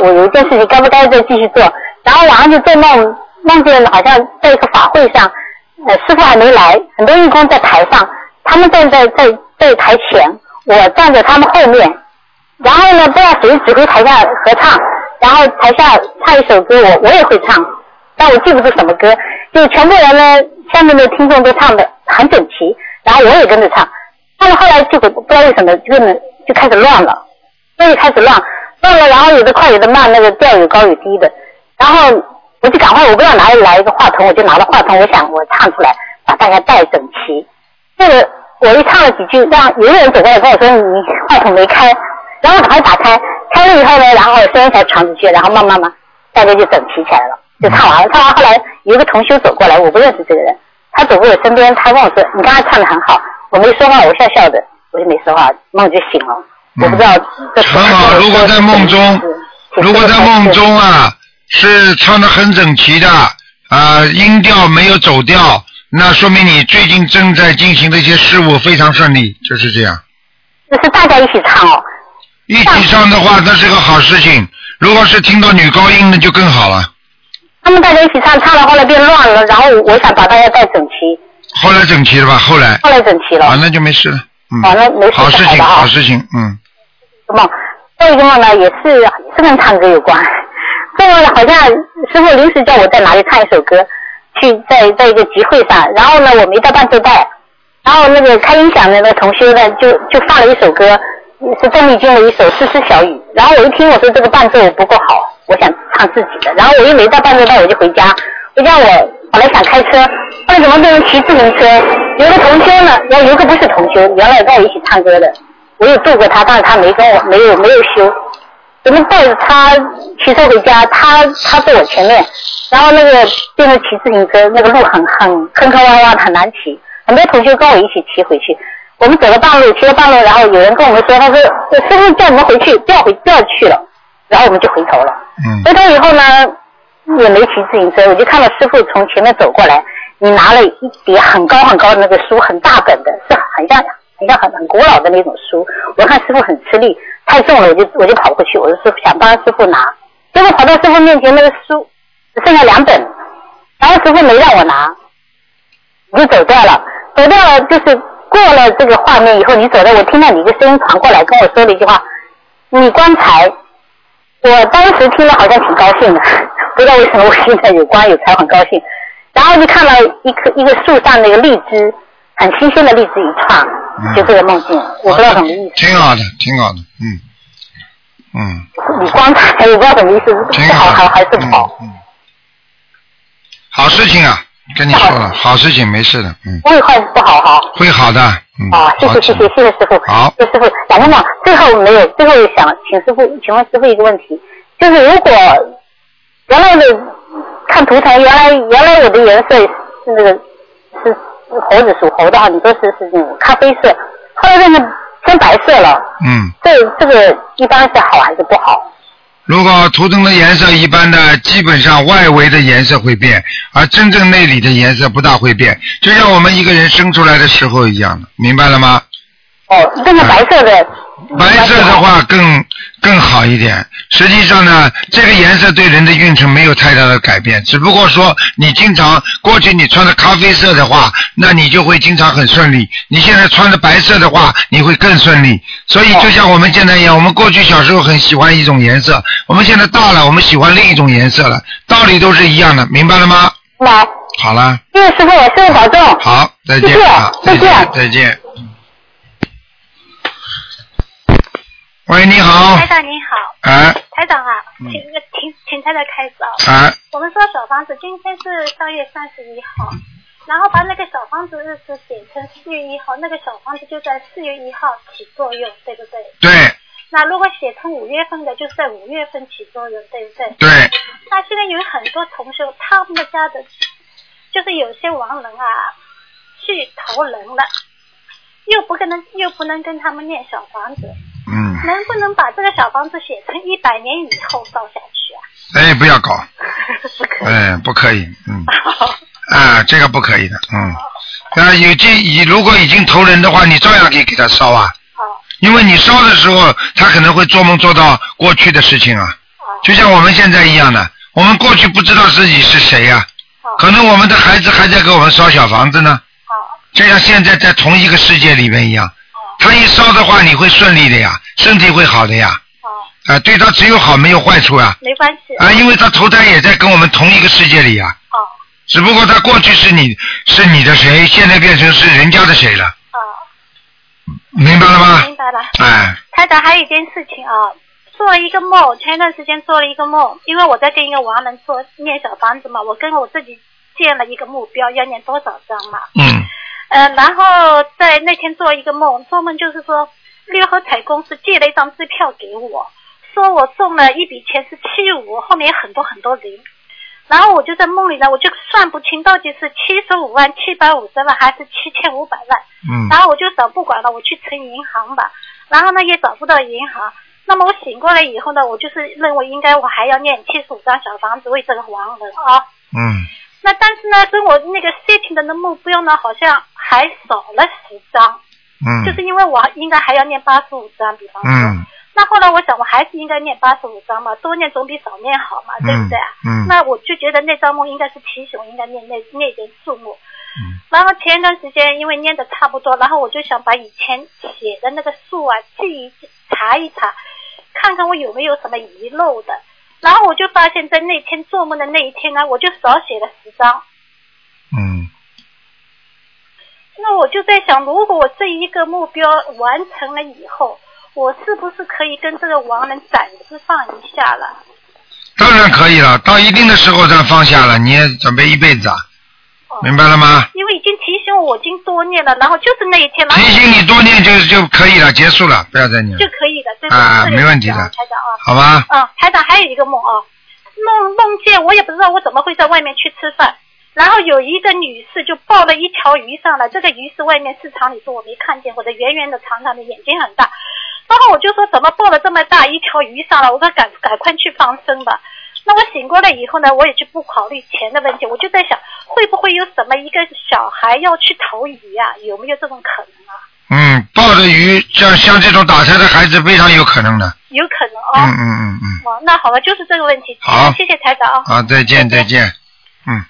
我有一件事情该不该再继续做，然后晚上就做梦，梦见好像在一个法会上，呃，师傅还没来，很多义工在台上，他们站在在在台前，我站在他们后面，然后呢，不知道谁指挥台下合唱，然后台下唱一首歌，我我也会唱，但我记不住什么歌，就嗯全部人呢，下面的听众都唱的很整齐，然后我也跟着唱，唱了后来就不知道为什么这个人就开始乱了，那就开始乱，乱了，然后有的快有的慢，那个调有高有低的，然后我就赶快，我不知道哪里来一个话筒，我就拿着话筒，我想我唱出来，把大家带整齐。这个我一唱了几句，让有一个人走过来跟我说你话筒没开，然后赶快打开，开了以后呢，然后声音才传出去，然后慢慢慢，大家就整齐起来了，就唱完了。唱完后来有一个同修走过来，我不认识这个人，他走过我身边，他跟我说你刚才唱的很好，我没说话，我笑笑的，我就没说话，梦就醒了。我不知道
嗯
这是
很好。如果在梦中，如果在梦中啊，是唱的很整齐的，啊，音调没有走调，那说明你最近正在进行的一些事务非常顺利，就是这样。
这是大家一起唱哦。
一起唱的话，那是个好事情。如果是听到女高音，那就更好了。
他们大家一起唱，唱了后来变乱了，然后我想把大家带整齐，
后来整齐了吧？后来。
后来整齐了。
啊，那就没事了。嗯。
好那没事
好事
就好
情，
了啊
好事情，嗯。
梦，这个梦呢也是是跟唱歌有关。这个好像师傅临时叫我在哪里唱一首歌，去在在一个集会上，然后呢我没带伴奏带，然后那个开音响的那个同学呢就就放了一首歌，是邓丽君的一首《诗诗小雨》，然后我一听我说这个伴奏不够好，我想唱自己的，然后我又没带伴奏带，我就回家，回家我本来想开车，后来怎么变成骑自行车？有个同修呢，然后有一个不是同修，原来在一起唱歌的，我有度过他，但是他没跟我没有没有修。我们带着他骑车回家，他他坐我前面，然后那个变成骑自行车，那个路很很坑坑洼洼，很难骑。很多同学跟我一起骑回去，我们走了半路，骑了半路，然后有人跟我们说，他说我师傅叫你们回去，不要回不要去了，然后我们就回头了。
嗯。
回头以后呢，也没骑自行车，我就看到师傅从前面走过来，你拿了一叠很高很高的那个书，很大本的，是很像很像很很古老的那种书。我看师傅很吃力，太重了，我就我就跑过去，我就说想帮师傅拿，结果跑到师傅面前，那个书只剩下两本，然后师傅没让我拿，我就走掉了。走掉了就是过了这个画面以后，你走掉，我听到你一个声音传过来，跟我说了一句话：“你棺材。”我当时听了好像挺高兴的，不知道为什么我现在有棺有财很高兴。 然后就看到一棵一个树上那个荔枝，很新鲜的荔枝一串，就这个梦境，我不知道什么意
挺好的，挺好的，嗯，嗯，
思。你棺材，我不知道什么意思，是好还还是不好。
好事情啊，跟你说了，好事情，没事的，嗯，
我也快不好哈。
会好的，嗯，
啊，谢谢谢谢谢谢师傅，
好，
谢谢师傅。两个梦，最后没有，最后想请师傅，请问师傅一个问题，就是如果原来的看图腾，原来原来我的颜色是那个是是猴子属猴的哈，你说是是那种咖啡色，后来变成偏白色了，
嗯，
这这个一般是好还是不好？
如果图腾的颜色一般的，基本上外围的颜色会变，而真正内里的颜色不大会变，就像我们一个人生出来的时候一样的，明白了吗？嗯
哦，这个白色的，
白色的话更更好一点。实际上呢，这个颜色对人的运程没有太大的改变，只不过说你经常过去你穿的咖啡色的话，那你就会经常很顺利；你现在穿的白色的话，你会更顺利。所以就像我们现在一样，我们过去小时候很喜欢一种颜色，我们现在大了，我们喜欢另一种颜色了，道理都是一样的，明白了吗？
来，
好了，
这个师傅，师傅保重。
好，再见
谢谢
啊，再
再
见
见，
再见。喂，你好
台，长你好，
哎
台长啊，
嗯
请请请台长开始啊。
哎
我们说小房子，今天是三月三十一号，然后把那个小房子日子写成四月一号，那个小房子就在四月一号起作用，对不对？
对。
那如果写成五月份的，就是在五月份起作用，对不对？
对。
那现在有很多同学，他们的家的，就是有些亡人啊，去投人了，又不跟能又不能跟他们念小房子。
嗯，
能不能把这个小房子写成一百年以后造下去啊？
哎，不要搞，哎，不可以，嗯，啊，这个不可以的，嗯，啊，有这已如果已经投人的话，你照样可以给他烧啊，因为你烧的时候，他可能会做梦做到过去的事情啊，就像我们现在一样的，我们过去不知道自己是谁呀、可能我们的孩子还在给我们烧小房子呢，就像现在在同一个世界里面一样，
哦
他一烧的话，你会顺利的呀，身体会好的呀，啊，对他只有好没有坏处啊。
哦没关系。
啊，因为他投胎也在跟我们同一个世界里啊。哦。只不过他过去是你是你的谁，现在变成是人家的谁了。哦。明白了吗？
哦明白了。
哎，
台长，还有一件事情啊，做了一个梦，前一段时间做了一个梦，因为我在跟一个亡人做念小房子嘛，我跟我自己建了一个目标，要念多少张嘛。
嗯。
呃，然后在那天做一个梦，做梦就是说，六合彩公司借了一张支票给我，说我中了一笔钱是七五，后面有很多很多零。然后我就在梦里呢，我就算不清到底是七十五万、七百五十万还是七千五百万。
嗯
然后我就想不管了，我去存银行吧。然后呢，也找不到银行。那么我醒过来以后呢，我就是认为应该我还要念七十五张小房子为这个亡人啊。
嗯，
那但是呢，跟我那个 setting 的那目标呢，好像还少了十张。
嗯
就是因为我应该还要念八十五张，比方说。
嗯
那后来我想，我还是应该念八十五章嘛，多念总比少念好嘛，对不对啊？
嗯嗯
那我就觉得那张梦应该是七雄，应该念那那点数目。
嗯
然后前一段时间因为念的差不多，然后我就想把以前写的那个数啊记一记，查一查，看看我有没有什么遗漏的。然后我就发现，在那天做梦的那一天呢，我就少写了十张。
嗯，
那我就在想，如果我这一个目标完成了以后，我是不是可以跟这个亡人暂时放一下了？
当然可以了，到一定的时候再放下了，你也准备一辈子啊，
哦
明白了吗？
因为已经提醒我，我已经多念了，然后就是那一天，然后
提醒你多念就就可以了，结束了，不要再念了
就。可以的，对吧？
嗯啊
这个
没问题
是啊
的
台长啊，
好吧
嗯，台长还有一个梦啊，梦梦见我也不知道我怎么会在外面去吃饭，然后有一个女士就抱了一条鱼上来，这个鱼是外面市场里说我没看见过的，圆圆的、长长的，眼睛很大。然后我就说怎么抱了这么大一条鱼上来，我说赶赶快去放生吧。那我醒过来以后呢，我也就不考虑钱的问题，我就在想会不会有什么一个小孩要去投鱼啊？有没有这种可能啊？
嗯，抱着鱼，像像这种打胎的孩子非常有可能的。
有可能
嗯
啊、
嗯嗯嗯，
哇，那好吧，就是这个问题。
好
谢谢台长啊。
好，再见再见。嗯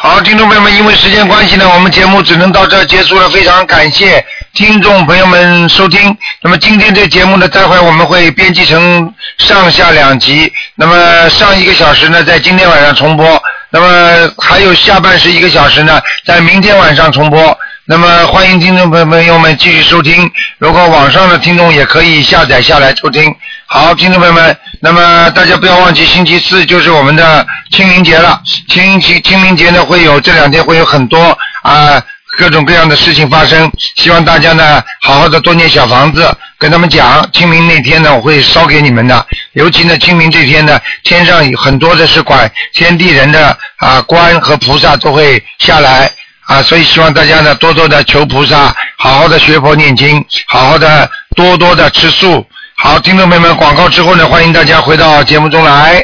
好，听众朋友们，因为时间关系呢，我们节目只能到这儿结束了。非常感谢听众朋友们收听。那么今天这节目呢，待会儿我们会编辑成上下两集。那么上一个小时呢，在今天晚上重播。那么还有下半时一个小时呢，在明天晚上重播。那么欢迎听众朋友们继续收听。如果网上的听众也可以下载下来收听。好，听众朋友们，那么大家不要忘记，星期四就是我们的清明节了。清清清明节呢，会有这两天会有很多啊、各种各样的事情发生。希望大家呢，好好的多念小房子，跟他们讲，清明那天呢，我会烧给你们的。尤其呢，清明这天呢，天上有很多的是管天地人的啊、官和菩萨都会下来。啊，所以希望大家呢多多的求菩萨，好好的学佛念经，好好的多多的吃素。好，听众朋友们，广告之后呢，欢迎大家回到节目中来。